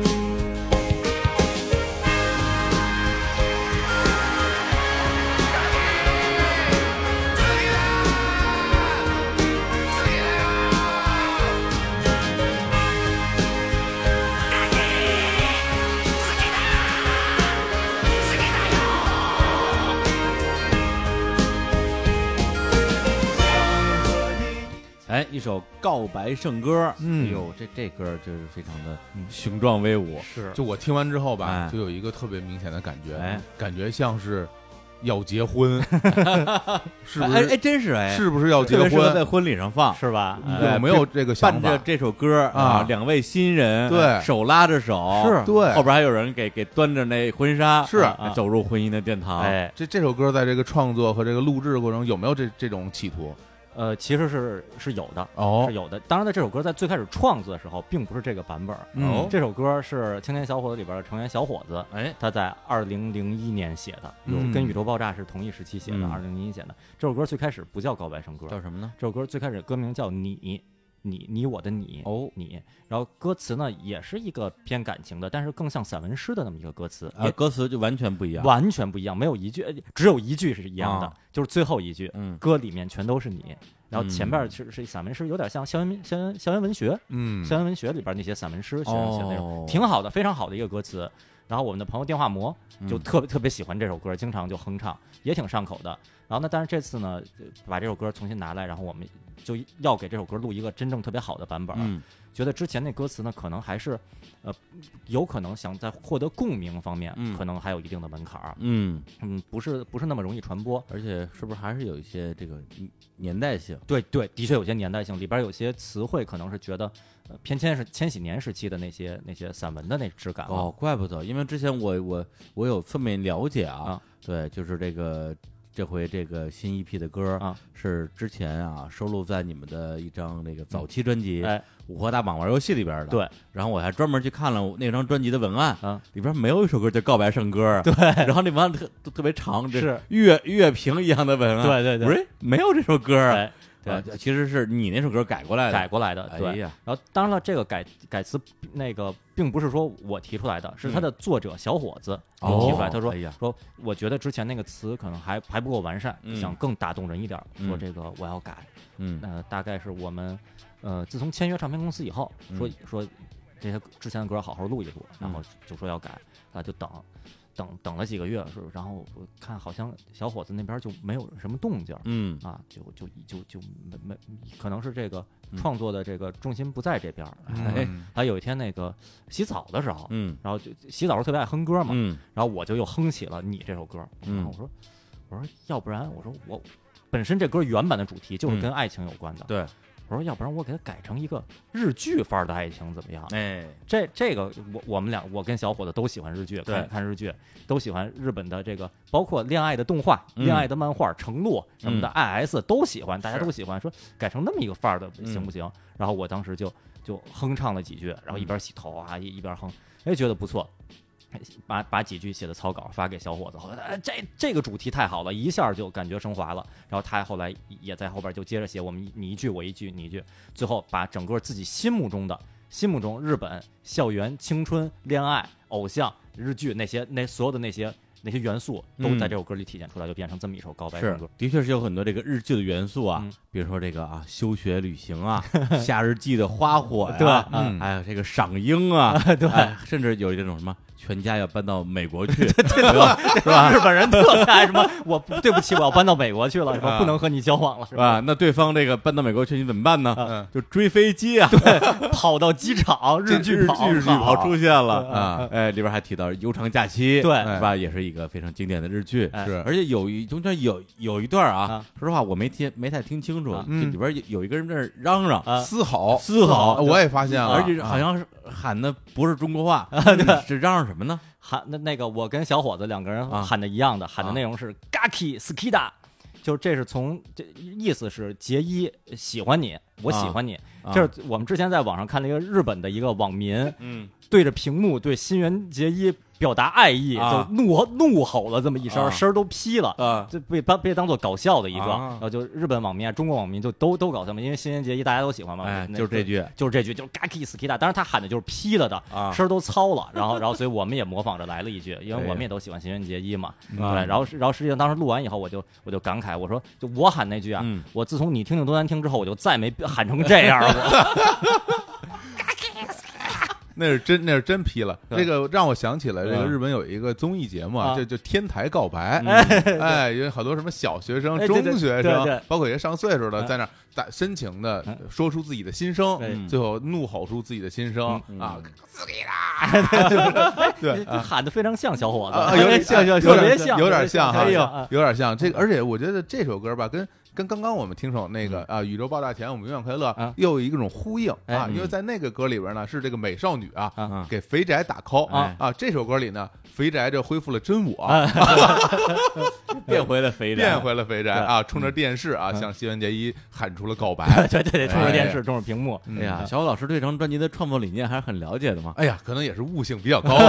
哎，一首告白圣歌，
嗯
哎呦，这这歌就是非常的雄壮威武，
嗯是
就我听完之后吧
哎，
就有一个特别明显的感觉
哎，
感觉像是要
<laughs>
结婚，是不
哎哎，
是？
真是哎，
是不是要结
特别适合
婚
在？婚礼上放，
是吧？
哎
有没有这个想
伴
法
着？这首歌
啊
两位新人
对
手拉着手，
是
对
后边还有人给给端着那婚纱，
是
啊走入婚姻的殿堂，，
哎，
这这首歌在这个创作和这个录制过程中有没有这这种企图？
呃，其实是是有的，
哦
是，有的。当然，在这首歌在最开始创作的时候，并不是这个版本儿。
嗯
这首歌是《青年小伙子》里边的成员小伙子，
哎，
他在二零零一年写的，有
嗯
跟《宇宙爆炸》是同一时期写的，
嗯
二零零一写的。这首歌最开始不叫告白圣歌，
叫什么呢？
这首歌最开始歌名叫《你》，你你我的你
哦
你，然后歌词呢也是一个偏感情的，但是更像散文诗的那么一个歌词，
啊，
也
歌词就完全不一样，
完全不一样，没有一句，呃只有一句是一样的，
啊
就是最后一句，
嗯
歌里面全都是你，然后前
嗯
边是是散文诗，有点像校园校园校园文学，
嗯
校园文学里边那些散文诗学生写的那种，
哦
挺好的，非常好的一个歌词。然后我们的朋友电话魔就
嗯
特别、特别喜欢这首歌，经常就哼唱，也挺上口的。然后呢，但是这次呢，呃把这首歌重新拿来，然后我们就要给这首歌录一个真正特别好的版本。啊
嗯
觉得之前那歌词呢，可能还是，呃，有可能想在获得共鸣方面，
嗯
可能还有一定的门槛儿，
嗯，
嗯，不是不是那么容易传播。
而且是不是还是有一些这个年代性？
对对，的确有些年代性，里边有些词汇可能是觉得，呃，偏千是千禧年时期的那些那些散文的那质感了。啊
哦，怪不得，因为之前我我我有侧面了解啊，
啊
对，就是这个这回这个新一批的歌儿
啊
是之前啊收录在你们的一张那个早期专辑《
哎，
五花大绑玩游戏》里边的。，
对，
然后我还专门去看了那张专辑的文案，
啊
里边没有一首歌叫《告白圣歌》，对， <laughs> 然后那文案特特特别长，这
是
乐乐评一样的文案，
对对对
不是没有这首歌儿啊，
哎，对，
啊其实是你那首歌改过来的，
改过来的，对。
哎呀，
然后，当然了，这个改改词那个并不是说我提出来的，是他的作者小伙子给提出来。
嗯哦
他说
哎呀：“
说我觉得之前那个词可能还还不够完善，
嗯
想更打动人一点儿，
嗯
说这个我要改。
嗯
呃，大概是我们呃自从签约唱片公司以后，说
嗯
说这些之前的歌好好录一录，然
嗯
后就说要改，啊就等。”等等了几个月，是然后我看好像小伙子那边就没有什么动静儿，
嗯
啊，就就就就没没，可能是这个
嗯
创作的这个重心不在这边儿。
哎
嗯
他有一天那个洗澡的时候，
嗯
然后就洗澡时候特别爱哼歌嘛，
嗯
然后我就又哼起了《你》这首歌。然后
嗯
我，说，我说要不然我说我本身这歌原版的主题就是跟爱情有关的，
嗯对，
我说要不然我给它改成一个日剧范儿的爱情怎么样？
哎，
这这个我我们俩我跟小伙子都喜欢日剧，
对
看看日剧，都喜欢日本的这个，包括恋爱的动画、
嗯
恋爱的漫画、承诺什么的
嗯
，IS 都喜欢，大家
是
都喜欢，说改成那么一个范儿的
嗯
行不行？然后我当时就就哼唱了几句，然
嗯
后一边洗头啊一一边哼，哎觉得不错。把把几句写的草稿发给小伙子，后来、哎这这个主题太好了，一下就感觉升华了。然后他后来也在后边就接着写，我们你一句我一句你一句，最后把整个自己心目中的心目中日本校园、青春、恋爱、偶像、日剧那些那所有的那些那些元素都在这首歌里体现出来，就变成这么一首告白
是
歌。，
的确是有很多这个日剧的元素啊
嗯，
比如说这个啊，休学旅行
<laughs>
啊，夏日祭的花火
对
呀，
嗯
还有这个赏樱啊，
<laughs> 对
哎，甚至有这种什么全家要搬到美国
<laughs>
去，
是吧？日本人特爱什么？我不对不起，我要搬到美国去了，是吧？
啊
不能和你交往了，是
是
吧？
吧？那对方这个搬到美国去，你怎么办呢？
嗯，
就追飞机啊，
跑到机场，日
剧
剧跑，
日剧
跑嗯
跑出现了
啊！
哎，里边还提到《悠长假期》，
对
是吧？也是一个非常经典的日剧。
哎
是
而且有一中间有有一段啊
啊，
说实话我没听没太听清楚，
啊
这里边有有一个人在那儿嚷嚷
啊
嘶吼，
嘶吼，
我也发现了，啊
而且好像是喊的不是中国话，
啊
是嚷嚷什么呢？
喊那那个我跟小伙子两个人
啊
喊的一样的，喊的
啊
内容是 “gaki skida”，就是这是从这意思是杰一喜欢你，我喜欢你。
啊
这是我们之前在网上看了一个日本的一个网民
嗯，
对着屏幕对新垣结衣表达爱意，
啊
就怒吼怒吼了这么一声，
啊
声儿都劈了。
啊，
就被当被当做搞笑的一个，
啊
然后就日本网民啊、中国网民就都都搞笑嘛，因为新垣结衣大家都喜欢嘛，
哎，
那
就是这句
就是这句，就是 gaki skida，当然他喊的就是劈了的，
啊，
声儿都糙了，然后然后 <laughs> 所以我们也模仿着来了一句，因
哎
为
呀
我们也都喜欢新垣结衣嘛，
哎
对，
啊
嗯
然后是然后实际上当时录完以后，我就我就感慨，我说就我喊那句啊，
嗯
我自从你听听多难听之后，我就再没喊成这样过，
那是真那是真批了。这
对
个让我想起来，这个
嗯
日本有一个综艺节目啊，
嗯啊
就就天台告 <laughs> 白，
哎
哎，有好多什么小学生、
哎对
中
对
学
对对
生，包括有些上岁数的，
嗯
在那儿大深情的
嗯
说出自己的心声
对，嗯
最后怒吼出自己的心声
嗯
啊，
就
<laughs>
<laughs>
对啊
就喊的非常像小伙子，哎
啊，有
<laughs>
点像，有
特别
点
像，
有点像哈，
哎呦，啊
有点像这个。而且我觉得这首歌吧，跟跟刚刚我们听首那个啊《宇宙爆炸前我们永远快乐
啊》
又有一种呼应
嗯哎
啊，
嗯
因为在那个歌里边呢是这个美少女啊
啊 <laughs> 哎
啊
给肥宅打 call
啊
啊，这首歌里呢肥宅就恢复了真我，
变回了肥
变
宅，
回了肥宅
对
啊，冲着电视啊
嗯
向西元结衣喊出了告
对 <laughs>
白。
对对，冲着电视，
哎
冲着屏幕， <laughs>
哎呀，小虎老师对这张专辑的创作理念还是很了解的嘛。
哎呀，可能也是悟性比较
<laughs>
高， <laughs>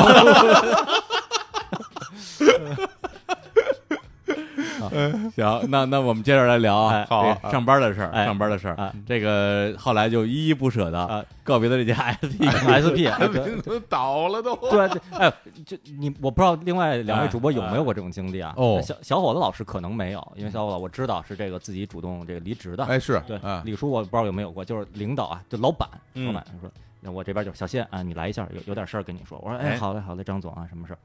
行，那那我们接着来聊啊
哎，
好
这个上班的事儿，
哎
上班的事儿
哎。
这个后来就依依不舍的
啊
告别了这家 SP， <laughs>
SP，哎对
都倒了都。
对对，哎，就你我不知道另外两位主播有
哎
没有过这种经历啊？
哦
小小伙子老师可能没有，因为小伙子我知道是这个自己主动这个离职的。
哎，是
对，
啊，
李叔我不知道有没有过，就是领导啊，就老板，
嗯
老板说，那我这边就是小谢啊，你来一下，有有点事儿跟你说。我说，
哎
哎，好嘞，好嘞，张总啊，什么事儿？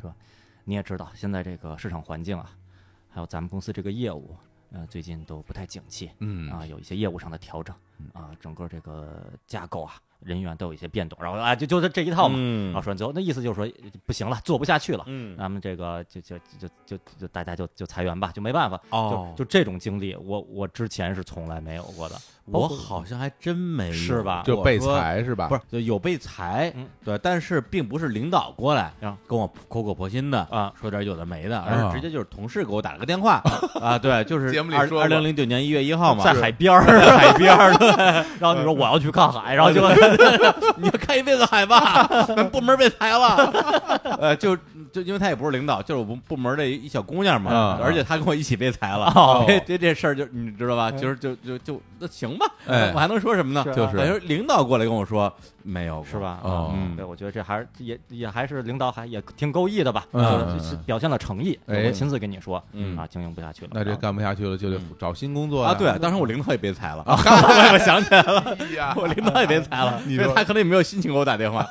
是吧？你也知道现在这个市场环境啊，还有咱们公司这个业务，呃，最近都不太景气。
嗯
啊，有一些业务上的调整，啊，整个这个架构啊，人员都有一些变动，然后啊，就就这这一套嘛，啊然后
嗯
说完之后，那意思就是说不行了，做不下去了，
嗯
咱们这个就就就就就大家就就裁员吧，就没办法，
哦
就，就这种经历，我我之前是从来没有过的，
我好像还真没有
是吧
就被。
我说
裁是吧？
不是就有被裁，
嗯
对，但是并不是领导过来
啊
跟我苦口婆心的
啊，
说点有的没的，
啊
而是直接就是同事给我打了个电话啊，对，就是
节目里
二
说过
二零零九年一月一号嘛，
在海边
<laughs>
儿，在海边儿， <laughs> 对然后
嗯
你说我要去看海，然后就
你们看一辈子海吧，咱部门被裁了， <laughs> 呃，就就因为他也不是领导，就是我们部门的一小姑娘嘛
啊，
而且他跟我一起被裁了，
哦
这这这事儿就你知道吧，就是就就就那行吧，
哎
我还能说什么呢？
就是
我还说领导过来跟我说没有过，
<laughs> 是？吧？
哦
嗯对，我觉得这还是也也还是领导还也挺够意的吧，
嗯
就是就是表现了诚意，
哎
我亲自跟你说
嗯
啊，经营不下去了，
那这干不下去了，就得
嗯
找新工作
啊，
呀
对，当时我领导也被裁了， <laughs> 我想起来了，
哎呀，
我领导也被裁了，
啊你
所以
说
他可能也没有心情给我打电话。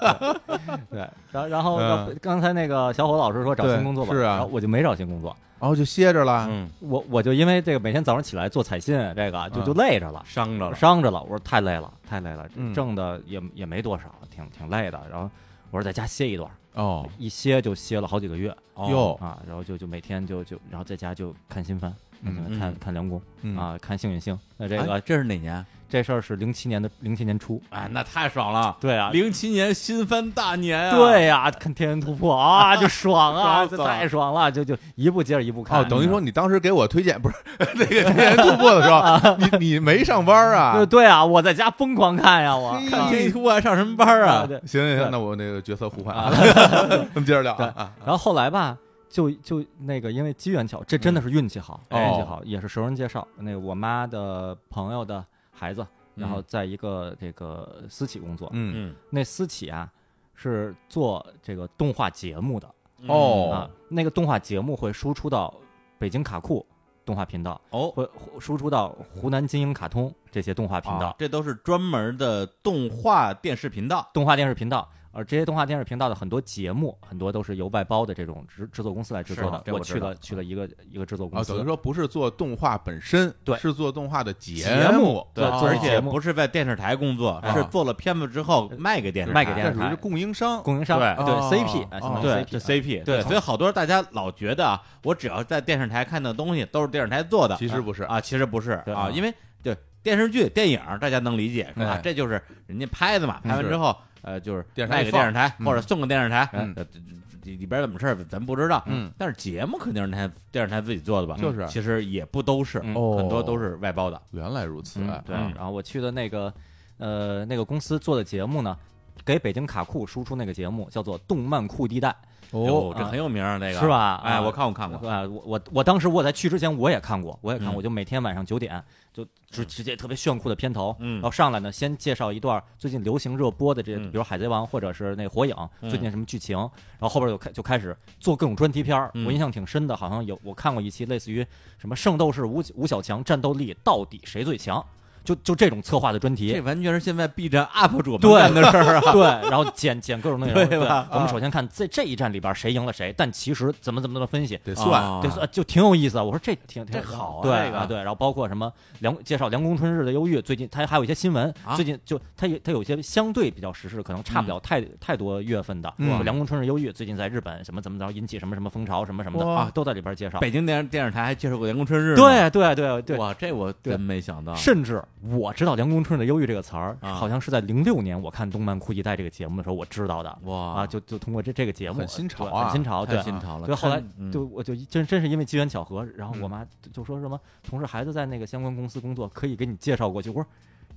对，然后然后
嗯
刚才那个小伙老师说找
对
新工作吧，
是啊
然后我就没找新工作，
然后哦就歇着了。
嗯，
我我就因为这个每天早上起来做采信，这个就
嗯
就累着了，
伤着了，
伤着了。我说太累了，太累了
嗯，
挣的也也没多少，挺挺累的。然后我说在家歇一段，
哦，
一歇就歇了好几个月
哟
啊，然后就就每天就就然后在家就看新番，看
嗯
新闻看
嗯
看梁工
嗯
啊，看幸运星。那这
哎
个
这是哪年？
这事儿是零七年的零七年初。
哎，那太爽了！
对啊，
零七年新番大年啊！
对呀、看《天元突破》
<laughs>
啊，就爽啊，
爽
这
死了
太爽了，就就一步接着一啊步看。
哦，等于说你当时给我推荐不是 <laughs> 那个天元突破的时候，你你没上班
对
啊？
对啊，我在家疯狂看呀，我
嘿
看天一突破还上什么班啊？
对。
行行
对
行，那我那个角色互换
<laughs>
啊，咱 <laughs> 们接着聊啊啊。
然后后来吧，就就那个因为机缘巧，这真的是运气好，哎
嗯
运气好，也是熟人介绍，那个我妈的朋友的孩子，然后在一个这个私企工作，
嗯，
嗯，
那私企啊是做这个动画节目的
哦
啊，那个动画节目会输出到北京卡酷动画频道，
哦，
会输出到湖南金鹰卡通这些动画频道
啊，这都是专门的动画电视频道。
动画电视频道。而这些动画电视频道的很多节目，很多都是由外包的这种制制作公司来制作
是的
的。
这我
去
知道
了去了一个一个制作公
啊，
司，
等于说不是做动画本身，
对
是做动画的节
节目对
哦
做
而
节
且
目
不是在电视台工作，
啊
是做了片子之后卖给电视台，
卖给电
这
视
属
台
于是供应商。
供应商
对
对
哦
CP 啊，
哦
相当于
对，
CP
这 CP
对
所以好多大家老觉得啊，我只要在电视台看到的东西都是电视台做的，
其实不是
啊，其实不是
对
啊
啊，
因为对电视剧、电影大家能理解是吧
哎？
这就是人家拍的嘛，拍完
是
之后呃，就是
电视台
卖
一
给
放
电视台
嗯
或者送给电视台，
哎
嗯
呃这这里边怎么事儿咱不知道，
嗯，
但是节目肯定是台电视台自己做的吧？
就是
其实也不都是，
嗯
哦
很多都是外包的。
原来如此，
嗯
哎
对。
嗯
然后我去的那个呃那个公司做的节目呢，给北京卡酷输出那个节目叫做《动漫库地带
哦
哟这
啊
很有名儿，那个
是吧
哎，
啊
我看我看》过，
啊，我我我当时我在去之前我也看过，我也看过，
嗯
我就每天晚上九点就直直接特别炫酷的片头，
嗯
然后上来呢先介绍一段最近流行热播的这些，
嗯
比如《海贼王》或者是那《火影》
嗯
最近什么剧情，然后后边就开就开始做各种专题片儿，
嗯
我印象挺深的，好像有我看过一期类似于什么《圣斗士吴吴小强战斗力到底谁最强》，就就这种策划的专题，
这完全是现在 B 站 UP 主们
对
干的事儿啊。
对，然后剪剪各种内
<laughs>
容，
对
对
吧嗯
我们首先看这这一战里边谁赢了谁，但其实怎么怎么怎么分析，
得
啊
算，
对，呃就挺有意思啊。我说这挺
这
挺
好啊
对
这个
啊对，然后包括什么梁介绍梁公春日的忧郁，最近他还有一些新闻
啊，嗯
最近就他有他有一些相对比较时事，可能差不了太太多月份的。
嗯
有梁公春日忧郁最近在日本什么怎么着引起什么什么风潮什么什么的
哇
啊，都在里边介绍。
北京电视电视台还介绍过员工春日呢，
对对对对，
哇，这我真没想到，
甚至我知道梁公春日的忧郁这个词儿，
啊
好像是在零六年我看《动漫酷一代》这个节目的时候我知道的。
哇
啊，就就通过这这个节目，
很新潮
对
啊
很新潮，
太
对，
新潮了。
对，后来
看嗯
就我就真真是因为机缘巧合，然后我妈就说什么同事孩子在那个相关公司工作，可以给你介绍过去。我说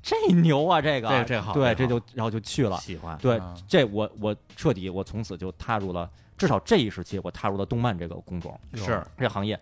这牛啊，这个
这这好
对，
这
这
好
就然后就去了。
嗯喜欢，
对
啊，
这我我彻底我从此就踏入了，至少这一时期我踏入了动漫这个工种
是
这行业。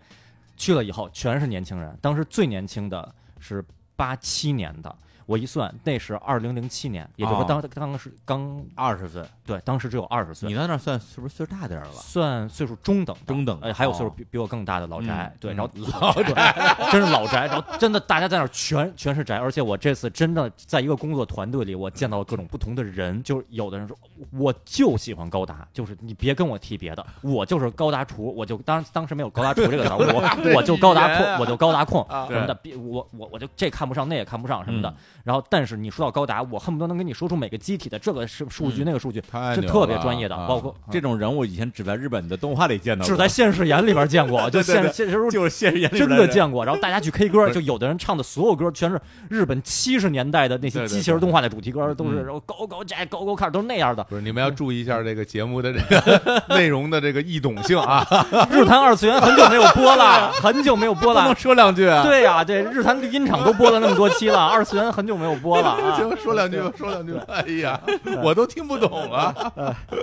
去了以后全是年轻人，当时最年轻的是八七年的，我一算那是二零零七年，也就是说
哦
当、当时刚
二十岁，
对当时只有二十岁
你。到那儿算是不是岁数大点儿了？
算岁数中等的，
中等的
呃，还有岁数
哦
比比我更大的老宅
嗯，
对，
嗯 <laughs>
然后老宅， <laughs> 真是老宅，然后真的大家在那儿全全是宅，而且我这次真的在一个工作团队里，我见到了各种不同的人，就是有的人说我就喜欢高达，就是你别跟我提别
<laughs>
的，我就是高达厨，我就当当时没有高达厨这个词
<laughs>
儿，我我就高达控，我就高达控
啊
什么的，别我我我就这看不上那也看不上什么
嗯
的，然后但是你说到高达，我恨不得能跟你说出每个机体的这个数数据
嗯
那个数据，
太
是
牛
特别
了
专业的
啊，
包括
这种人我以前只在日本的动画里见到过，
只在现实眼里边见过， <laughs> 就
啊对对
现
对
现实时候
就是现实眼里
真
边
的
人
见过。然后大家去 K 歌，就有的人唱的所有歌全是日本七十年代的
对
那些
对
机器人动画的主题歌，都是
嗯
然后 Go Go Jack Go Go Car 都是那样的。
不是，你们要注意一
嗯
下这个节目的这
<laughs>
个内容的这个易懂性啊，
日坛二次元很久没有播了，很久没有播
不能
了。
说两句啊。
对呀、这日坛绿茵场都播了那么多期了，二次元很久没有播了啊。
行，说两句吧，说两句吧。哎呀，我都听不懂了。
<laughs>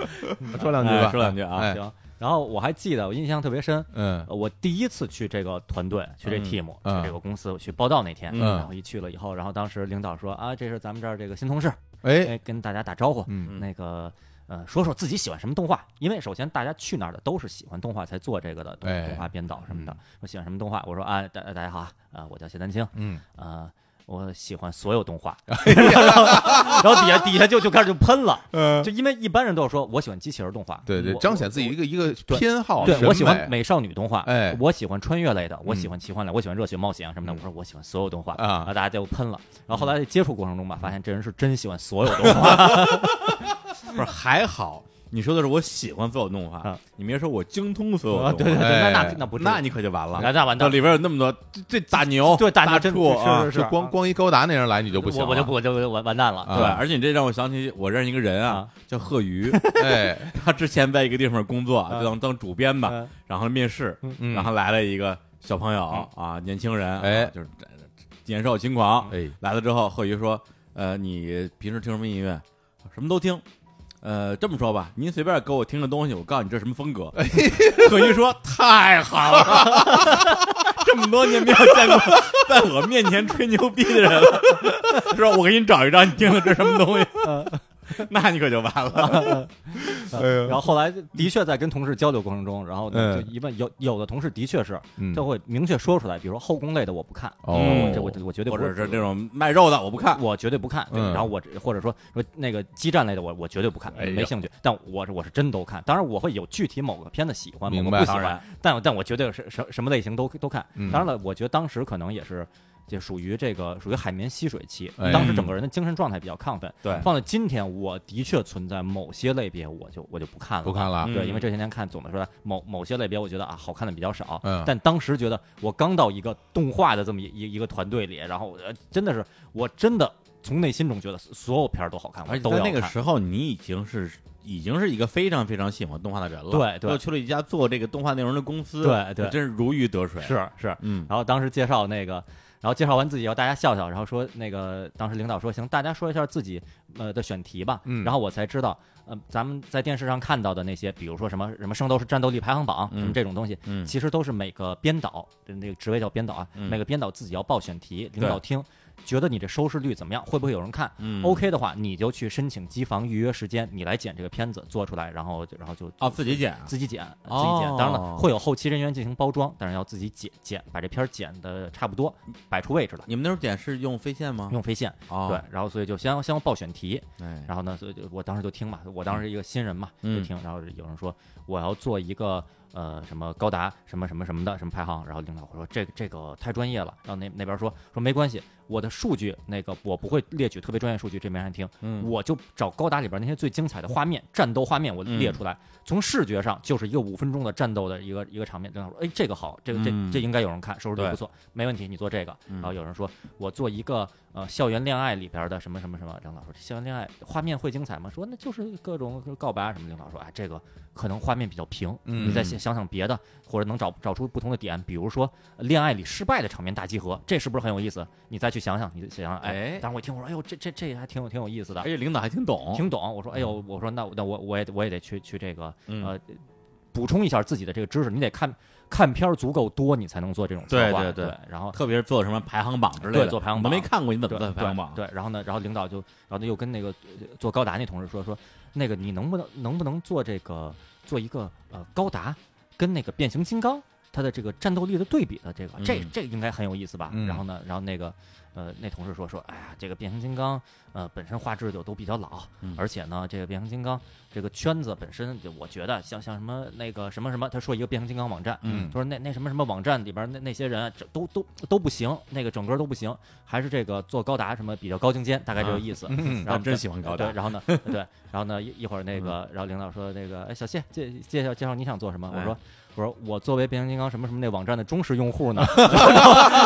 说两句
哎
吧，
说两句啊
哎
行，然后我还记得，我印象特别深，
嗯
呃我第一次去这个团队，去这
嗯
team，、
嗯
去这个公司去报道那天，
嗯
然后一去了以后，然后当时领导说啊，这是咱们这儿这个新同事，
哎，
哎，跟大家打招呼，
嗯
那个呃，说说自己喜欢什么动画，因为首先大家去那儿的都是喜欢动画才做这个的动
哎
动画编导什么的。我喜欢什么动画？我说啊，大大家好啊，呃我叫谢丹青，
嗯，
呃，我喜欢所有动画，
哎
<laughs> 然后然后底下底下就就开始就喷了，
嗯，
就因为一般人都说我喜欢机器人动画，
对对，
我
彰显自己。一
我
个一个偏好。
对，
审
我喜欢
美
美少女动画，
哎
我喜欢穿越类的，我喜
嗯
欢奇幻类，我喜欢热血冒险什么的。
嗯
我说我喜欢所有动画
啊嗯
大家就喷了。然后后来在接触过程中吧，发现这人是真喜欢所有动画，
不是还好，你说的是我喜欢所有动画，
啊
你别说我精通所有动
啊，
画，
<laughs> 对对对，
哎
那那那不至于
那你可就完了。
那那完
那
蛋，
里边有那么多，这这大牛，
对大牛真
畜
是
啊，
就光光一高达那样来你就不行
我
了，
我就不我就我就完完蛋了，
啊
对，而且你这让我想起我认识一个人啊
啊，
叫贺瑜，
哎，
<laughs> 他之前在一个地方工作，
啊
就当当主编吧，
嗯
然后面试，
嗯
然后来了一个小朋友啊，年轻人，
哎
啊就是年少轻狂，
哎
来了之后，贺瑜说，呃，你平时听什么音乐？什么都听。呃，这么说吧，您随便给我听个东西，我告诉你这是什么风
<laughs>
格。贺瑜说：“太好了， <laughs> 这么多年没有见过在我面前吹牛逼的人了，是吧？我给你找一张，你听听这是什么
<laughs>
东西，那你可就完了。
嗯
然后后来的确在跟同事交流过程中，然后呢就一问，有有的同事的确是
嗯
就会明确说出来，比如说后宫类的我不看，
哦
嗯这我我绝对不
或
会
者是这种卖肉的，我不看。
我绝对不看，对
嗯
然后我只或者说说那个激战类的我我绝对不看，
哎呀
没兴趣。但我是我是真都看，当然我会有具体某个片子喜欢，某
明
个
白
不喜
当
欢
然，
但但我绝对是什什么类型都都看
嗯。
当然了，我觉得当时可能也是。就属于这个属于海绵吸水期
哎，
当时整个人的精神状态比较亢奋。
对
放到今天，我的确存在某些类别，我就我就不看了，
不看了
嗯
啊对，因为这些年看总的说来某某些类别，我觉得啊好看的比较少。
嗯
但当时觉得我刚到一个动画的这么一一一个团队里，然后呃真的是我真的从内心中觉得所有片儿都好看，我
而且
都
在
要
那个
看。
时候，你已经是已经是一个非常非常喜欢动画的人了，
对对
又去了一家做这个动画内容的公司，
对对
你真是如鱼得水。，
是是，
嗯，
然后当时介绍那个，然后介绍完自己以后，大家笑笑，然后说那个当时领导说行，大家说一下自己呃的选题吧，
嗯
然后我才知道，呃，咱们在电视上看到的那些，比如说什么什么《圣斗士战斗力排行榜》
嗯
什么这种东西，
嗯
其实都是每个编导那个职位叫编导啊，
嗯
每个编导自己要报选题，领导听。觉得你这收视率怎么样？会不会有人看、
嗯
o k 的话，你就去申请机房预约时间，你来剪这个片子，做出来，然后就然后就
啊，自己剪啊，
自己剪，自
哦
己剪。当然了，会有后期人员进行包装，但是要自己剪剪，把这片儿剪的差不多，摆出位置来，
你们那时候剪是用飞线吗？
用飞线。
哦，
对，然后所以就先先报选题，
哎，
然后呢，所以就我当时就听嘛，我当时一个新人嘛，
嗯
就听，然后有人说我要做一个呃什么高达什么什么什么的什么排行，然后领导会说这这个太专业了，然后那那边说说没关系，我的数据那个我不会列举特别专业数据，这没人听，
嗯
我就找高达里边那些最精彩的画面，战斗画面我列出来，
嗯
从视觉上就是一个五分钟的战斗的一个一个场面，领导说哎这个好，这个这
嗯
这应该有人看，收视率
对
不错，没问题，你做这个，
嗯
然后有人说我做一个呃校园恋爱里边的什么什么什么，领导说校园恋爱画面会精彩吗？说那就是各种告白啊什么。领导说哎，这个可能画面比较平，
嗯
你再想想想别的，或者能找找出不同的点，比如说呃恋爱里失败的场面大集合，这是不是很有意思？你再去想想，你想想，
哎
哎，当时我一听我说哎呦，这这这还挺有挺有意思的
而，且哎领导还挺懂，
听懂。我说哎
哦
呦，我说那那我我也我也得去去这个
嗯
呃补充一下自己的这个知识，你得看看片儿足够多，你才能做这种策
对
划
对对
对，然后
特别是做什么排行榜之类的，
对做排行榜
你都没看过，你怎么
对
做排行榜？
对对，然后呢，然后领导就，然后又跟那个呃做高达那同事说说，那个你能不能能不能做这个做一个呃高达跟那个变形金刚它的这个战斗力的对比的这个，这
嗯
这应该很有意思吧？
嗯
然后呢，然后那个呃那同事说说，哎呀，这个变形金刚呃本身画质就都比较老，
嗯
而且呢，这个变形金刚这个圈子本身就我觉得像像什么那个什么什么，他说一个变形金刚网站，
嗯
他说那那什么什么网站里边儿那那些人啊这都都都不行，那个整个都不行，还是这个做高达什么比较高精尖，大概这
<laughs>
个意思。
嗯
然
咱
后
啊真喜欢高达嗯
对，然
<laughs>
后呢，对，然后呢，一一会儿那个，然后领导说那个，哎，小谢介介绍介绍你想做什
哎
么？我说我说我作为变形金刚什么什么那网站的忠实
<laughs>
用户呢，小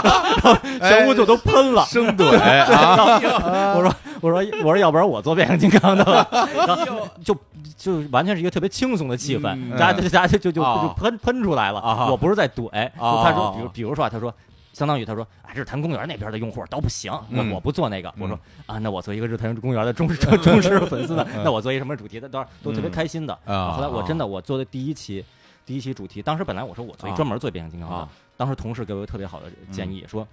哎
五就都喷了。
生怼啊，
<laughs>
我说我说我说要不然我做变形金刚的吧，然后就就完全是一个特别轻松的气氛，
嗯
大家就大家就就就
哦
就喷喷出来了。
啊
我不是在怼，
哦
就他说比如比如说啊，他说。相当于他说，哎，日坛公园那边的用户都不行，
嗯
我我不做那个。
嗯
我说啊，那我做一个日坛公园的忠实忠
<laughs>
实粉丝呢，
嗯
那我做一什么主题的，都都特别开心的。
嗯啊
后来我真的我做的第一期，第一期主题，当时本来我说我做一
啊
专门做变形金刚的
啊，嗯
当时同事给我一个特别好的建议，说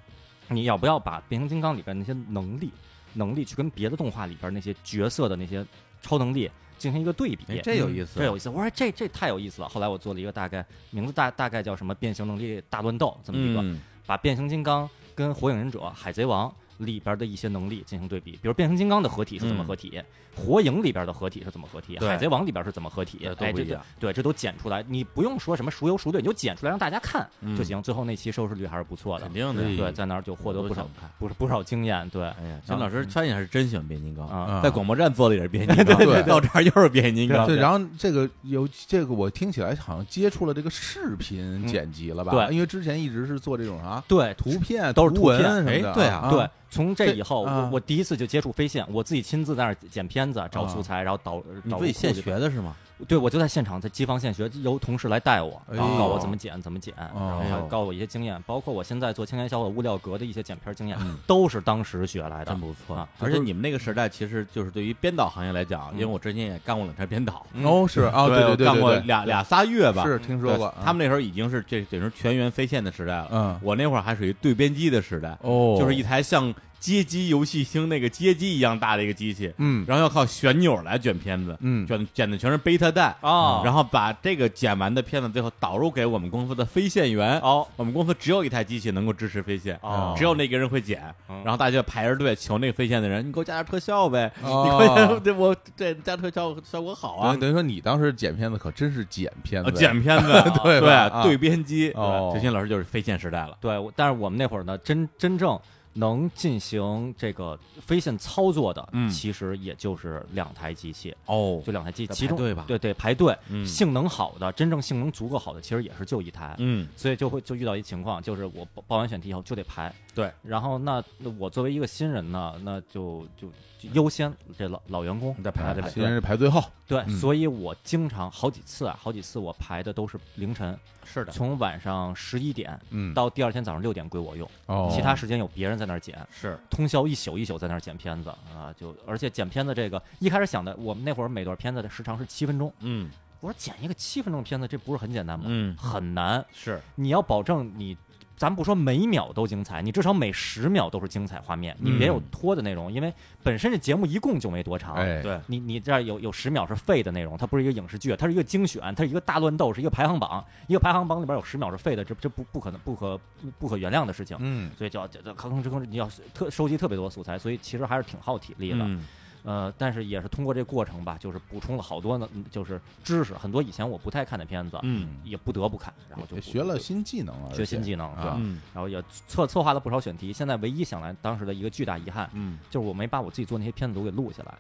你要不要把变形金刚里边那些能力，能力去跟别的动画里边那些角色的那些超能力进行一个对比
哎，这有意思
这有意思。我说这这太有意思了。后来我做了一个大概名字大大概叫什么变形能力大乱斗这么一个，
嗯
把变形金刚跟火影忍者、海贼王。里边的一些能力进行对比，比如变形金刚的合体是怎么
嗯
合体，火影里边的合体是怎么合体，
对
海贼王里边是怎么合体
呃，都
哎，
不
这
一
这
样
对，这都剪出来，你不用说什么孰优孰对，你就剪出来让大家看就行。最后那期收视率还是不错的，
嗯肯定的
对，在那儿就获
我
得
都
不少
想看
不是不少经验，对，
哎呀，陈老师圈也是真喜欢变形金刚，
啊，
在广播站做的也是变
<laughs>
形金刚，
对
到这儿又是变形金刚，
对，然后这个有这个，我听起来好像接触了这个视频剪辑了吧？
对
因为之前一直是做这种啥
对，
图片、
都是
图
图
文
片
什么的。
哎对啊
对，从这
这
以后，
啊
我我第一次就接触飞线，我自己亲自在那儿剪片子、找素材，然后导
啊你
导
自己
入库
现
里
学
边。
的是吗？
对，我就在现场，在机房现学，由同事来带我，
哎
然后告我
呦
怎么剪，怎么剪，然
哦
后还告我一些经验，包括我现在做青年小伙物料格的一些剪片经验，都是当时学来的
嗯真。不错
啊，
而且你们那个时代，其实就是对于编导行业来讲，因
嗯
为我之前也干过两天编导，
哦，是啊，对对对，
嗯干过
对
俩俩仨月吧，
是听说
对
过啊
他们那时候已经是这等于是全员飞线的时代了。
嗯
我那会儿还属于对编机的时代，
哦，
就是一台像街机游戏厅那个街机一样大的一个机器，
嗯
然后要靠旋钮来卷片子， <laughs>
嗯
卷卷的全是贝塔带
哦
然后把这个剪完的片子最后导入给我们公司的飞线员。
哦，
我们公司只有一台机器能够支持飞线，
哦
只有那个人会剪，
嗯
然后大家就排着队求那个飞线的人，你给我加点特效呗，
哦
你快点，这我 <laughs> 这加特效效果好啊 <laughs>
等于，等于说你当时剪片子可真是剪片
啊
子，
剪片
<laughs>
子，
哦
对吧啊
对对编机，
哦
陈鑫老师就是飞线时代了，
对，我但是我们那会儿呢，真真正能进行这个飞线操作的，
嗯
其实也就是两台机器，
哦
就两台机器，
在
其中
排队吧
对对，排队，
嗯
性能好的，真正性能足够好的，其实也是就一台，
嗯，
所以就会就遇到一情况，就是我报报完选题以后就得排，
对，
然后那那我作为一个新人呢，那就就就优先这老老员工
你再排再排
新人是排最后，
对，
嗯
所以我经常好几次啊，好几次我排的都是凌晨，
是的，
从晚上十一点
嗯，
到第二天早上六点归我用，
哦，
其他时间有别人在那儿剪。
是
通宵一宿一宿在那儿剪片子啊，就而且剪片子这个一开始想的，我们那会儿每段片子的时长是七分钟，
嗯
我说剪一个七分钟的片子，这不是很简单吗？
嗯
很难，
是，
你要保证你，咱不说每秒都精彩，你至少每十秒都是精彩画面，你
嗯
别有拖的内容，因为本身这节目一共就没多长。
哎，
对，
你你这儿有有十秒是废的内容，它不是一个影视剧，它是一个精选，它是一个大乱斗，是一个排行榜，一个排行榜里边有十秒是废的，这这不不可能不可不不可原谅的事情，
嗯，
所以就要就就吭吭哧吭哧，你要特收集特别多素材，所以其实还是挺耗体力的。
嗯
呃，但是也是通过这过程吧，就是补充了好多呢，嗯就是知识，很多以前我不太看的片子，
嗯
也不得不看，然后就
也学了新技能了，
学新技能
而且
对
啊，
嗯
然后也策策划了不少选题。现在唯一想来当时的一个巨大遗憾，
嗯，
就是我没把我自己做那些片子都给录下来。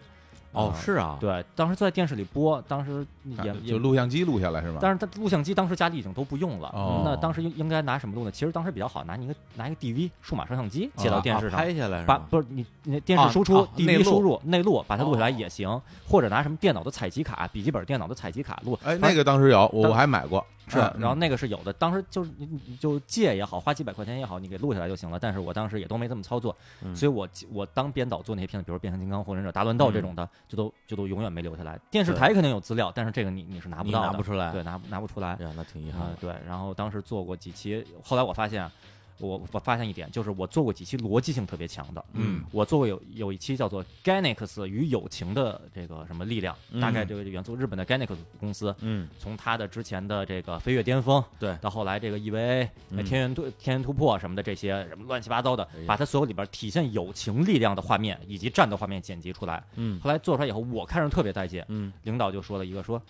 哦
啊
是啊，
对，当时在电视里播，当时也
看
也
啊就，录像机录下来是吗？
但是它录像机当时家里已经都不用了。
哦
那当时应应该拿什么录呢？其实当时比较好，拿你一个拿一个 DV 数码摄像机接到电视
啊
上。
拍下来是
把
吧，
不是你你电
啊
视输出、
啊内
DV
录哦
输入内录，把它录下来也行，或者拿什么电脑的采集卡、笔记本电脑的采集卡录。
哎，
反
那个当时有，我
当
我还买过，
是，
嗯
然后那个是有的，当时就是你你就借也好，花几百块钱也好，你给录下来就行了。但是我当时也都没这么操作，
嗯
所以我我当编导做那些片子，比如《变形金刚》《火影忍者》《大乱斗》这种的，就都就都永远没留下来。电视台肯定有资料，但是这个你你是拿不
你
到的，
拿不出来
对，拿不拿不出来
哎。呀，那挺遗憾
啊
的，，
对。然后当时做过几期，后来我发现啊，我我发现一点，就是我做过几期逻辑性特别强的。
嗯，
我做过有有一期叫做《Ganex 与友情的这个什么力量》，大概
嗯
这个元素日本的 Ganex 公司，
嗯
从他的之前的这个飞跃巅峰，
对
到后来这个 E EVA、
嗯
呃天元突天元突破什么的这些什么乱七八糟的
哎呀，
把它所有里边体现友情力量的画面以及战斗画面剪辑出来。
嗯
后来做出来以后，我看着特别带劲。
嗯
领导就说了一个说。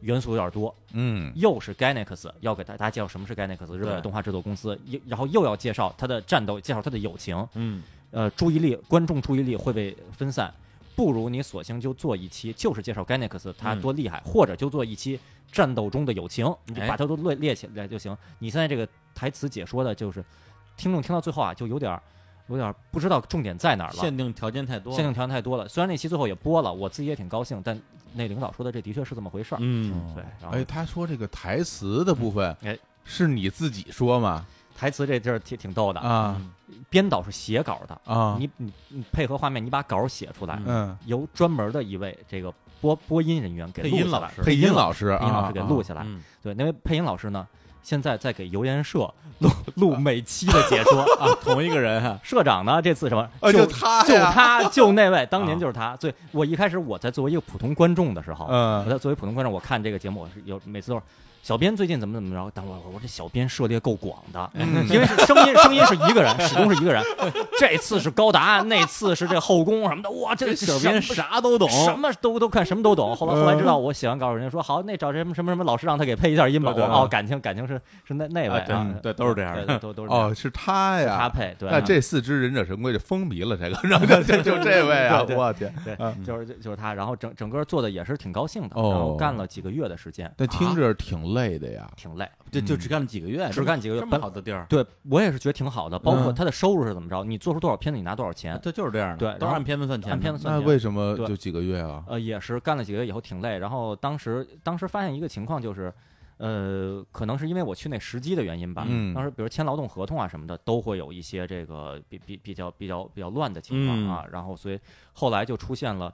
元素有点多，
嗯，
又是 Ganex，要给大家介绍什么是 Ganex 日本的动画制作公司，又然后又要介绍它的战斗，介绍它的友情，
嗯，
呃，注意力观众注意力会被分散，不如你索性就做一期，就是介绍 Ganex 它
嗯
多厉害，或者就做一期战斗中的友情，你就
哎
把它都列列起来就行。你现在这个台词解说的就是，听众听到最后啊，就有点儿有点儿不知道重点在哪儿了。
限定条件太多了，
限定条件太多了，虽然那期最后也播了，我自己也挺高兴，但那领导说的这的确是这么回事儿。
嗯
对，然后
哎，他说这个台词的部分，
哎，
是你自己说吗？
台词这地儿挺挺逗的，
啊
嗯
编导是写稿的，
啊，
嗯你你你配合画面，你把稿写出来，
嗯，
由专门的一位这个播播音人员给
配
录
音
下
老
来，
师
配音老
师，
师
配音老
啊
师，给录
啊
下来。
嗯
对，那位配音老师呢，现在在给油盐社录 <laughs> 录每期的解说啊。
同一个人 <laughs> 啊，
社长呢，这次什么
啊就
就
他呀
就他就那位，当年
啊
就是他。所以我一开始我在作为一个普通观众的时候，
嗯
我在作为普通观众，我看这个节目，我是有每次都是小编最近怎么怎么着？但我我这小编涉猎够广的，因为是声音声音是一个人，始终是一个人。 <laughs> 这次是高达，那次是这后宫什么的，哇，这
小编
什么
啥都懂，嗯
什么都都看，什么都懂。后来后来知道，我写完稿，人家说好，那找什么什么什么老师让他给配一下音吧。
对对
哦，感情感情是是那那位
啊对
啊，
对都是这啊样的嗯
对都都是这样
哦，是他呀，
他配对。嗯
那这四只忍者神龟就风靡了，这个，然后就就就这位啊，
<laughs> 对对
我天！
对
嗯，
就是就就是他，然后整整个做的也是挺高兴的，
哦
然后干了几个月的时间，
但听着挺累的呀，
挺累。
就就只干了几个月，
只干几个月
这么
本
好的地儿，
对我也是觉得挺好的，包括
嗯
他的收入是怎么着，你做出多少片子你拿多少钱，
这就是这样的，
对
都
然
是
后
按片子算钱的，
按片子算
那
钱。
为什么
对
就几个月啊？
呃，也是干了几个月以后挺累，然后当时当时发现一个情况就是，呃，可能是因为我去那时机的原因吧，
嗯
当时比如签劳动合同啊什么的，都会有一些这个比比比较比较比较乱的情况啊，
嗯
然后所以后来就出现了。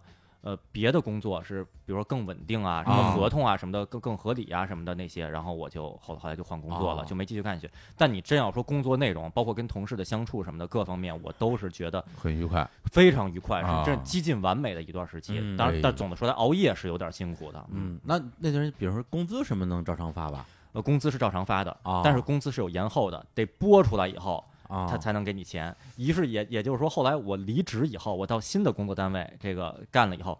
呃，别的工作是，比如说更稳定啊，什么
啊
合同啊，什么的更更合理啊，什么的那些，然后我就后后来就换工作了，
哦
就没继续干下去。但你真要说工作内容，包括跟同事的相处什么的，各方面我都是觉得
很愉快，
非常愉快，
啊
是这几近完美的一段时期。
嗯
当
哎
然，但总的说来，熬夜是有点辛苦的。，
嗯，那那就是比如说工资什么能照常发吧？
呃，工资是照常发的，
啊
但是工资是有延后的，得拨出来以后，
啊，
他才能给你钱。一是也也就是说，后来我离职以后，我到新的工作单位这个干了以后。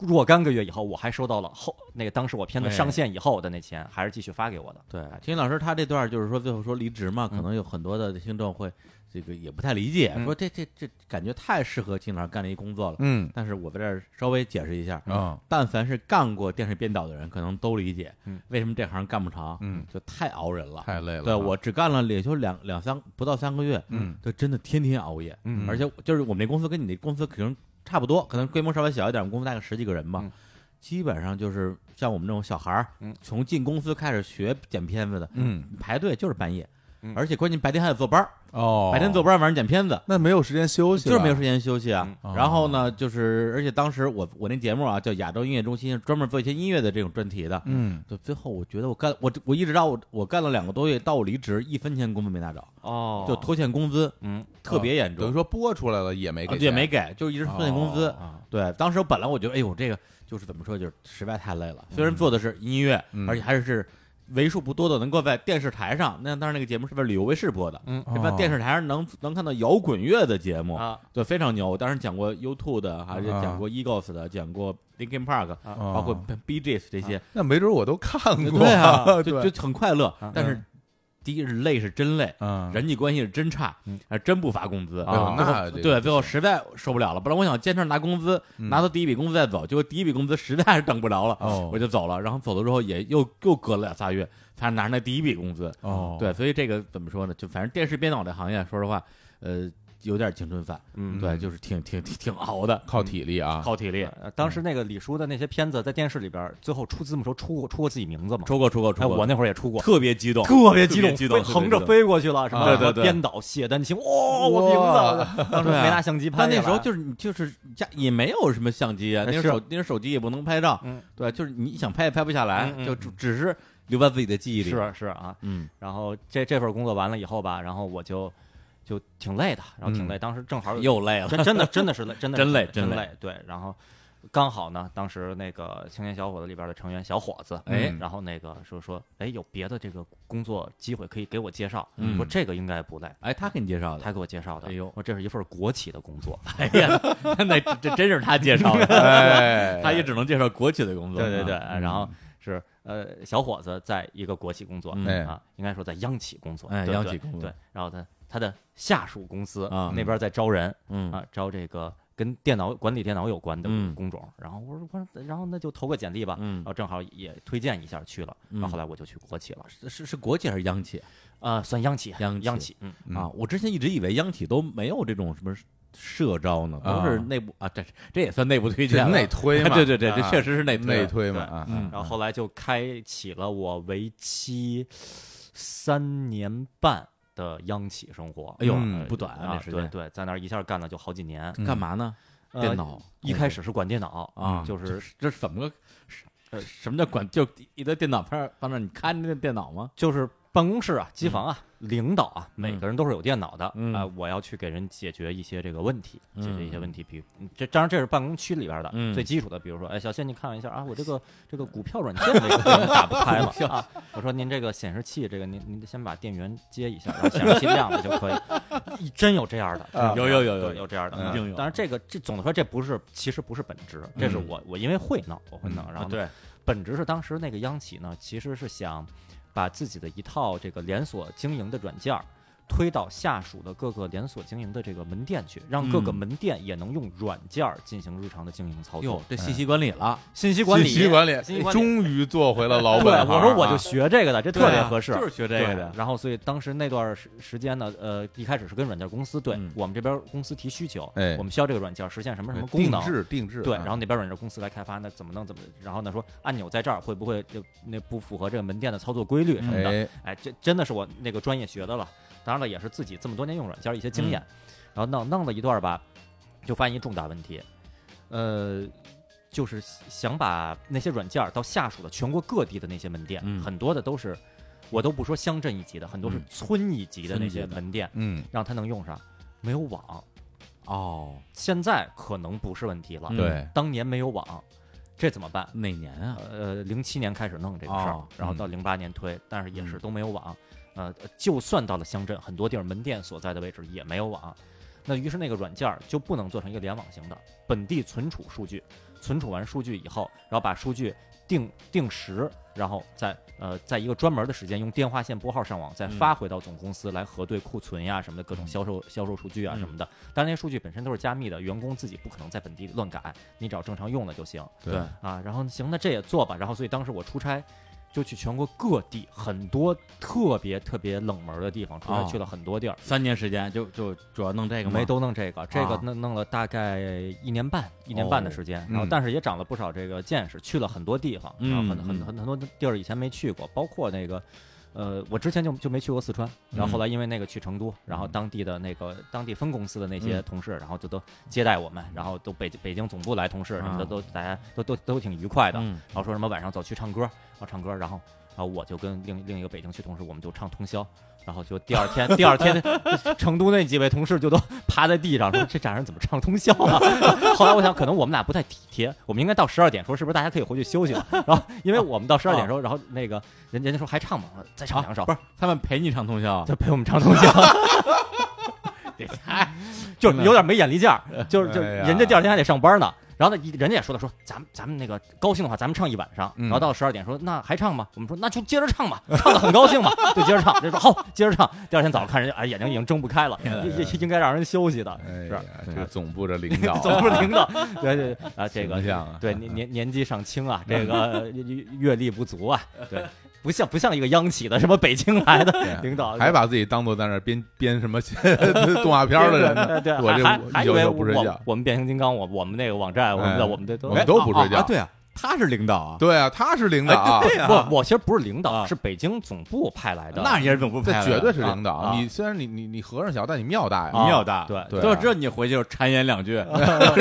若干个月以后，我还收到了后那个当时我片子
哎
上线以后的那钱，还是继续发给我的。
对，哎嗯听老师他这段就是说，最后说离职嘛，可能有很多的听众会这个也不太理解，
嗯
说这这这感觉太适合听老师干这一工作了。
嗯
但是我在这儿稍微解释一
嗯
下，
啊，
但凡是干过电视编导的人，可能都理解
嗯
为什么这行干不长，
嗯，
就太熬人了。
太累了。
啊
啊
对我只干了也就两两三不到三个月，
嗯，
就真的天天熬夜，
嗯
而且就是我们那公司跟你那公司可能差不多，可能规模稍微小一点，我们公司大概十几个人吧，
嗯
基本上就是像我们这种小孩儿，
嗯
从进公司开始学剪片子的，
嗯
排队就是半夜，
嗯
而且关键白天还得坐班儿，
哦，
白天坐班儿晚上剪片子。
那没有时间休息
就
了，
是没有时间休息啊，
嗯
然后呢，就是而且当时我我那节目啊叫亚洲音乐中心，专门做一些音乐的这种专题的。
嗯，
就最后我觉得我干我我一直到我我干了两个多月，到我离职一分钱工资没拿着，
哦
就拖欠工资
嗯
特别严
等
重，
于说播出来了也没
啊
给，
也没给，就是一直拖欠工资。
啊，
对，当时我本来我觉得，哎呦，这个就是怎么说，就是实在太累了。虽然做的是音乐，
嗯
而且还是为数不多的能够在电视台上，那当时那个节目是在旅游卫视播的，
嗯
哦
是在电视台上能能看到摇滚乐的节目，
啊
对，非常牛。我当时讲过 U2 的，还是
啊
讲过 Eagles 的，讲过 Linkin Park，
哦啊
包括 B G S 这些，
那没准我都看过，
对
<laughs>
<laughs>
啊，就
对，
就很快乐
啊。
但是第一是累是真累，
嗯，
人际关系是真差
嗯，
还真不发工资
哎呦
最后
那这个
对，最后实在受不了了，本来我想坚持拿工资，
嗯
拿到第一笔工资再走，结果第一笔工资实在是等不着了，
哦
我就走了。然后走了之后也又又隔了两仨月才拿上那第一笔工资。
哦，
对，所以这个怎么说呢？就反正电视编导这行业，说实话，呃，有点青春饭，
嗯
对，就是挺挺挺挺熬的，
靠体力啊，
靠体力。
呃当时那个李叔的那些片子在电视里边，最后出字幕时候出过出过自己名字吗？
出过出过出
哎，
过，
我那会儿也出过，
特别激动，
特别激
激
动，
激动，
飞横着
飞。
飞过去了，什么
啊
对对
编导谢丹青，哇，我
哇
名字，当时
对啊
没拿相机拍下
但
来，
那时候就是你就是家也没有什么相机啊，
哎
那时
是
候手那时候手机也不能拍照，
嗯
对，就是你想拍也拍不下来，
嗯嗯
就只只是留在自己的记忆里。，
是是啊，
嗯，
然后这这份工作完了以后吧，然后我就就挺累的，然后挺累，当时正好
又累了，
真真的真的是 <laughs> 累，真的是
真累
真
真累
累，对，然后。刚好呢，当时那个青年小伙子里边的成员小伙子，嗯
哎
然后那个说说，哎，有别的这个工作机会可以给我介绍，
嗯
说这个应该不累，
哎，他给你介绍的，
他给我介绍的，
哎呦
说这是一份国企的工 <laughs> 作，
哎呀，那这这真是他介绍的，
<laughs>
<laughs>
哎，
他也只能介绍国企的工作，
对对对，
啊，
呃然后是呃，小伙子在一个国企工作、
嗯
哎
啊，应该说在央企工作，
哎
对
央
对
企工作
对，然后他他的下属公司
啊
那边在招人、
嗯，
啊，招这个跟电脑管理电脑有关的
嗯
工种，然后我说我说然后那就投个简历吧，
嗯
然后正好也推荐一下去了，然后
嗯
后来我就去国企了，
是是国企还是央企
啊，算央企，
央企
央企，嗯，
嗯
啊？我之前一直以为央企都没有这种什么社招呢，都是
啊
内部啊，这这也算内部推
这
荐了，
内推嘛，
<laughs> 对对对，这
啊
确实是内
内
推，
推嘛啊，
嗯
然后后来就开启了我为期三年半的央企生活。
哎呦
嗯
不短啊
啊，
这时间
对对，在那儿一下干了就好几年。
干嘛呢？
呃
电脑
一开始是管电脑
啊
就是
这呃是怎么个什什么叫管？就一堆电脑片儿放那儿，你看着那电脑吗？
就是办公室啊、机房啊、领导啊，每个人都是有电脑的啊、
嗯
我要去给人解决一些这个问题，解决一些
嗯
问题，比如这当然这是办公区里边的、
嗯
最基础的，比如说，哎，小谢你看一下啊，我这个这个股票软件这个怎么打不开了啊，我说您这个显示器这个您您先把电源接一下，然后显示器亮了就可以， <laughs> 真有这样的，真
有有
有
有有
有有这样的，
嗯一定有
当然这个这总的说这不是其实不是本质，这
嗯
是
哦
我、我因为会闹我会闹，然后呢
对，
本质是当时那个央企呢，其实是想把自己的一套这个连锁经营的软件儿推到下属的各个连锁经营的这个门店去，让各个
嗯
门店也能用软件儿进行日常的经营操
哟
作，，
这信息管理了，
信息管理，
信息管理
信息管理
终于做回了老
对，
本行啊。
我说我就学这个的，这特别
啊
合适，
就是学这
对
个的，
然后，所以当时那段时时间呢，呃，一开始是跟软件公司，对、
嗯
我们这边公司提需求，
哎
我们需要这个软件实现什么什么功
定
能，
制定制啊，
对，然后那边软件公司来开发，那怎么弄怎么？然后呢说按钮在这儿会不会就那不符合这个门店的操作规律什么
嗯
的？
哎，
哎，这真的是我那个专业学的了。当然了，也是自己这么多年用软件一些经
嗯
验，然后弄弄了一段儿吧，就发现一重大问题，呃，就是想把那些软件儿到下属的全国各地的那些门店，
嗯
很多的都是，我都不说乡镇一级的，很多是
嗯
村一级的
村
那
一级
些
的
门店，
嗯，
让它能用上，没有网，
哦，
现在可能不是问题了，
嗯
对，
当年没有网，这怎么办？
哪年啊？
呃，零七年开始弄这个事儿，
哦嗯
然后到零八年推，但是也是都没有网。呃，就算到了乡镇，很多地儿门店所在的位置也没有网。那于是那个软件儿就不能做成一个联网型的，本地存储数据，存储完数据以后，然后把数据定定时，然后在呃在一个专门的时间用电话线拨号上网，再
嗯
发回到总公司来核对库存呀什么的各种销售销售数据啊
嗯
什么的。当然那些数据本身都是加密的，员工自己不可能在本地乱改，你只要正常用了就行。
对，
啊，然后行，那这也做吧。然后所以当时我出差，就去全国各地很多特别特别冷门的地方，出差
哦
去了很多地儿，
三年时间就就主要弄这个吗
没都弄这个，这个
啊
弄弄了大概一年半，一年半的
哦
时间。然后
嗯
但是也长了不少这个见识，去了很多地方，然后很
嗯
很
嗯
很很多地儿以前没去过，包括那个。呃，我之前就就没去过四川，然
嗯
后后来因为那个去成都，然后当地的那个当地分公司的那些
嗯
同事，然后就都接待我们，然后都北北京总部来同事什么的，
啊
都大家都都都挺愉快的。
嗯
然后说什么晚上走去唱歌，然后唱歌，然后然后我就跟另另一个北京区同事，我们就唱通宵，然后就第二天第二天成都那几位同事就都趴在地上说这俩人怎么唱通宵啊？ <laughs> 后来我想可能我们俩不太体贴，我们应该到十二点说是不是大家可以回去休息了？ <laughs> 然后因为我们到十二点时候，然后那个人人家说还唱吗？我说再唱两首，
不是他们陪你唱通宵啊，
就陪我们唱通 <laughs> 宵。哎就是有点没眼力劲儿，就是就是
哎呀
人家第二天还得上班呢。然后呢，人家也说了，说咱们咱们那个高兴的话，咱们唱一晚上。
嗯
然后到了十二点说，那还唱吗？我们说那就接着唱吧，唱的很高兴嘛，就接着唱。人家说好，接着唱。第二天早上看人家，哎，眼睛已经睁不开了，应应该让人休息的。
哎
是
呀，这个总部这领
<laughs>
导啊
总不灵的，对对对啊，这个
<laughs> 形象啊
对年年年纪尚轻啊，
<laughs>
这个阅阅历不足啊，对，不像不像一个央企的什么北京来的
对
领导，
还把自己当做在那儿编编什么 <laughs> 动画片儿的人呢
对？对，
我
还还
这
还以
有
为
有不睡觉
我。我们变形金刚，我我们那个网站，我们
哎
的我们的都
我们都不睡觉
啊啊对啊，他是领导啊，
对啊，他是领导啊，
哎
不，我其实不是领导，
啊
是北京总部派来的。
那也是总部
这
派来的，
绝对是领
啊
导。
啊
你虽然你你你和尚小，但你庙大
你
呀，
有的，
对
对
啊
就这你回去就谗言两句，是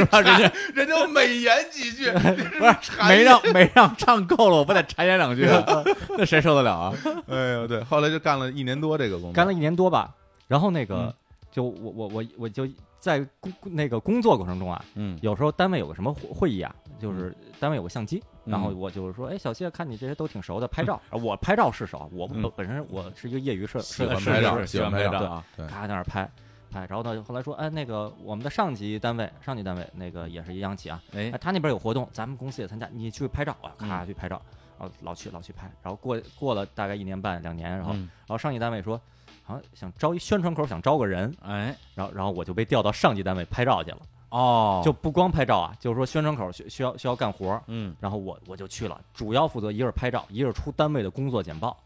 吧？人家
人家美言几
<laughs>
句，
不是没让没让唱够了，我不得谗言两句， <laughs> 那谁受得了啊？
哎呦，对，后来就干了一年多这个工作，
干了一年多吧，然后那个
嗯
就我我我我就在工那个工作过程中啊，
嗯，
有时候单位有个什么会会议啊，就是单位有个相机，
嗯
然后我就是说，哎，小谢，看你这些都挺熟的，拍照。我拍照是熟，我
嗯
本本身我是一个业余摄摄
喜
影
欢
师
拍照
是是
喜欢
拍
拍照
啊，
对
咔在那儿拍拍，然后呢，后来说，哎，那个我们的上级单位，上级单位那个也是一央企啊，
哎
哎，，他那边有活动，咱们公司也参加，你去拍照啊，咔
嗯
去拍照，然后老去老去拍，然后过过了大概一年半两年，然后然
嗯
后上级单位说，好像想招一宣传口，想招个人，
哎
然后然后我就被调到上级单位拍照去了，
哦，
就不光拍照啊，就是说宣传口需需要需要干活儿。
嗯，
然后我我就去了，主要负责一个是拍照，一个是出单位的工作简报。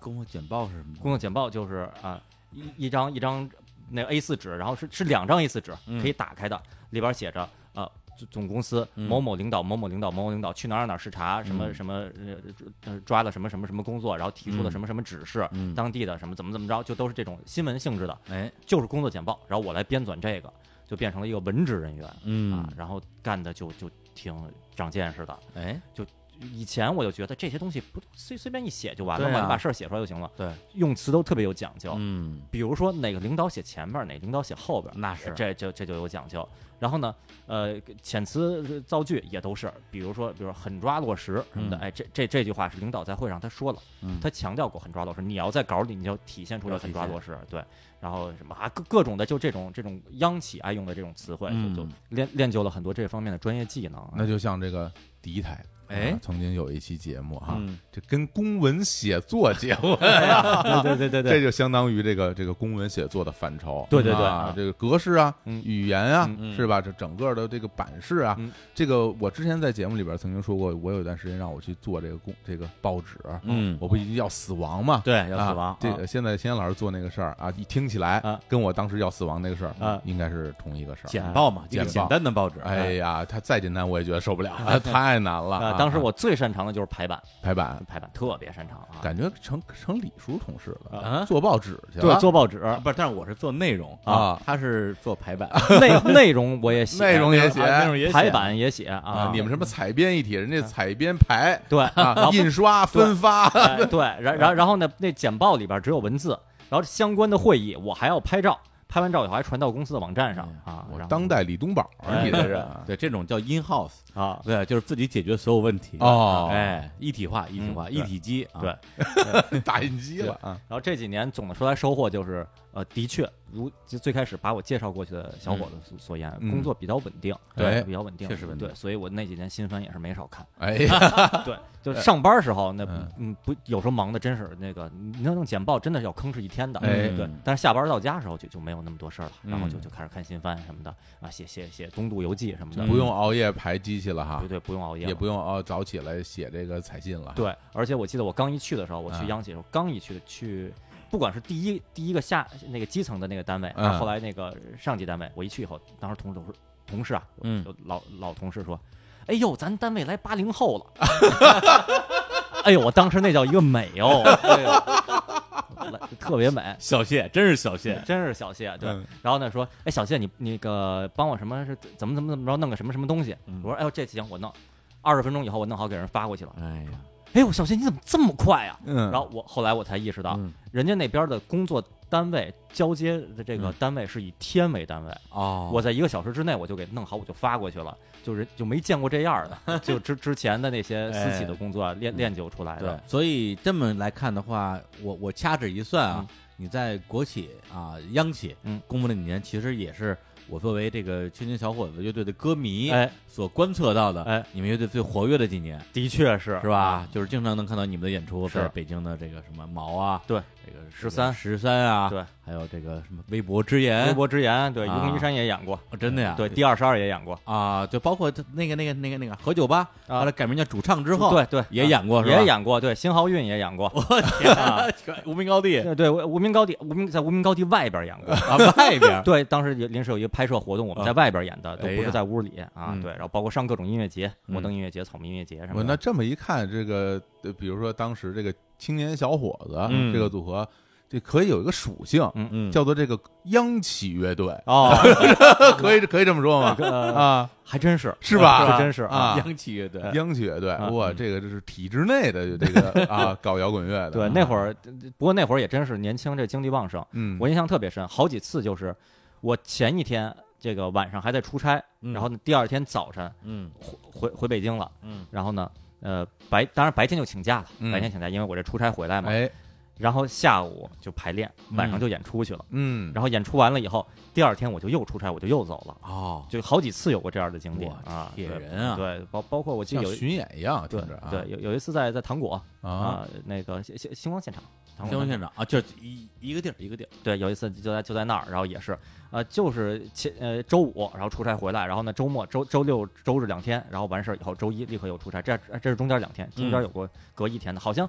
跟我简报是什么？
工作简报就是啊、一一张一张那 A 4纸，然后是是两张 A 4纸
嗯
可以打开的，里边写着呃总总公司
嗯
某某领导某某领导某某领导去哪儿哪儿视察，什么
嗯
什么呃抓了什么什么什么工作，然后提出了
嗯
什么什么指示，
嗯
当地的什么怎么怎么着，就都是这种新闻性质的，
哎，
就是工作简报，然后我来编纂这个，就变成了一个文职人员、啊
嗯
啊，然后干的就就挺长见识的，
哎，
就以前我就觉得这些东西不随随便一写就完了
对
嘛，
啊
你把事儿写出来就行了。
对，
用词都特别有讲究，
嗯，
比如说哪个领导写前面，哪个领导写后边，
那是
这就这就有讲究。然后呢，呃，遣词呃造句也都是，比如说，比如说狠抓落实什么的，
嗯
哎，这这这句话是领导在会上他说了，
嗯
他强调过狠抓落实，你要在稿里你就体现出来
要体
狠抓
现
落实，对。然后什么啊，各各种的就这种这种央企爱用的这种词汇，
嗯
就就练练就了很多这方面的专业技能。
那就像这个敌台，
哎
啊曾经有一期节目哈
嗯，
这跟公文写作结合，
对对对对
这
对，
就相当于这个这个公文写作的范畴。
对对对
啊
啊，
这个格式啊，
嗯
语言啊，
嗯
是吧？这整个的这个版式啊，
嗯
这个我之前在节目里边曾经说过，我有一段时间让我去做这个公这个报纸，
嗯
我不一定要死亡嘛。
对，要死亡
啊，这
啊
个现在先老师做那个事儿啊，一听起来
啊
跟我当时要死亡那个事儿
啊
应该是同一个事儿。
简报嘛，一
简
个
报
简单的报纸，
哎呀，他再简单我也觉得受不了，啊太难了。
啊，
啊
当时我最擅长的就是排版，
排版，
排版特别擅长啊，
感觉成成李叔同事了，
啊，
做报纸去
对
了，
做报纸，
啊不是，但是我是做内容
啊
他是做排 <laughs> 版，
<laughs>
内内容我也写，
内容也写，
啊内容也啊写
排版也写啊
啊，，你们什么采编一体，人家采编
<laughs>
排
对，
啊，印刷分发，
哎对，
<laughs>
然然然后呢，那简报里边只有文字，然后相关的会议我还要拍照，拍完照以后还传到公司的网站上啊。
哎我
然后
当代李东宝，
哎
<laughs>
你这是啊
对，这种叫 in house，
啊，
对，就是自己解决所有问题
哦
哎，一体化，一体化，
嗯
一体机，啊
对，
<laughs>
哎
打印机了啊，
然后这几年总的说来收获就是，呃，的确如就最开始把我介绍过去的小伙子所所言，
嗯
工作比较稳定，
对
比较稳定，
确实稳定
对，所以我那几年新番也是没少看。
哎呀，
对，就上班时候那
呃嗯
嗯不，有时候忙的真是那个，你要弄简报真的是要吭哧一天的，
哎
对。但是下班到家时候就就没有那么多事儿了，然后就
嗯
就开始看新番什么的啊，写写写《东渡游记》什么的，
嗯不用熬夜排机器了哈
嗯对，对，不用熬夜了，
也不用熬早起来写这个采信了，
对。而且我记得我刚一去的时候，我
啊
嗯
去央企的时候，刚一去去。不管是第一第一个下那个基层的那个单位，
嗯
还是后来那个上级单位，我一去以后，当时同事都是同事啊，有
嗯
有老老同事说：“哎呦，咱单位来八零
<laughs>
后了。”哎呦，我当时那叫一个美
<laughs>
哦，哎呦来特别美，
小谢真是小谢，
真是小谢。对，
嗯
然后呢说，哎，小谢你那个帮我什么是怎么怎么怎么着弄个什么什么东西？
嗯
我说，哎呦，这行我弄，二十分钟以后我弄好给人发过去了。
哎呀，
哎呦，小谢你怎么这么快呀、
嗯，
然后我后来我才意识到，
嗯
人家那边的工作单位交接的这个
嗯
单位是以天为单位，
哦，
我在一个小时之内我就给弄好，我就发过去了，就是就没见过这样
<laughs>
的，就之之前的那些私企的工作啊练练就出来
哎对
的，，哎
所以这么来看的话，我我掐指一算啊，你在国企啊、央企
嗯
工作那几年，其实也是我作为这个青年小伙子乐队的歌迷
哎，
所观测到的，
哎，
你们乐队最活跃的几年。
的确是啊
是吧？就是经常能看到你们的演出，
是
在北京的这个什么毛啊，
对，
这个
13
十三啊，
对，
还有这个什么微博之言，
微博之言，对，愚
啊
公移山也演过，
哦真的呀，
对，第二十二也演过，
啊，就包括他那个那个那个那个何酒吧，
啊
后来改名叫主唱之后，
对对，
也演过
啊
是吧
也演过，对，新濠运也演过，啊
对，无名高地
<laughs> 对对，我无名高地，无名在无名高地外边演过。
啊，外边
<laughs> 对，当时也临时有一个拍摄活动，
啊
我们在外边演的，都
哎
不
呀
是在屋里啊
嗯。
对，然后包括上各种音乐节，
嗯
摩登音乐节、草莓音乐节什
我
么
那
的。
这么一看，这个呃比如说当时这个青年小伙子
嗯
这个组合，这可以有一个属性，
嗯，
叫做这个央企乐队，
哦，
可以可以这么说吗？<laughs>
呃
啊，
还真是
是吧
这真是
啊
<laughs> 央企乐队，
央企乐队，
啊
哇，这个这是体制内的这个啊，搞摇滚乐的。
对，那会儿，不过那会儿也真是年轻，这精力旺盛。
嗯，
我印象特别深，好几次就是我前一天这个晚上还在出差，
嗯
然后呢第二天早晨
嗯
回回回北京了，
嗯，
然后呢，呃，白当然白天就请假了，
嗯
白天请假，因为我这出差回来嘛，
哎，
然后下午就排练，晚上
嗯
就演出去了，
嗯，
然后演出完了以后，第二天我就又出差，我就又走了，
哦，
就好几次有过这样的经历
哇
啊，
铁
对
人啊
对，包包括我记
像
得有一
巡演一样，听
对
着啊，
对有有一次在在糖果
啊，
啊那个星星星光现场，糖
新
果
闻现场啊，就是一一个地儿一个地儿，
对，有一次就在就在那儿，然后也是，呃，就是前呃周五，然后出差回来，然后呢周末周周六周日两天，然后完事儿以后周一立刻又出差，这这是中间两天，
嗯
中间有过隔一天的，好像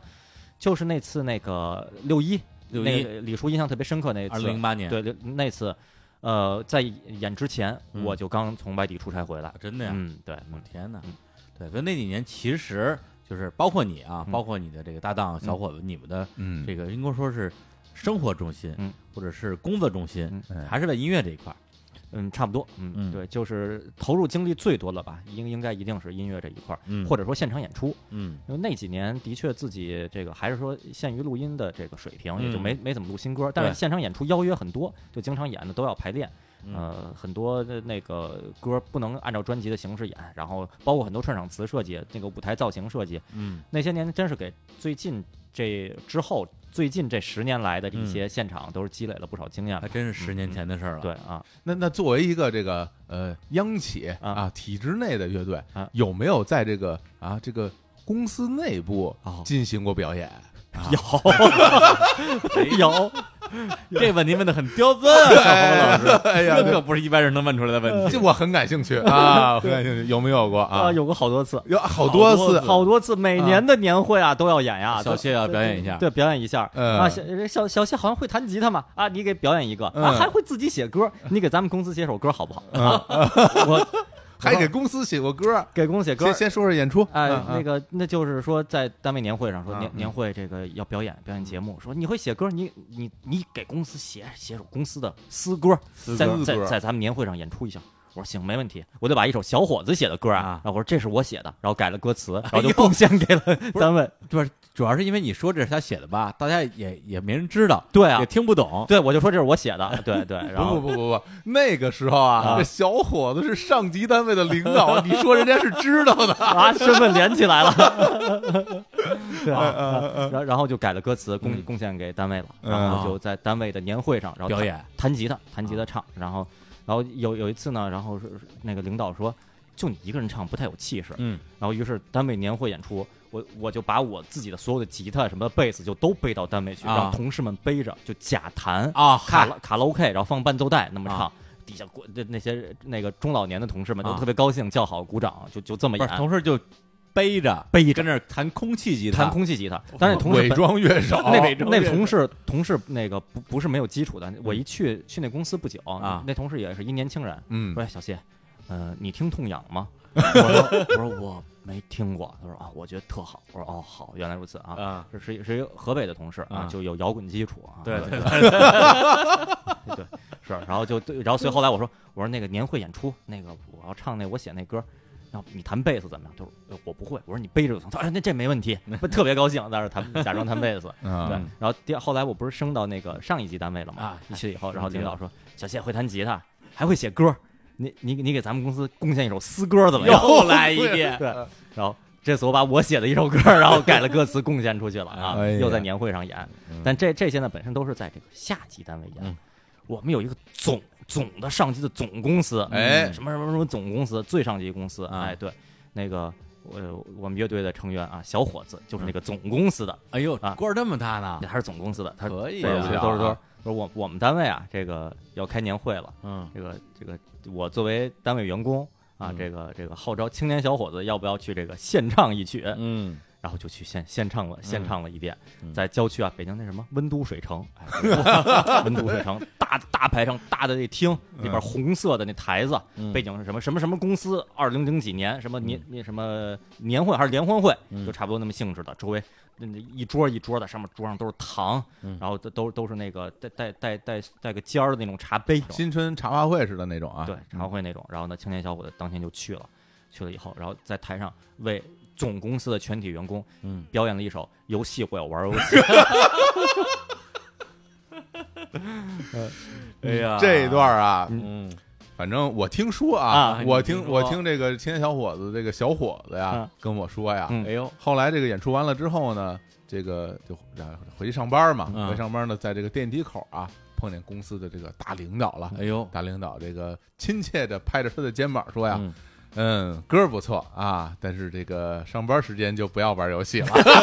就是那次那个六一，
六
那
一
个李叔印象特别深刻那
二
次，
零零八年，
对六那次，呃，在演之前、
嗯
我就刚从外地出差回来
啊，，真的呀，
嗯，对，
我
嗯
天哪
嗯，
对，所以那几年其实就是包括你啊，
嗯
包括你的这个搭档小伙子，你们的
嗯，
这个应该说是生活重心
嗯，
或者是工作重心
嗯，
哎
还是在音乐这一块儿。
嗯，差不多，嗯，
嗯
对，就是投入精力最多了吧，应应该一定是音乐这一块儿，
嗯
或者说现场演出，
嗯
因为那几年的确自己这个还是说限于录音的这个水平，也就
嗯
没没怎么录新歌，但是
对
现场演出邀约很多，就经常演的都要排练，
嗯
呃，很多的那个歌不能按照专辑的形式演，然后包括很多串场词设计、那个舞台造型设计，
嗯
那些年真是给最近这之后最近这十年来的一些现场都是积累了不少经验
还
了，
真是十年前的事儿了。
对啊，
那那作为一个这个呃央企
啊
啊体制内的乐队
啊，
有没有在这个啊这个公司内部
哦
进行过表演？
<laughs> 有有，
哎这问题问的很刁钻啊，小红老师，
哎呀，
这可不是一般人能问出来的问
这
题。
我很感兴趣啊，很感兴趣，有没有过啊
啊，？有过好多次，
有好多
好多次，
次
好多次，每年的年会啊都要演呀，
小
都
谢要啊表演一下，
对，表演一下。
嗯
啊，小小小谢好像会弹吉他嘛，啊，你给表演一个，啊，
嗯
还会自己写歌，你给咱们公司写首歌好不好？啊，我
还给公司写过歌。
给公司写歌
先。先说说演出，
哎，
嗯嗯
那个，那就是说，在单位年会上说年
嗯
年会这个要表演表演节目，说你会写歌，你你你给公司写写首公司的私歌，在
歌
在在咱们年会上演出一下。我说行，没问题，我就把一首小伙子写的歌啊
啊，
然后我说这是我写的，然后改了歌词，
哎
然后就贡献给
<laughs>
了单位。
对吧？主要是因为你说这是他写的吧，大家也也没人知道，
对啊
也听不懂。
对，我就说这是我写的，对对。然后
嗯不不不不不，那个时候啊，
啊
这小伙子是上级单位的领导，
<laughs>
你说人家是知道的，
啊，身份连起来了，对
嗯
啊，然后然后就改了歌词，贡贡献给单位了，然后就在单位的年会上，然后
嗯啊表
弹
演啊
弹吉他，弹吉他唱，然后然后有有一次呢，然后是是那个领导说，就你一个人唱不太有气势，
嗯，
然后于是单位年会演出。我我就把我自己的所有的吉他什么贝斯就都背到单位去，
啊
让同事们背着就假弹
啊，
卡
嗨，
拉卡拉 OK，然后放伴奏带那么
啊
唱，底下过那那些那个中老年的同事们都
啊
特别高兴，叫好鼓掌，就就这么
不
演
是。同事就背着
背着
跟那儿弹空气吉他，
弹空气吉他，但是同事
伪
本
装乐手，
<laughs> 那哦那同事嗯同事那个不不是没有基础的，我一去去那公司不久嗯
啊
那同事也是一年轻人，
嗯
说哎小谢，呃，你听痛痒 <laughs> 吗？我说我说我没听过，他说啊，我觉得特好，我说哦好，原来如此啊。
啊，
是是一是一个河北的同事
啊，
啊就有摇滚基础啊。
对
对对 <laughs> 对，是。然后就，然后所以后来我说，我说那个年会演出，那个我要唱那我写那歌，要不你弹贝斯怎么样？就是呃我不会。我说你背着就行。他说哎那这没问 <laughs> 题，不特别高兴，在那儿弹假装弹贝斯。对
啊，，
然后第二后来我不是升到那个上一级单位了嘛，
嗯啊
一去以后，
是
然后
是
领导说小谢会弹吉他，还会写歌，你你你给咱们公司贡献一首私歌怎么样？
又
<laughs>
来一遍，嗯
对，然后这次我把我写的一首歌，然后改了歌词贡献出去了啊，
哎呀
又在年会上演。但这这些呢，本身都是在这个下级单位演。
嗯
我们有一个总总的上级的总公司，嗯
哎
什么什么什么总公司，最上级公司，
啊
哎，对，那个我我们乐队的成员啊，小伙子就是那个总公司的，
哎呦
啊，
官儿这么大呢，
还是总公司的，他
可以
都
啊
是都是都是都是我我们单位啊，这个要开年会了，
嗯，
这个这个我作为单位员工啊，
嗯
这个这个号召青年小伙子要不要去这个献唱一曲，
嗯，
然后就去献献唱了献唱了一遍
嗯，
在郊区啊，北京那什么温都水城，哎
<laughs>
温都水城大大排场大的那厅里边红色的那台子，
嗯
背景是什么什么什么公司，二零零几年什么年那什么年会还是联欢会，
嗯
就差不多那么性质的，周围。那那一桌一桌的，上面桌上都是糖，
嗯
然后都都都是那个带带带带带个尖儿的那种茶杯，
新春茶话会似的那种啊，
对，茶话会那种。然后呢，青年小伙子当天就去了，去了以后，然后在台上为总公司的全体员工，
嗯，
表演了一首《游戏我要玩游戏》。 <laughs>
哎呀，
这一段啊，
嗯，
反正我听说
啊
我
你听
听
说
我听这个青年小伙子这个小伙子呀
嗯
跟我说呀，
嗯
哎呦，
后来这个演出完了之后呢，这个就然后回去上班嘛，
嗯
回上班呢，在这个电梯口啊碰见公司的这个大领导了，
哎呦，
大领导这个亲切的拍着他的肩膀说呀，
嗯
嗯，歌儿不错啊，但是这个上班时间就不要玩游戏了。
<laughs>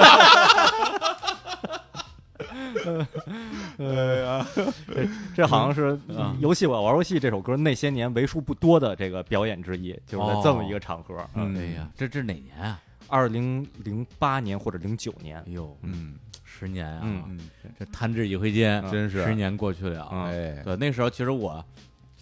这好像是
嗯
《游戏我要玩游戏》这首歌那些年为数不多的这个表演之一，就是在这么一个场合。
嗯
哎呀，这这哪年啊？
二零零八年或者零九年
哎，呦，
嗯
十年啊，
嗯
嗯，
这弹指一挥间，
真是
十年过去了。
嗯
哎，
对，那时候其实我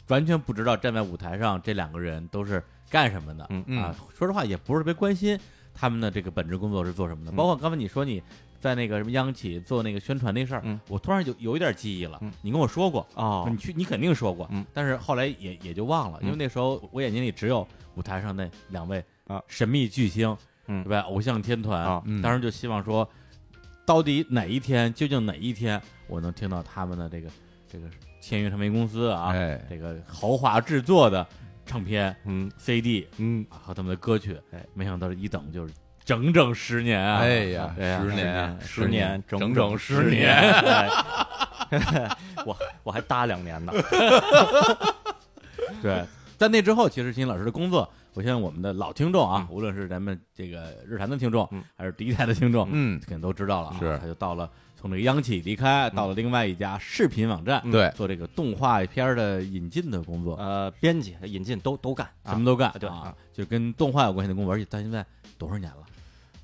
完全不知道站在舞台上这两个人都是干什么的
嗯
啊。说实话，也不是特别关心，他们的这个本职工作是做什么的。
嗯
包括刚才你说你在那个什么央企做那个宣传那事儿
嗯，
我突然有有一点记忆了
嗯。
你跟我说过，
哦
你去你肯定说过
嗯，
但是后来也也就忘了，因为
嗯
那时候我眼睛里只有舞台上那两位
啊
神秘巨星，
嗯
对吧？偶像天团
啊，
嗯
当时就希望说，到底哪一天，究竟哪一天，我能听到他们的这个这个签约唱片公司啊，
哎，
这个豪华制作的唱片
嗯
CD
嗯，
啊和他们的歌曲
哎，
没想到这一等就是整整十年啊！
哎呀，
对呀
十年啊，
十年，
整
整
十
年，
年，
哎 <laughs> 我我还搭两年呢，
对，在那之后，其实秦老师的工作，我相信我们的老听众啊，
嗯
无论是咱们这个日坛的听众
嗯，
还是第一台的听众，
嗯，
肯定都知道了啊。
是
他就到了从这个央企离开，到了另外一家视频网站，
对，
做这个动画片儿的引进的工作，
<laughs> 呃，编辑、引进都都干，
什么都干，
啊对
啊，就跟动画有关系的工作，而且到现在多少年了？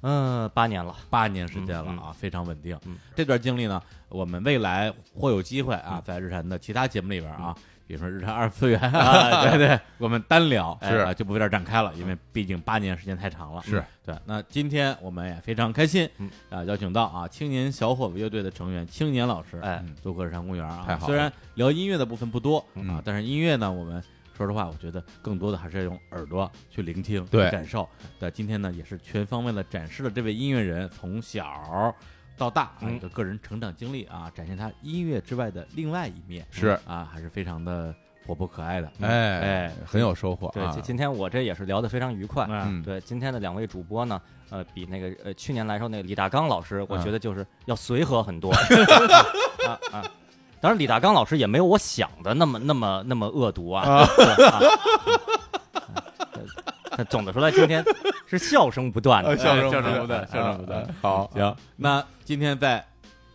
嗯，八年了，
八年时间了啊，非常稳定。
嗯
这段经历呢，我们未来或有机会啊，在日坛的其他节目里边啊，比如说日坛二次元啊，对对，我们单聊
是
哎啊就不有点展开了，因为毕竟八年时间太长了。嗯
是
对。那今天我们也非常开心
嗯
啊，邀请到啊青年小伙子乐队的成员青年老师
哎
嗯做客日坛公园啊。
太好了
虽然聊音乐的部分不多啊
嗯，
但是音乐呢，我们。说实话，我觉得更多的还是要用耳朵去聆听、
对
去感受。对，今天呢也是全方位的展示了这位音乐人从小到大啊
嗯
一个个人成长经历啊，展现他音乐之外的另外一面，
是
啊，还是非常的活泼可爱的。
哎
哎，
很有收获
对，
啊
今，今天我这也是聊得非常愉快，
嗯
嗯，
对，今天的两位主播呢，呃，比那个呃去年来说那个李大刚老师，
嗯
我觉得就是要随和很多。 <laughs> 啊啊！当然，李大刚老师也没有我想的那么那么那么恶毒啊。对啊嗯但总的说来，今天是笑声不断的
哎
呃。笑声
笑声
声
不断笑声不断，
啊好，
行，那今天再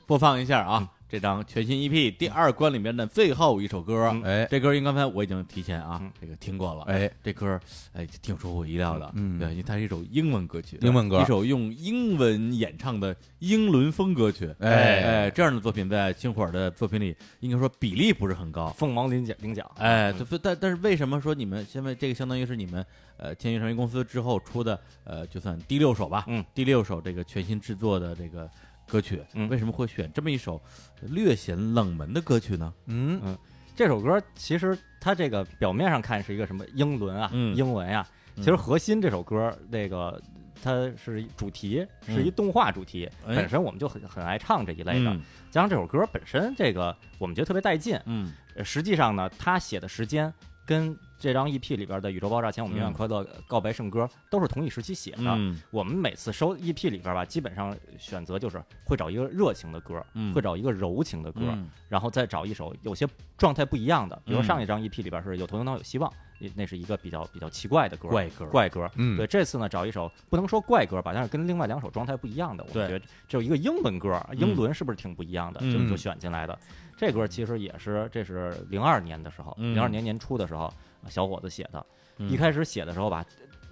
播放一下
嗯
啊，这张全新 EP 第二关里面的最后一首歌。
嗯
哎
这歌因为刚才我已经提前啊
嗯，
这个听过了。
哎，
这歌哎挺出乎我意料的，
嗯
对，因为它是一首英文歌曲，
英文歌
一首用英文演唱的英伦风歌曲，
哎
哎，这样的作品在青火的作品里，应该说比例不是很高。
凤毛麟角，领奖。
哎，
嗯
这不但但是为什么说你们现在这个相当于是你们呃签约唱片公司之后出的呃就算第六首吧，
嗯，
第六首这个全新制作的这个歌曲，
嗯
为什么会选这么一首略显冷门的歌曲呢？
嗯
这首歌其实它这个表面上看是一个什么英伦啊、
嗯
英文呀、
嗯
其实核心这首歌那个它是主题是一动画主题，
嗯哎
本身我们就很很爱唱这一类的，
嗯
加上这首歌本身这个我们觉得特别带劲。
嗯
呃实际上呢，他写的时间跟这张 EP 里边的《宇宙爆炸前我们永远快乐》告白圣歌都是同一时期写的。
嗯
我们每次收 EP 里边吧，基本上选择就是会找一个热情的歌，
嗯
会找一个柔情的歌，
嗯
然后再找一首有些状态不一样的，比如
嗯
上一张 EP 里边是有头有脑有希望，那那是一个比较比较奇怪的歌，
怪歌
怪歌。
嗯，
对，这次呢找一首不能说怪歌吧，但是跟另外两首状态不一样的，我
对
们觉得这有一个英文歌，英伦是不是挺不一样的？就
嗯
就选进来的。这歌其实也是，这是零二年的时候，
嗯
零二年年初的时候，小伙子写的。
嗯
一开始写的时候吧，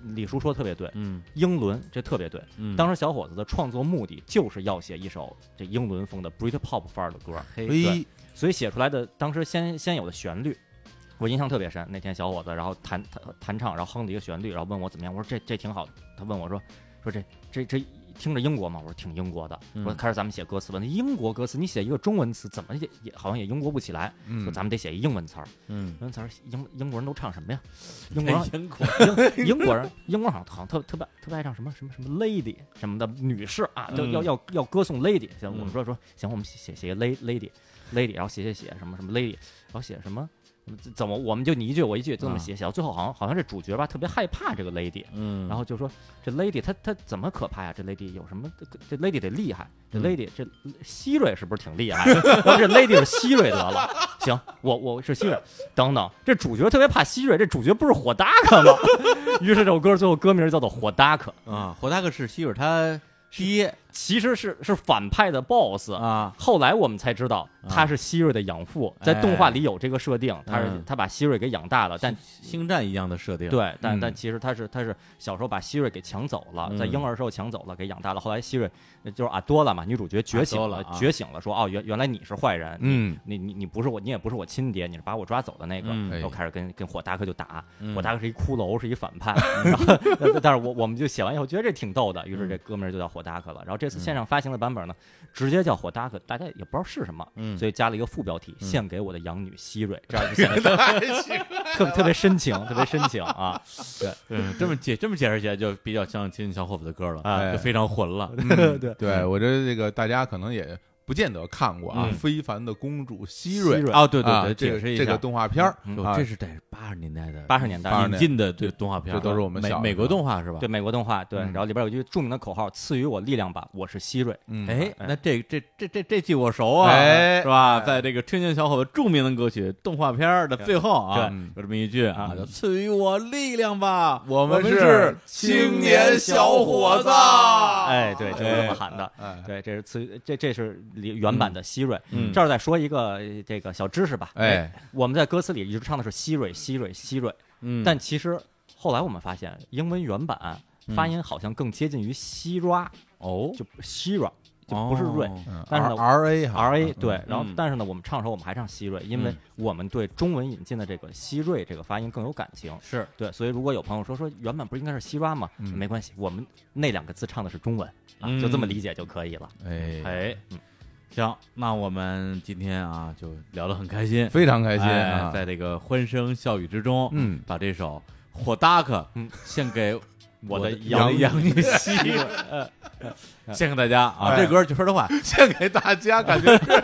李叔说特别对，
嗯
英伦这特别对。
嗯，
当时小伙子的创作目的就是要写一首这英伦风的 Britpop 范儿的歌，
嘿
对所以写出来的当时先先有的旋律，我印象特别深。那天小伙子然后弹弹弹唱，然后哼了一个旋律，然后问我怎么样，我说这这挺好。他问我说说这这这听着英国吗？我说挺英国的。
嗯
我说开始咱们写歌词吧，那英国歌词你写一个中文词怎么也也好像也英国不起来，
嗯
说咱们得写一英文词儿。
嗯
英文词儿英英国人都唱什么呀？英国人
<laughs> 很辛苦，
<laughs> 英英
<laughs>
国人，英国人好像好像特特别特别爱唱什么什么什么 lady 什么的女士啊，要
嗯
要要要歌颂 lady。行，
嗯
我们说说行，我们写写写 lady lady lady，然后写写写什么什么 lady，然后写什么怎么我们就你一句我一句就这么写，写到最后好像好像这主角吧特别害怕这个 lady，
嗯，
然后就说这 lady 她她怎么可怕呀？这 lady 有什么？这 lady 得厉害，这
嗯
lady 这希瑞是不是挺厉害的？ <laughs> 然后这 lady 是希瑞得了。行，我我是希瑞，等等，这主角特别怕希瑞，这主角不是火达克吗？ <laughs>
嗯
于是这首歌最后歌名叫做《火达克》，
啊，火大哥是希尔他爹
其实是是反派的 BOSS
啊，
后来我们才知道
啊
他是希瑞的养父，在
哎
动画里有这个设定，他是
嗯
他把希瑞给养大了，但
星战一样的设定，，
对，但
嗯
但其实他是他是小时候把希瑞给抢走了，在
嗯
婴儿时候抢走了，给养大了。后来希瑞呃就是阿多拉嘛，女主角觉醒
阿
了
多，拉啊
觉醒了，说哦，原原来你是坏人，
嗯
你你你不是我，你也不是我亲爹，你是把我抓走的那个。
嗯
然后开始跟跟火达克就打，
哎
嗯
火达克是一骷髅，是一反派。 <laughs> 然后但但是我我们就写完以后觉得这挺逗的，
嗯
于是这哥们儿就叫火达克了。然后这次线上发行的版本呢，直接叫火达克，大家也不知道是什么，
嗯
所以加了一个副标题“献给我的养女希瑞”，这样就显得
太奇怪了
特别特别深情，特别深情啊。
嗯这么解这么解释起来就比较像亲小伙子的歌了，
哎
就非常混了，
<laughs> 嗯
<laughs> 对
<laughs> 对我觉得这个大家可能也不见得看过啊，
嗯
《非凡的公主希瑞》
啊，对
啊
对对，
这个
解释一
这个
下，
动画片儿
嗯
哟
啊
这，是得八十年代的
八十年代
八十
引进的对动画片儿，
这都是我们
美
小时候
美国动画是吧？
对美国动画，对，
嗯
然后里边有一句著名的口号：“赐予我力量吧，我是希瑞。
嗯
哎，那这这这这这句我熟啊，
哎
是吧？
哎
在这个《青年小伙子》著名的歌曲动画片儿的最后啊
对，
有这么一句啊，
嗯
叫“赐予我力量吧，
我们
们
是
青
年小伙子啊
哎，对，就是这么
哎
喊的。
哎
对，这是赐予这这是里原版的希瑞。
嗯
这儿再说一个呃这个小知识吧。
哎，
我们在歌词里一直唱的是希瑞，希瑞，希瑞，
嗯，
但其实后来我们发现，英文原版发音好像更接近于希拉，
哦，
就希拉，就不是瑞。
哦
嗯
但是呢
R A 哈
R A 对，然后
啊嗯
但是呢，我们唱的时候我们还唱希瑞，因为
嗯
我们对中文引进的这个希瑞这个发音更有感情，
是
对，所以如果有朋友说说原本不是应该是西瓜吗？
嗯
没关系，我们那两个字唱的是中文啊，
嗯
就这么理解就可以了。嗯
哎，
哎，行，那我们今天啊就聊得很开心，
非常开心
哎
啊，
在这个欢声笑语之中，
嗯
把这首《火达克
嗯》
献给
我的
的
养
养养女希瑞， <laughs>
<laughs>
呃献给大家啊！
哎
这歌儿说实话，
献给大家，感觉 <laughs> 是。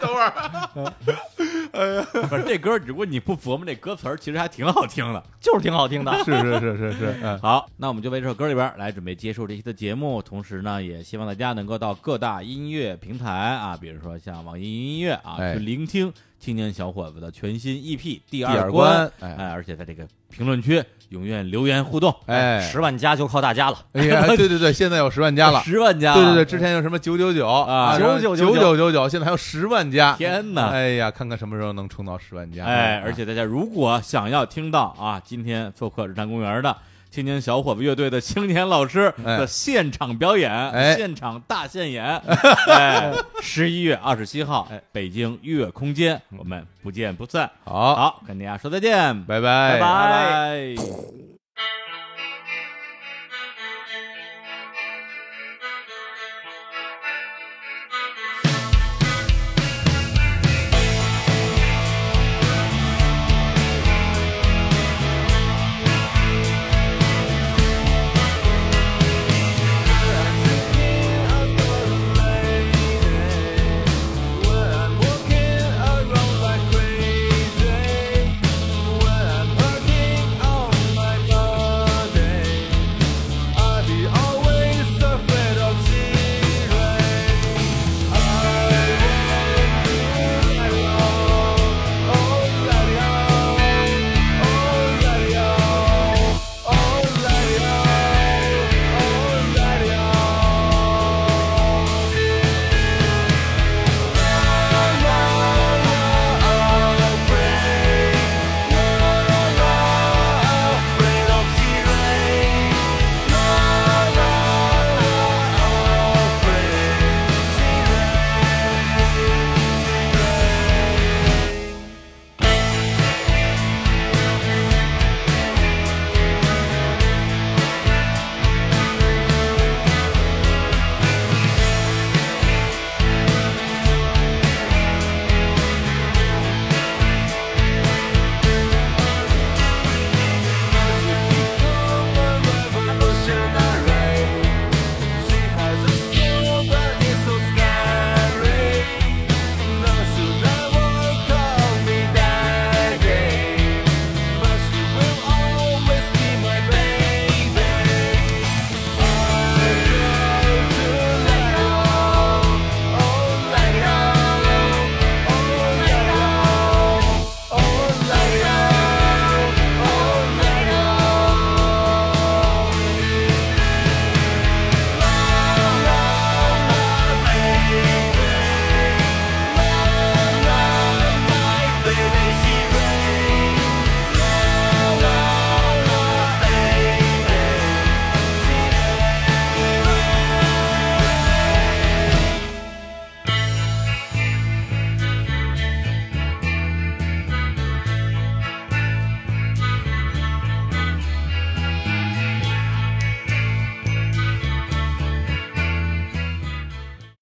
等会儿，
<laughs> 不是这歌儿，如果你不琢磨这歌词儿，其实还挺好听的。
就是挺好听的。
是是是是是，嗯，
好，那我们就为这首歌里边儿来准备结束这期的节目，同时呢，也希望大家能够到各大音乐平台啊，比如说像网易云音乐啊，
哎
去聆听青年小伙子的全新 EP 第
第二
关
关，，哎
哎，而且在这个评论区踊跃留言互动，
哎，
十万加就靠大家了，
哎呀，对对对，现在有十万加了，
十万加，
对对对，，之前有什么九九九啊九
9999
九九九九，现在还有十万加，
天哪
哎呀，看看什么时候能冲到十万加，
哎，而且大家如果想要听到啊，今天做客日坛公园的青年小伙子乐队的青年老师
哎
的现场表演，
哎
现场大现演，
<laughs>
哎，十一月二十七号，
哎
北京月空间，我们不见不散。
嗯好，
好，跟大家说再见，
拜拜
拜拜